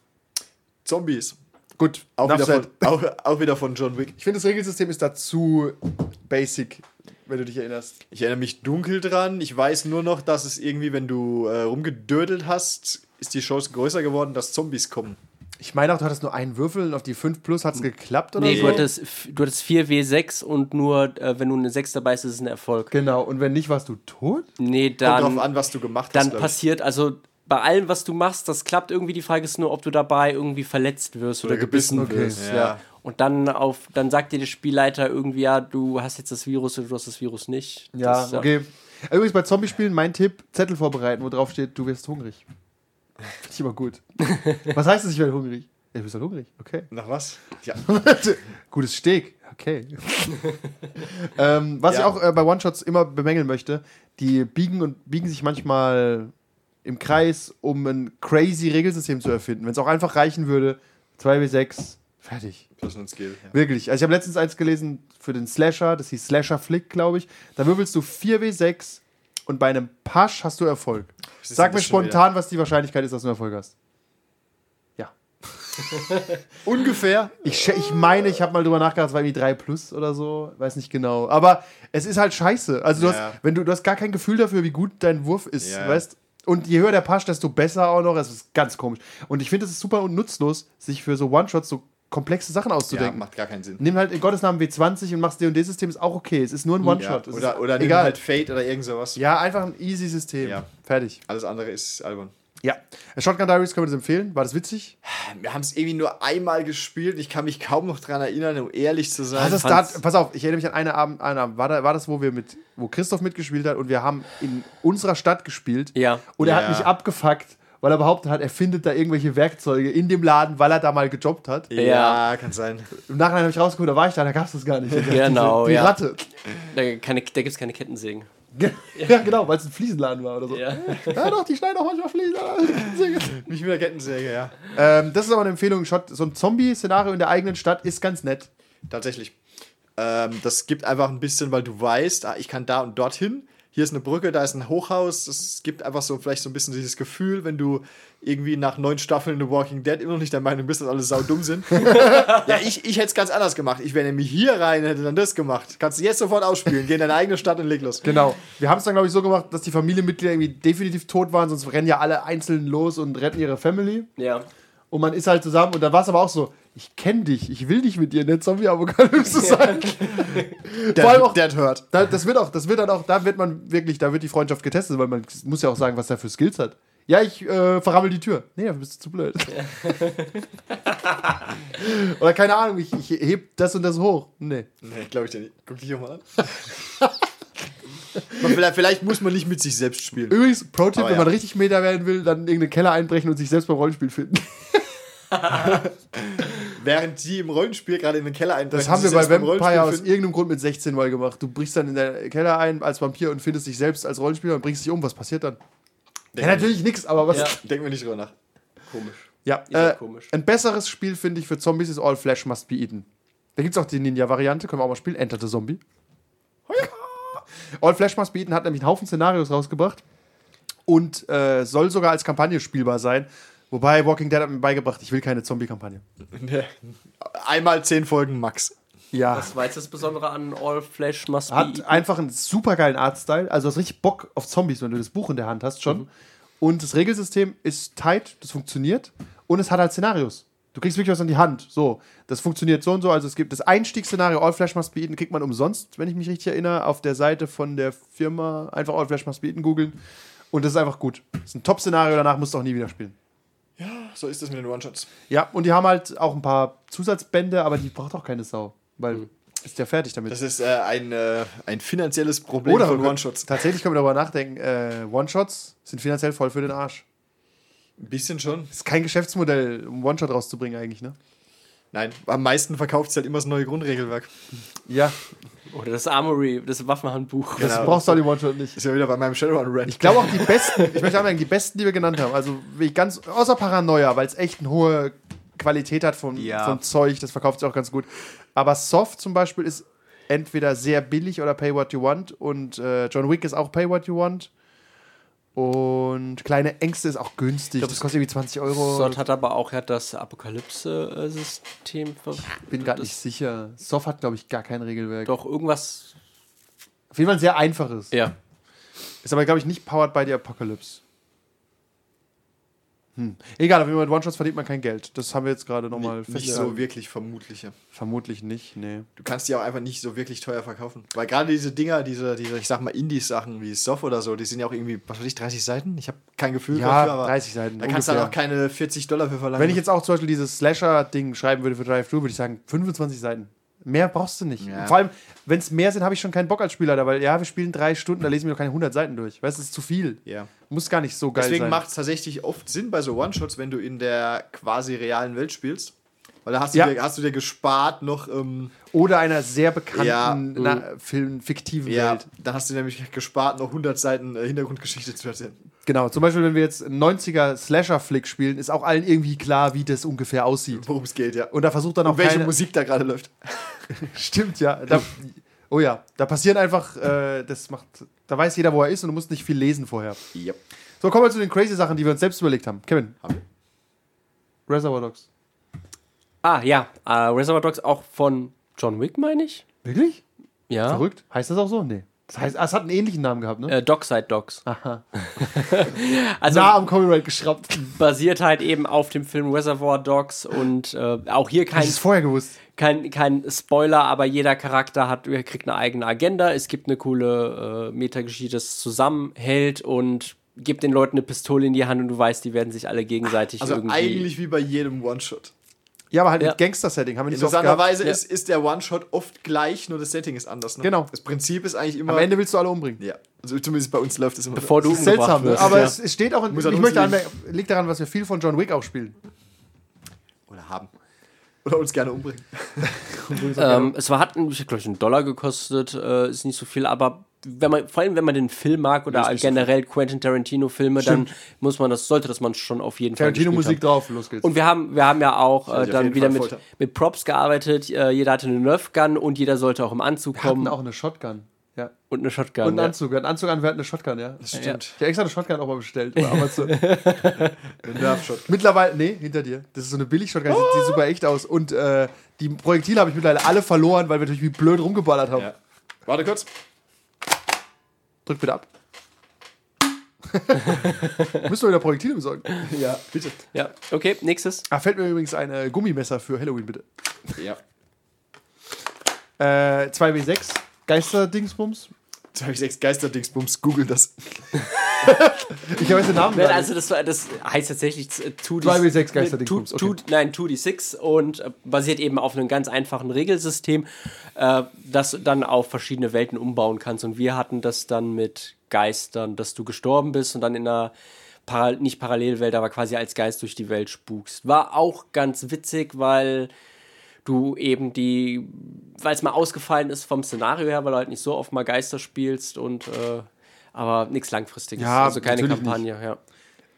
Speaker 3: Zombies.
Speaker 4: Gut,
Speaker 3: [LAUGHS] Auch
Speaker 4: enough
Speaker 3: wieder,
Speaker 4: said.
Speaker 3: von, auch, auch wieder von John Wick.
Speaker 4: Ich finde, das Regelsystem ist dazu basic. wenn du dich erinnerst.
Speaker 3: Ich erinnere mich dunkel dran. Ich weiß nur noch, dass es irgendwie, wenn du äh, rumgedödelt hast, ist die Chance größer geworden, dass Zombies kommen.
Speaker 4: Ich meine auch, du hattest nur einen Würfel und auf die 5 plus hat es geklappt oder
Speaker 5: Nee,
Speaker 4: so.
Speaker 5: du hattest, f- du hattest 4 W6 und nur, äh, wenn du eine 6 dabei ist, ist es ein Erfolg.
Speaker 4: Genau, und wenn nicht, warst du tot?
Speaker 5: Nee,
Speaker 3: Kommt
Speaker 5: dann,
Speaker 3: drauf an, was du gemacht
Speaker 5: dann
Speaker 3: hast. glaub ich.
Speaker 5: passiert, also bei allem, was du machst, das klappt irgendwie. Die Frage ist nur, ob du dabei irgendwie verletzt wirst oder, gebissen, wirst.
Speaker 4: ja.
Speaker 5: Und dann auf, dann sagt dir der Spielleiter irgendwie, ja, du hast jetzt das Virus oder du hast das Virus nicht.
Speaker 4: Ja,
Speaker 5: das,
Speaker 4: okay. Übrigens bei Zombie-Spielen mein Tipp: Zettel vorbereiten, wo drauf steht, du wirst hungrig. Finde ich immer gut. Was heißt es, ich werde hungrig? Ich bin halt hungrig, okay. [LAUGHS]
Speaker 3: Nach was? Ja.
Speaker 4: Gutes Steak, okay. ähm, was
Speaker 3: Ja.
Speaker 4: ich auch äh, bei One-Shots immer bemängeln möchte: die biegen und biegen sich manchmal im Kreis, um ein crazy Regelsystem zu erfinden. Wenn es auch einfach reichen würde, 2W6, fertig.
Speaker 3: Plus ein Skill. Ja.
Speaker 4: Wirklich. Also ich habe letztens eins gelesen für den Slasher, das hieß Slasher Flick, glaube ich. Da würfelst du 4W6 und bei einem Pasch hast du Erfolg.
Speaker 3: ist
Speaker 4: Sag
Speaker 3: denn
Speaker 4: mir
Speaker 3: das schon
Speaker 4: spontan, was die Wahrscheinlichkeit ist, dass du einen Erfolg hast.
Speaker 3: [LAUGHS]
Speaker 4: Ja. Ungefähr. Ich, schä- ich meine, ich habe mal drüber nachgedacht, es war irgendwie 3 plus oder so. Weiß nicht genau. Aber es ist halt scheiße. Also du
Speaker 3: Ja.
Speaker 4: hast, wenn du, du hast gar kein Gefühl dafür, wie gut dein Wurf ist,
Speaker 3: Ja.
Speaker 4: weißt und je höher der Pasch, desto besser auch noch. Es ist ganz komisch. Und ich finde, es ist super und nutzlos, sich für so One-Shots so komplexe Sachen
Speaker 3: ja,
Speaker 4: auszudenken.
Speaker 3: macht gar keinen Sinn.
Speaker 4: Nimm halt in Gottes Namen W20 und machst D&D-System, ist auch okay. Es ist nur ein One-Shot.
Speaker 3: Ja.
Speaker 4: Es
Speaker 3: Oder,
Speaker 4: ist
Speaker 3: oder nimm
Speaker 4: egal.
Speaker 3: halt Fate oder irgend sowas.
Speaker 4: ja, einfach ein easy System.
Speaker 3: Ja.
Speaker 4: Fertig.
Speaker 3: Alles andere ist albern.
Speaker 4: Ja. Shotgun Diaries können wir das empfehlen. War das witzig?
Speaker 3: Ähm, Wir haben es irgendwie nur einmal gespielt. Ich kann mich kaum noch dran erinnern, um ehrlich zu sein.
Speaker 4: Also es
Speaker 5: fand's-
Speaker 4: da, pass auf, ich erinnere mich an einen Abend, einen Abend war, da, war das, wo wir mit, wo Christoph mitgespielt hat und wir haben in unserer Stadt gespielt.
Speaker 5: Ja.
Speaker 4: Und er
Speaker 3: Ja.
Speaker 4: hat mich abgefuckt, weil er behauptet hat, er findet da irgendwelche Werkzeuge in dem Laden, weil er da mal gejobbt hat.
Speaker 3: ja, kann sein.
Speaker 4: Im Nachhinein habe ich rausgeholt, da war ich da, da gab es das gar nicht.
Speaker 5: Genau,
Speaker 4: [LAUGHS] Die
Speaker 5: ja.
Speaker 4: Ratte.
Speaker 5: Da, keine, da gibt's keine Kettensägen.
Speaker 4: [LAUGHS] Ja, genau, weil es ein Fliesenladen war oder so.
Speaker 5: Ja.
Speaker 4: [LAUGHS] Ja, doch, die schneiden auch manchmal Fliegen.
Speaker 3: Mich mit der Kettensäge, ja.
Speaker 4: [LAUGHS] ähm, das ist aber eine Empfehlung. Shot, so ein Zombie-Szenario in der eigenen Stadt ist ganz nett.
Speaker 3: Tatsächlich. Ähm, das gibt einfach ein bisschen, weil du weißt, ah, ich kann da und dorthin. Hier ist eine Brücke, da ist ein Hochhaus. Es gibt einfach so vielleicht so ein bisschen dieses Gefühl, wenn du irgendwie nach neun Staffeln The Walking Dead immer noch nicht der Meinung bist, dass alle saudumm
Speaker 4: [LAUGHS]
Speaker 3: sind. ja, ich, ich hätte es ganz anders gemacht. Ich wäre nämlich hier rein und hätte dann das gemacht. Kannst du jetzt sofort ausspielen. Geh in deine eigene Stadt und leg los.
Speaker 4: Genau. Wir haben es dann, glaube ich, so gemacht, dass die Familienmitglieder irgendwie definitiv tot waren, sonst rennen ja alle einzeln los und retten ihre Family.
Speaker 5: [LAUGHS] Ja.
Speaker 4: Und man ist halt zusammen. Und dann war es aber auch so, ich kenne dich, ich will dich mit dir in der [LAUGHS] Zombie-Apokalypse sein. Vor allem auch,
Speaker 3: Dead Hurt.
Speaker 4: da, das wird auch, das wird dann auch, da wird man wirklich, da wird die Freundschaft getestet, weil man muss ja auch sagen, was er für Skills hat. Ja, ich äh, verrammel die Tür. Nee, dafür bist du
Speaker 3: [LAUGHS]
Speaker 4: zu blöd. Oder keine Ahnung, ich, ich heb das und das hoch. Nee.
Speaker 3: Nee, glaube ich dir nicht. Guck dich auch mal an. [LAUGHS] Man, vielleicht, vielleicht muss man nicht mit sich selbst spielen.
Speaker 4: Übrigens, Pro-Tipp,
Speaker 3: Aber
Speaker 4: wenn
Speaker 3: ja.
Speaker 4: man richtig Meter werden will, dann in irgendeinen Keller einbrechen und sich selbst beim Rollenspiel finden.
Speaker 3: Während die im Rollenspiel gerade in den Keller einbrechen.
Speaker 4: Das haben wir
Speaker 3: sich
Speaker 4: bei
Speaker 3: selbst beim
Speaker 4: Vampire aus
Speaker 3: Rollenspiel finden.
Speaker 4: irgendeinem Grund mit 16 Mal gemacht. Du brichst dann in den Keller ein als Vampir und findest dich selbst als Rollenspieler und bringst dich um. Was passiert dann? Ja, natürlich nichts, aber was.
Speaker 5: Ja.
Speaker 3: Denken wir nicht drüber nach. Komisch.
Speaker 4: Ja,
Speaker 5: ja
Speaker 4: äh,
Speaker 5: komisch.
Speaker 4: ein besseres Spiel, finde ich, für Zombies ist All Flash Must Be Eaten. Da gibt es auch die Ninja-Variante, können wir auch mal spielen. Enter the Zombie. All Flash Must Be Eaten hat nämlich einen Haufen Szenarios rausgebracht und äh, soll sogar als Kampagne spielbar sein. Wobei Walking Dead hat mir beigebracht, ich will keine Zombie-Kampagne.
Speaker 3: Einmal zehn Folgen Max.
Speaker 4: Ja.
Speaker 5: Das war jetzt das Besondere an All Flash Must Be.
Speaker 4: Hat
Speaker 5: Eaten.
Speaker 4: einfach einen supergeilen Artstyle. Also du hast richtig Bock auf Zombies, wenn du das Buch in der Hand hast schon. Und das Regelsystem ist tight, das funktioniert. Und es hat halt Szenarios. Du kriegst wirklich was an die Hand. So, das funktioniert so und so. Also es gibt das Einstiegsszenario All Flash Must Be Eaten, kriegt man umsonst, wenn ich mich richtig erinnere, auf der Seite von der Firma. Einfach All Flash Must Be Eaten googeln. Und das ist einfach gut. Das ist ein Top-Szenario, danach musst du auch nie wieder spielen.
Speaker 3: So ist das mit den One-Shots.
Speaker 4: Ja, und die haben halt auch ein paar Zusatzbände, aber die braucht auch keine Sau. Weil ist ja fertig damit.
Speaker 3: Das ist äh, ein, äh, ein finanzielles Problem
Speaker 4: Oder
Speaker 3: von
Speaker 4: wir-
Speaker 3: One-Shots.
Speaker 4: Tatsächlich können wir darüber nachdenken. Äh, One-Shots sind finanziell voll für den Arsch.
Speaker 3: Ein bisschen schon.
Speaker 4: Ist kein Geschäftsmodell, um One-Shot rauszubringen eigentlich, ne?
Speaker 3: Nein, am meisten verkauft es halt immer das neue Grundregelwerk.
Speaker 4: Ja,
Speaker 5: Oder das Armory, das Waffenhandbuch.
Speaker 4: das
Speaker 3: Genau.
Speaker 4: brauchst du auch den One-Shot nicht.
Speaker 3: Ist ja wieder bei meinem Shadowrun-Rant.
Speaker 4: Ich glaube auch die besten, ich möchte anmerken, die besten, die wir genannt haben. Also wie ganz, außer Paranoia, weil es echt eine hohe Qualität hat von,
Speaker 3: Ja.
Speaker 4: von Zeug, das verkauft sich auch ganz gut. Aber Soft zum Beispiel ist entweder sehr billig oder Pay What You Want und äh, John Wick ist auch Pay What You Want. Und kleine Ängste ist auch günstig. das kostet irgendwie 20 Euro.
Speaker 5: Sort hat aber auch ja das Apokalypse-System.
Speaker 4: bin gerade nicht sicher. Soft hat, glaube ich, gar kein Regelwerk.
Speaker 5: Doch irgendwas.
Speaker 4: Auf jeden Fall ein sehr einfaches.
Speaker 5: Ja.
Speaker 4: Ist aber, glaube ich, nicht powered by the Apocalypse. Hm. Egal, auf jeden Fall mit One-Shots verdient man kein Geld. Das haben wir jetzt gerade nochmal
Speaker 3: Nicht so wirklich vermutliche.
Speaker 4: Vermutlich nicht, nee.
Speaker 3: Du kannst die auch einfach nicht so wirklich teuer verkaufen. Weil gerade diese Dinger, diese, diese, ich sag mal, Indie-Sachen wie Soft oder so, die sind ja auch irgendwie, was weiß ich, 30 Seiten? Ich habe kein Gefühl
Speaker 4: Ja, 30 Seiten,
Speaker 3: Da kannst du dann auch
Speaker 4: ungefähr.
Speaker 3: keine 40 Dollar für verlangen.
Speaker 4: Wenn ich jetzt auch zum Beispiel dieses Slasher-Ding schreiben würde für Drive-Thru, würde ich sagen, 25 Seiten. Mehr brauchst du nicht.
Speaker 3: Ja.
Speaker 4: Und Vor allem, wenn es mehr sind, habe ich schon keinen Bock als Spieler da, weil ja, wir spielen drei Stunden, da lesen wir doch keine 100 Seiten durch. Weißt du, das ist zu viel.
Speaker 3: Ja.
Speaker 4: Muss gar nicht so geil
Speaker 3: Deswegen
Speaker 4: sein.
Speaker 3: macht es tatsächlich oft Sinn bei so One-Shots, wenn du in der quasi realen Welt spielst. Weil da hast du,
Speaker 4: Ja.
Speaker 3: dir, hast du dir gespart noch, ähm,
Speaker 4: Oder einer sehr
Speaker 3: Ja,
Speaker 4: bekannten na, Film, fiktiven
Speaker 3: ja,
Speaker 4: Welt.
Speaker 3: dann hast du nämlich gespart noch 100 Seiten äh, Hintergrundgeschichte zu erzählen. [LAUGHS]
Speaker 4: Genau, zum Beispiel, wenn wir jetzt einen 90er Slasher-Flick spielen, ist auch allen irgendwie klar, wie das ungefähr aussieht.
Speaker 3: Worum es geht, ja. Und
Speaker 4: Und da versucht dann auch
Speaker 3: welche
Speaker 4: keine-
Speaker 3: Musik da gerade läuft.
Speaker 4: [LAUGHS] Stimmt, ja. Da, oh ja, da passieren einfach, äh, das macht, da weiß jeder, wo er ist und du musst nicht viel lesen vorher.
Speaker 3: Yep.
Speaker 4: So, kommen wir zu den crazy Sachen, die wir uns selbst überlegt haben. Kevin.
Speaker 3: Haben
Speaker 4: Reservoir Dogs.
Speaker 5: Ah, ja. Äh, Reservoir Dogs auch von John Wick, meine ich.
Speaker 4: Wirklich?
Speaker 5: Ja.
Speaker 3: Ah.
Speaker 4: Verrückt? Heißt das auch so? Nee. Das heißt, ah, es hat einen ähnlichen Namen gehabt, ne?
Speaker 5: Äh, Dockside Dogs.
Speaker 4: Aha.
Speaker 5: [LAUGHS] Also
Speaker 4: Na, am Copyright geschraubt.
Speaker 5: basiert halt eben auf dem Film Reservoir Dogs und äh, auch hier
Speaker 4: Hätte
Speaker 5: kein
Speaker 4: ich es vorher gewusst.
Speaker 5: kein, kein Spoiler, aber jeder Charakter hat, kriegt eine eigene Agenda. Es gibt eine coole äh, Metageschichte, das zusammenhält und gibt den Leuten eine Pistole in die Hand und du weißt, die werden sich alle gegenseitig
Speaker 3: Also
Speaker 5: irgendwie.
Speaker 3: eigentlich wie bei jedem One-Shot.
Speaker 4: Ja, aber halt
Speaker 5: Ja.
Speaker 4: mit Gangster-Setting haben wir nicht so oft gehabt.
Speaker 3: Interessanterweise
Speaker 5: Ja.
Speaker 3: ist, ist der One-Shot oft gleich, nur das Setting ist anders. Ne?
Speaker 4: Genau.
Speaker 3: Das Prinzip ist eigentlich immer.
Speaker 4: Am Ende willst du alle umbringen.
Speaker 3: ja. Also zumindest bei uns läuft es immer. so.
Speaker 5: bevor du
Speaker 4: Das ist seltsam,
Speaker 5: umgebracht
Speaker 4: ne?
Speaker 5: wirst.
Speaker 4: aber
Speaker 5: ja.
Speaker 4: es, es steht auch in,
Speaker 3: Muss an
Speaker 4: ich
Speaker 3: uns
Speaker 4: möchte
Speaker 3: liegen.
Speaker 4: anmerken, liegt daran, was wir viel von John Wick auch spielen.
Speaker 3: Oder haben. Oder uns gerne umbringen.
Speaker 5: ähm, es war, hat, glaube ich, einen Dollar gekostet, äh, ist nicht so viel, aber wenn man, vor allem wenn man den Film mag oder generell Quentin Tarantino-Filme, dann muss man das, sollte das man schon auf jeden Fall. gespielt haben.
Speaker 4: Tarantino-Musik drauf, los geht's.
Speaker 5: Und wir haben, wir haben ja auch äh,
Speaker 3: auf
Speaker 5: dann
Speaker 3: jeden
Speaker 5: wieder
Speaker 3: Fall
Speaker 5: mit,
Speaker 3: Folter.
Speaker 5: mit Props gearbeitet. Äh, jeder hatte eine Nerfgun und jeder sollte auch im Anzug
Speaker 4: wir hatten
Speaker 5: kommen
Speaker 4: auch eine Shotgun. Ja.
Speaker 5: und eine Shotgun.
Speaker 4: Und einen
Speaker 5: ja.
Speaker 4: Anzug. Wir hatten einen Anzug an, wir hatten eine Shotgun, ja. Das
Speaker 3: stimmt.
Speaker 4: Ich habe extra eine Shotgun auch mal bestellt. [LAUGHS] Bei Amazon.
Speaker 3: Ein Nerf-Shot.
Speaker 4: mittlerweile, nee, hinter dir. Das ist so eine Billig-Shotgun, die sieht super echt aus. Und äh, die Projektile habe ich mittlerweile alle verloren, weil wir natürlich wie blöd rumgeballert haben.
Speaker 3: Ja. Warte kurz.
Speaker 4: Drück bitte ab. Müssen wir wieder Projektile besorgen.
Speaker 3: Ja, bitte.
Speaker 5: Ja, okay, nächstes.
Speaker 4: Ah, fällt mir übrigens ein äh, Gummimesser für Halloween, bitte.
Speaker 3: Ja.
Speaker 4: Äh, 2W6, Geister-Dingsbums.
Speaker 3: 2 Geisterdingsbums, google das.
Speaker 4: Ich habe jetzt den Namen.
Speaker 5: Nein,
Speaker 4: gerade.
Speaker 5: also das, war- das heißt tatsächlich äh, 2D
Speaker 4: 2W6 Geisterdingspunkt,
Speaker 5: Two- two- Nein, 2D6 und äh, basiert eben auf einem ganz einfachen Regelsystem, äh, das du dann auf verschiedene Welten umbauen kannst. Und wir hatten das dann mit Geistern, dass du gestorben bist und dann in einer Paral nicht Parallelwelt, aber quasi als Geist durch die Welt spukst. War auch ganz witzig, weil du eben die, weil es mal ausgefallen ist vom Szenario her, weil du halt nicht so oft mal Geister spielst und äh, aber nichts langfristiges,
Speaker 4: Ja,
Speaker 5: also keine
Speaker 4: natürlich nicht.
Speaker 5: Kampagne,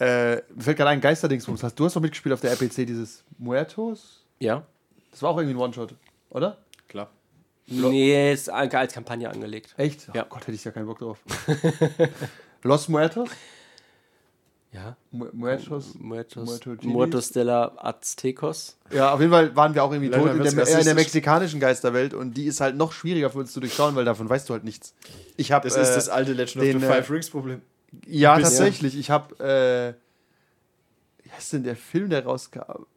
Speaker 5: ja.
Speaker 4: äh, mir fällt gerade ein Geisterdingsbums. Hast du hast doch mitgespielt auf der RPC dieses Muertos?
Speaker 5: Ja.
Speaker 4: Das war auch irgendwie ein One-Shot, oder?
Speaker 3: Klar.
Speaker 5: Nee, ist an- als Kampagne angelegt.
Speaker 4: Echt? Ja.
Speaker 5: Ja.
Speaker 4: Oh Gott, hätte ich ja keinen Bock drauf. [LAUGHS] Los Muertos?
Speaker 5: Ja.
Speaker 4: Mu Muertos?
Speaker 5: Muertos,
Speaker 4: Muerto Gili?
Speaker 5: Muertos de la Aztecos.
Speaker 4: Ja, auf jeden Fall waren wir auch irgendwie
Speaker 3: Leider
Speaker 4: tot in
Speaker 3: wird's
Speaker 4: der, eher in der
Speaker 3: rassistisch.
Speaker 4: mexikanischen Geisterwelt und die ist halt noch schwieriger für uns zu durchschauen, weil davon weißt du halt nichts. Ich habe
Speaker 3: Das ist das alte Legend of
Speaker 4: den,
Speaker 3: the
Speaker 4: äh,
Speaker 3: Five Rings Problem.
Speaker 4: Ja,
Speaker 3: bisschen.
Speaker 4: tatsächlich. Ich habe äh, wie heißt denn der Film, der rauskam?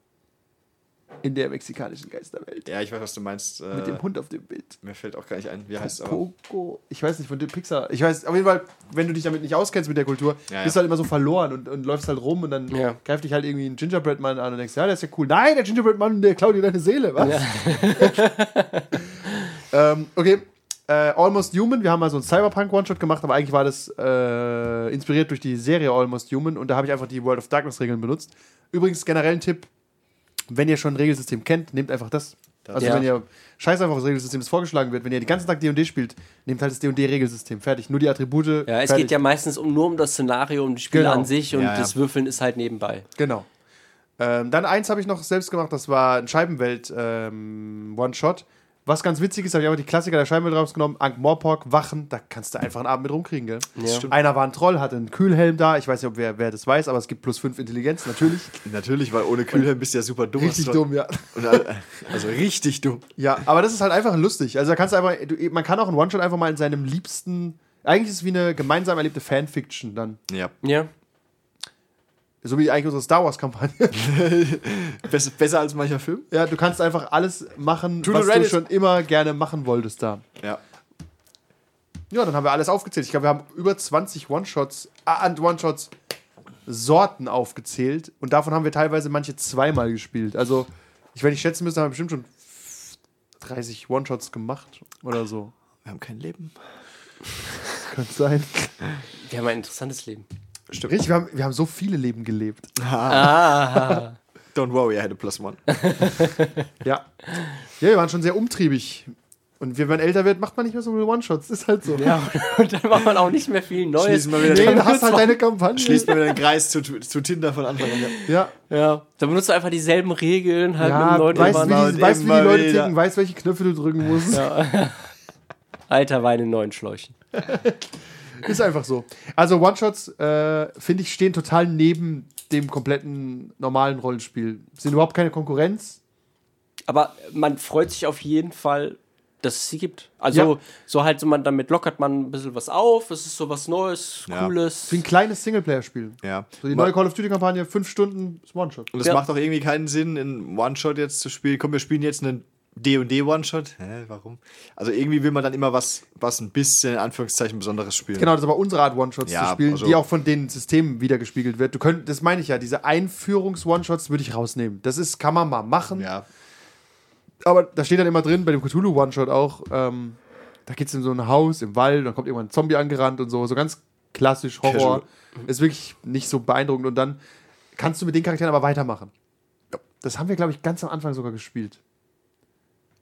Speaker 4: In der mexikanischen Geisterwelt.
Speaker 3: Ja, ich weiß, was du meinst. Äh,
Speaker 4: Mit dem Hund auf dem Bild.
Speaker 3: Mir fällt auch gar nicht ein, wie heißt es aber.
Speaker 4: Coco. Ich weiß nicht, von dem Pixar. Ich weiß, auf jeden Fall, wenn du dich damit nicht auskennst mit der Kultur,
Speaker 3: Ja, ja.
Speaker 4: bist du halt immer so verloren und, und läufst halt rum und dann
Speaker 5: Ja.
Speaker 4: greift dich halt irgendwie ein Gingerbread-Mann an und denkst, ja, der ist ja cool. Nein, der Gingerbread-Mann, der klaut dir deine Seele, was? [LAUGHS] ähm, okay. Äh, Almost Human, wir haben mal so einen Cyberpunk-One-Shot gemacht, aber eigentlich war das äh, inspiriert durch die Serie Almost Human und da habe ich einfach die World of Darkness-Regeln benutzt. Übrigens, generell ein Tipp, wenn ihr schon ein Regelsystem kennt, nehmt einfach das. Also
Speaker 5: Ja.
Speaker 4: wenn ihr scheiß einfach auf das Regelsystem, das vorgeschlagen wird, wenn ihr den ganzen Tag D&D spielt, nehmt halt das D&D-Regelsystem. Fertig. Nur die Attribute.
Speaker 5: Ja, es
Speaker 4: fertig.
Speaker 5: geht ja meistens um, nur um das Szenario, um die Spiele
Speaker 4: Genau.
Speaker 5: an sich und
Speaker 3: Ja, ja.
Speaker 5: das Würfeln ist halt nebenbei.
Speaker 4: Genau. Ähm, dann eins habe ich noch selbst gemacht, das war ein Scheibenwelt ähm, One-Shot. Was ganz witzig ist, habe ich einfach die Klassiker der Scheinwelt rausgenommen. Ankh Morpork, Wachen, da kannst du einfach einen Abend mit rumkriegen, gell?
Speaker 5: stimmt.
Speaker 4: Einer war ein Troll, hatte einen Kühlhelm da. Ich weiß nicht, ob wer, wer das weiß, aber es gibt plus 5 Intelligenz, natürlich.
Speaker 3: Natürlich, weil ohne Kühlhelm bist du ja super dumm.
Speaker 4: Richtig
Speaker 3: Hast du-
Speaker 4: dumm, ja.
Speaker 3: Und, äh,
Speaker 4: [LAUGHS]
Speaker 3: also richtig dumm.
Speaker 4: Ja, aber das ist halt einfach lustig. Also da kannst du einfach, du, man kann auch einen One-Shot einfach mal in seinem liebsten. Eigentlich ist es wie eine gemeinsam erlebte Fanfiction dann.
Speaker 3: Ja.
Speaker 5: Ja.
Speaker 4: So wie eigentlich unsere Star Wars-Kampagne. [LAUGHS]
Speaker 3: Besser, besser als mancher Film.
Speaker 4: Ja, du kannst einfach alles machen,
Speaker 3: To the
Speaker 4: was du
Speaker 3: Reddit.
Speaker 4: schon immer gerne machen wolltest da.
Speaker 3: Ja.
Speaker 4: Ja, dann haben wir alles aufgezählt. Ich glaube, wir haben über 20 One-Shots ah, und One-Shots Sorten aufgezählt und davon haben wir teilweise manche zweimal gespielt. Also, ich wenn ich schätzen müsste, haben wir bestimmt schon 30 One-Shots gemacht oder so.
Speaker 3: Wir haben kein Leben.
Speaker 4: Könnte sein.
Speaker 5: Wir haben ein interessantes Leben.
Speaker 4: Stimmt. Richtig, wir haben, wir haben so viele Leben gelebt.
Speaker 3: Don't worry, I had a plus one.
Speaker 4: Ja. Ja, wir waren schon sehr umtriebig. Und wenn man älter wird, macht man nicht mehr so viele One-Shots. Ist halt so.
Speaker 5: Ja, und dann macht man auch nicht mehr viel Neues.
Speaker 3: Schließen wir wieder
Speaker 4: Nee,
Speaker 3: den,
Speaker 4: du hast halt deine Kampagne.
Speaker 3: schließen wir wieder den Kreis zu, zu Tinder von Anfang an.
Speaker 4: Ja.
Speaker 5: Ja. Da benutzt du einfach dieselben Regeln, halt mit
Speaker 4: Ja,
Speaker 5: einem neuen
Speaker 4: weißt,
Speaker 5: Urban-
Speaker 4: wie
Speaker 3: Übernahme
Speaker 4: die, weißt, wie die
Speaker 3: immer
Speaker 4: Leute
Speaker 3: wieder.
Speaker 4: ticken, weißt, welche Knöpfe du drücken musst.
Speaker 5: Alter Wein in neuen Schläuchen.
Speaker 4: Ist einfach so. Also One-Shots, äh, finde ich, stehen total neben dem kompletten normalen Rollenspiel. Sind überhaupt keine Konkurrenz.
Speaker 5: Aber man freut sich auf jeden Fall, dass es sie gibt. Also,
Speaker 4: Ja.
Speaker 5: so halt, so man, damit lockert man ein bisschen was auf. Es ist so was Neues,
Speaker 3: Ja.
Speaker 5: Cooles.
Speaker 4: Wie ein kleines Singleplayer-Spiel.
Speaker 3: Ja.
Speaker 4: So die neue Call of Duty-Kampagne, fünf Stunden, ist One-Shot.
Speaker 3: Und es
Speaker 5: Ja.
Speaker 3: macht auch irgendwie keinen Sinn, in One-Shot jetzt zu spielen. Komm, wir spielen jetzt einen D&D One-Shot. Hä, warum? Also irgendwie will man dann immer was, was ein bisschen, in Anführungszeichen, Besonderes spielen.
Speaker 4: Genau, das ist aber unsere Art, One-Shots
Speaker 3: Ja,
Speaker 4: zu spielen,
Speaker 3: also-
Speaker 4: die auch von den Systemen wiedergespiegelt wird. Du könnt, das meine ich ja, diese Einführungs-One-Shots würde ich rausnehmen. Das ist, kann man mal machen.
Speaker 3: Ja.
Speaker 4: aber da steht dann immer drin, bei dem Cthulhu-One-Shot auch, ähm, da geht's in so ein Haus im Wald, dann kommt irgendwann ein Zombie angerannt und so, so ganz klassisch Horror.
Speaker 3: Casual.
Speaker 4: Ist wirklich nicht so beeindruckend und dann kannst du mit den Charakteren aber weitermachen. Das haben wir, glaube ich, ganz am Anfang sogar gespielt.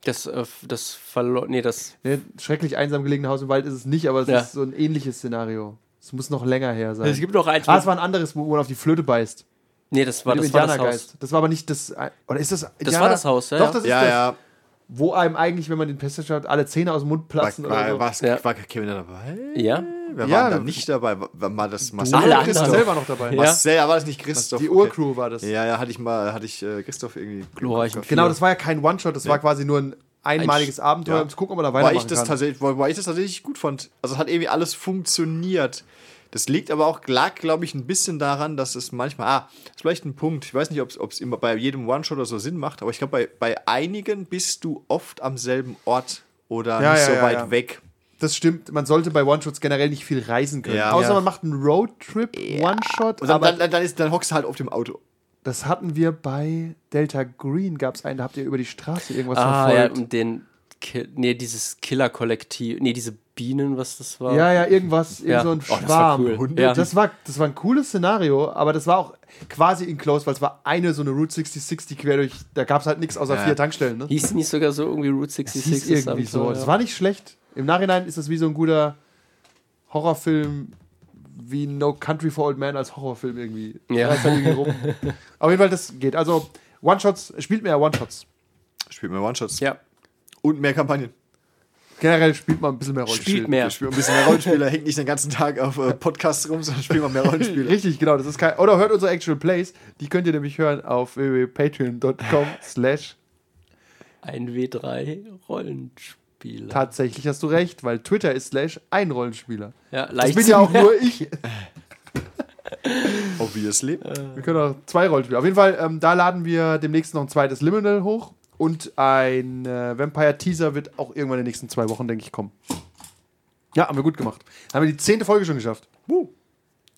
Speaker 5: Das, äh, das verlo Nee, das.
Speaker 4: Ne, schrecklich einsam gelegene Haus im Wald ist es nicht, aber es
Speaker 5: Ja.
Speaker 4: ist so ein ähnliches Szenario. Es muss noch länger her sein.
Speaker 5: Es gibt noch eins.
Speaker 4: ah, es war ein anderes, wo man auf die Flöte beißt.
Speaker 5: nee, das war,
Speaker 4: Mit dem
Speaker 5: das, war das
Speaker 4: Indianergeist.
Speaker 5: Haus.
Speaker 4: Das war aber nicht das. Oder ist das.
Speaker 5: Das war das Haus, ja,
Speaker 4: Doch,
Speaker 5: ja.
Speaker 4: das ist
Speaker 3: Ja,
Speaker 4: das.
Speaker 3: ja.
Speaker 4: Wo einem eigentlich, wenn man den Pest hat, alle Zähne aus dem Mund
Speaker 3: War,
Speaker 4: platzen oder so.
Speaker 3: war, war,
Speaker 5: Ja.
Speaker 3: war Kevin da dabei?
Speaker 5: Ja.
Speaker 3: Wer
Speaker 4: Ja.
Speaker 3: war da nicht dabei? War, war das Marcel?
Speaker 5: Alle
Speaker 4: Alle
Speaker 5: anderen.
Speaker 4: Christoph selber noch dabei.
Speaker 5: Ja.
Speaker 3: Marcel, ja. war das nicht Christoph?
Speaker 4: Die
Speaker 3: Okay.
Speaker 4: Urcrew war das.
Speaker 3: Ja, ja, hatte ich mal, hatte ich äh, Christoph irgendwie.
Speaker 5: Glorreichen
Speaker 3: Kopf.
Speaker 4: Genau, das war ja kein One-Shot, das war quasi nur ein einmaliges Abenteuer,
Speaker 3: ja.
Speaker 4: um zu gucken, ob man da
Speaker 3: Wobei
Speaker 4: weitermachen
Speaker 3: ich, das
Speaker 4: kann.
Speaker 3: tatsächlich, wobei ich das tatsächlich gut fand. Also es hat irgendwie alles funktioniert. Das liegt aber auch, lag, glaube ich, ein bisschen daran, dass es manchmal, ah, das ist vielleicht ein Punkt. Ich weiß nicht, ob es immer bei jedem One-Shot oder so Sinn macht, aber ich glaube, bei, bei einigen bist du oft am selben Ort oder
Speaker 4: Ja,
Speaker 3: nicht
Speaker 4: ja,
Speaker 3: so
Speaker 4: ja,
Speaker 3: weit
Speaker 4: ja.
Speaker 3: weg.
Speaker 4: Das stimmt, man sollte bei One-Shots generell nicht viel reisen können.
Speaker 3: Ja.
Speaker 4: Außer
Speaker 3: Ja.
Speaker 4: man macht einen Roadtrip-One-Shot,
Speaker 3: Und dann,
Speaker 4: aber
Speaker 3: dann, dann, ist, dann hockst du halt auf dem Auto.
Speaker 4: das hatten wir bei Delta Green, gab es einen, da habt ihr über die Straße irgendwas
Speaker 5: Ah, ja,
Speaker 4: verfolgt.
Speaker 5: und den. Ki nee, dieses Killer-Kollektiv. Nee, diese Bienen, was das war.
Speaker 4: Ja, ja, irgendwas, irgend
Speaker 5: Ja.
Speaker 4: so
Speaker 5: Oh,
Speaker 4: ein
Speaker 5: das war
Speaker 4: Schwarm.
Speaker 5: cool.
Speaker 4: Hunde.
Speaker 5: Ja.
Speaker 4: Das, war, das war ein cooles Szenario, aber das war auch quasi in Close, weil es war eine so eine Route 66 die quer durch, da gab es halt nichts außer
Speaker 3: Ja.
Speaker 4: vier Tankstellen. Ne?
Speaker 5: Hieß nicht sogar so irgendwie Route
Speaker 4: Es
Speaker 5: 66?
Speaker 4: hieß irgendwie so.
Speaker 5: Das
Speaker 4: Das
Speaker 5: war
Speaker 4: war nicht schlecht. Im Nachhinein ist das wie so ein guter Horrorfilm, wie No Country for Old Man als Horrorfilm irgendwie.
Speaker 5: Ja.
Speaker 4: Da ist halt irgendwie
Speaker 5: [LAUGHS]
Speaker 4: rum. Auf jeden Fall, das geht. Also, One-Shots, spielt mehr One-Shots.
Speaker 3: Spielt mehr One-Shots.
Speaker 5: ja.
Speaker 3: Und mehr Kampagnen.
Speaker 4: Generell spielt man ein bisschen mehr Rollenspiel.
Speaker 5: Spielt mehr.
Speaker 3: Ich spiele ein bisschen mehr Rollenspieler, [LAUGHS] hängt nicht den ganzen Tag auf äh, Podcasts rum, sondern spielt mal mehr Rollenspiele.
Speaker 4: Richtig, genau. Das ist kein, oder hört unsere Actual Plays. Die könnt ihr nämlich hören
Speaker 5: [LAUGHS]
Speaker 4: auf www.patreon.com slash
Speaker 5: Ein W3-Rollenspieler.
Speaker 4: tatsächlich hast du recht, weil Twitter ist slash ein Rollenspieler.
Speaker 5: Ja,
Speaker 4: Das
Speaker 5: leicht
Speaker 4: bin ja auch
Speaker 5: zu-
Speaker 4: nur ich.
Speaker 3: Obviously.
Speaker 4: Wir können auch zwei Rollenspiele. Auf jeden Fall, ähm, da laden wir demnächst noch ein zweites Liminal hoch. Und ein äh, Vampire-Teaser wird auch irgendwann in den nächsten zwei Wochen, denke ich, kommen. Ja, haben wir gut gemacht. Haben wir die zehnte Folge schon geschafft.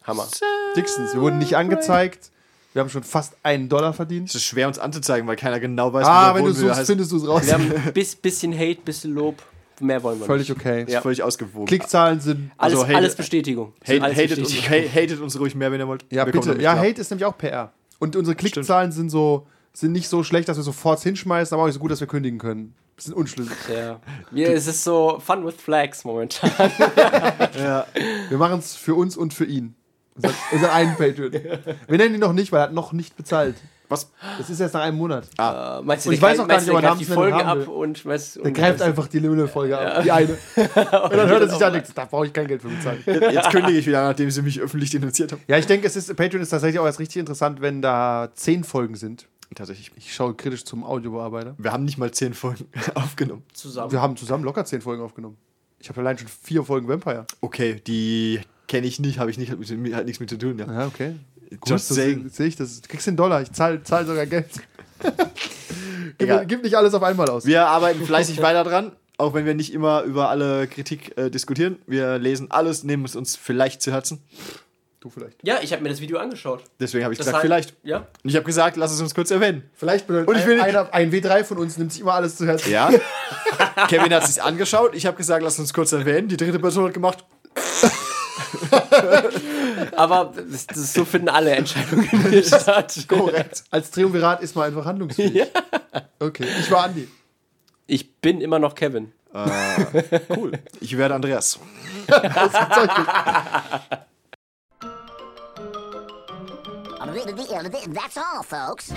Speaker 5: Hammer.
Speaker 4: Dixons, wir wurden nicht angezeigt. Wir haben schon fast einen Dollar
Speaker 3: Es
Speaker 4: verdient.
Speaker 3: ist schwer, uns anzuzeigen, weil keiner genau weiß,
Speaker 4: Ah,
Speaker 3: wo
Speaker 4: wenn
Speaker 3: wir
Speaker 4: du
Speaker 3: wohnen.
Speaker 4: suchst,
Speaker 3: heißt,
Speaker 4: findest du es raus.
Speaker 5: [LAUGHS] Wir haben ein bis, bisschen Hate, bisschen Lob. Mehr wollen wir
Speaker 4: Völlig
Speaker 5: nicht.
Speaker 4: okay.
Speaker 5: Ja.
Speaker 3: völlig ausgewogen.
Speaker 4: Klickzahlen sind.
Speaker 5: Alles,
Speaker 3: Also Hate-
Speaker 5: alles Bestätigung.
Speaker 3: Hate,
Speaker 5: alles
Speaker 3: hatet,
Speaker 5: Bestätigung.
Speaker 3: uns, ha- hatet uns ruhig mehr, wenn ihr wollt.
Speaker 4: Ja,
Speaker 3: Wir kommen
Speaker 4: bitte.
Speaker 3: damit
Speaker 4: Ja,
Speaker 3: klar.
Speaker 4: Hate ist nämlich auch PR. Und unsere Klickzahlen sind so sind nicht so schlecht, dass wir sofort hinschmeißen, aber auch nicht so gut, dass wir kündigen können. Bisschen unschlüssig.
Speaker 5: Ja. Mir ist es
Speaker 4: [LAUGHS]
Speaker 5: so Fun with Flags momentan.
Speaker 4: Wir machen es für uns und für ihn. [LAUGHS] Unseren, unseren einen Patreon. Wir nennen ihn noch nicht, weil er hat noch nicht bezahlt.
Speaker 3: Was?
Speaker 4: Das ist erst nach einem Monat.
Speaker 5: Äh, meinst du, der
Speaker 4: Und ich weiß
Speaker 5: greift-
Speaker 4: auch gar
Speaker 5: meinst
Speaker 4: nicht,
Speaker 5: du, der greift
Speaker 4: ob er
Speaker 5: die
Speaker 4: Namensnennung
Speaker 5: Folge
Speaker 4: haben
Speaker 5: ab
Speaker 4: will.
Speaker 5: und schmeißt
Speaker 4: Dann greift einfach die Lümmelfolge ab, die [LAUGHS] eine. Und dann hört er sich da nichts. Da brauche ich kein Geld für bezahlen.
Speaker 3: Jetzt kündige ich wieder, nachdem sie mich öffentlich denunziert haben.
Speaker 4: Ja, ich denke, es ist, Patreon ist tatsächlich auch erst richtig interessant, wenn da zehn Folgen sind.
Speaker 3: Tatsächlich.
Speaker 4: Ich schaue kritisch zum Audiobearbeiter.
Speaker 3: Wir haben nicht mal zehn Folgen [LAUGHS] aufgenommen.
Speaker 5: zusammen.
Speaker 4: Wir haben zusammen locker zehn Folgen aufgenommen. Ich habe allein schon vier Folgen Vampire.
Speaker 3: Okay, die kenne ich nicht, habe ich nicht, hat, mit, hat nichts mit zu tun. Ja.
Speaker 4: Ja, okay. Gut,
Speaker 3: Just
Speaker 4: das
Speaker 3: saying.
Speaker 4: Sehe ich das. Du kriegst den Dollar. Ich zahle zahl sogar Geld.
Speaker 3: Egal.
Speaker 4: gib, gib nicht alles auf einmal aus.
Speaker 3: Wir arbeiten fleißig weiter dran, auch wenn wir nicht immer über alle Kritik äh, diskutieren. Wir lesen alles, nehmen es uns vielleicht zu Herzen.
Speaker 4: du vielleicht.
Speaker 5: Ja, ich habe mir das Video angeschaut.
Speaker 3: Deswegen habe ich
Speaker 5: Das
Speaker 3: gesagt,
Speaker 5: heißt-
Speaker 3: vielleicht.
Speaker 5: Ja.
Speaker 3: Und ich habe gesagt, lass es uns kurz erwähnen.
Speaker 4: Vielleicht bedeutet
Speaker 3: Und ich will-
Speaker 4: ein, einer, ein W3 von uns nimmt sich immer alles zu Herzen.
Speaker 3: Ja. [LAUGHS] Kevin hat sich angeschaut. Ich habe gesagt, lass uns kurz erwähnen. Die dritte Person hat gemacht.
Speaker 5: Aber das, das, so finden alle Entscheidungen in der Stadt.
Speaker 4: Korrekt. Als Triumvirat ist man einfach handlungsfähig. Okay, ich war Andi.
Speaker 5: Ich bin immer noch Kevin.
Speaker 3: Cool. Ich werde Andreas.
Speaker 6: That's all, folks.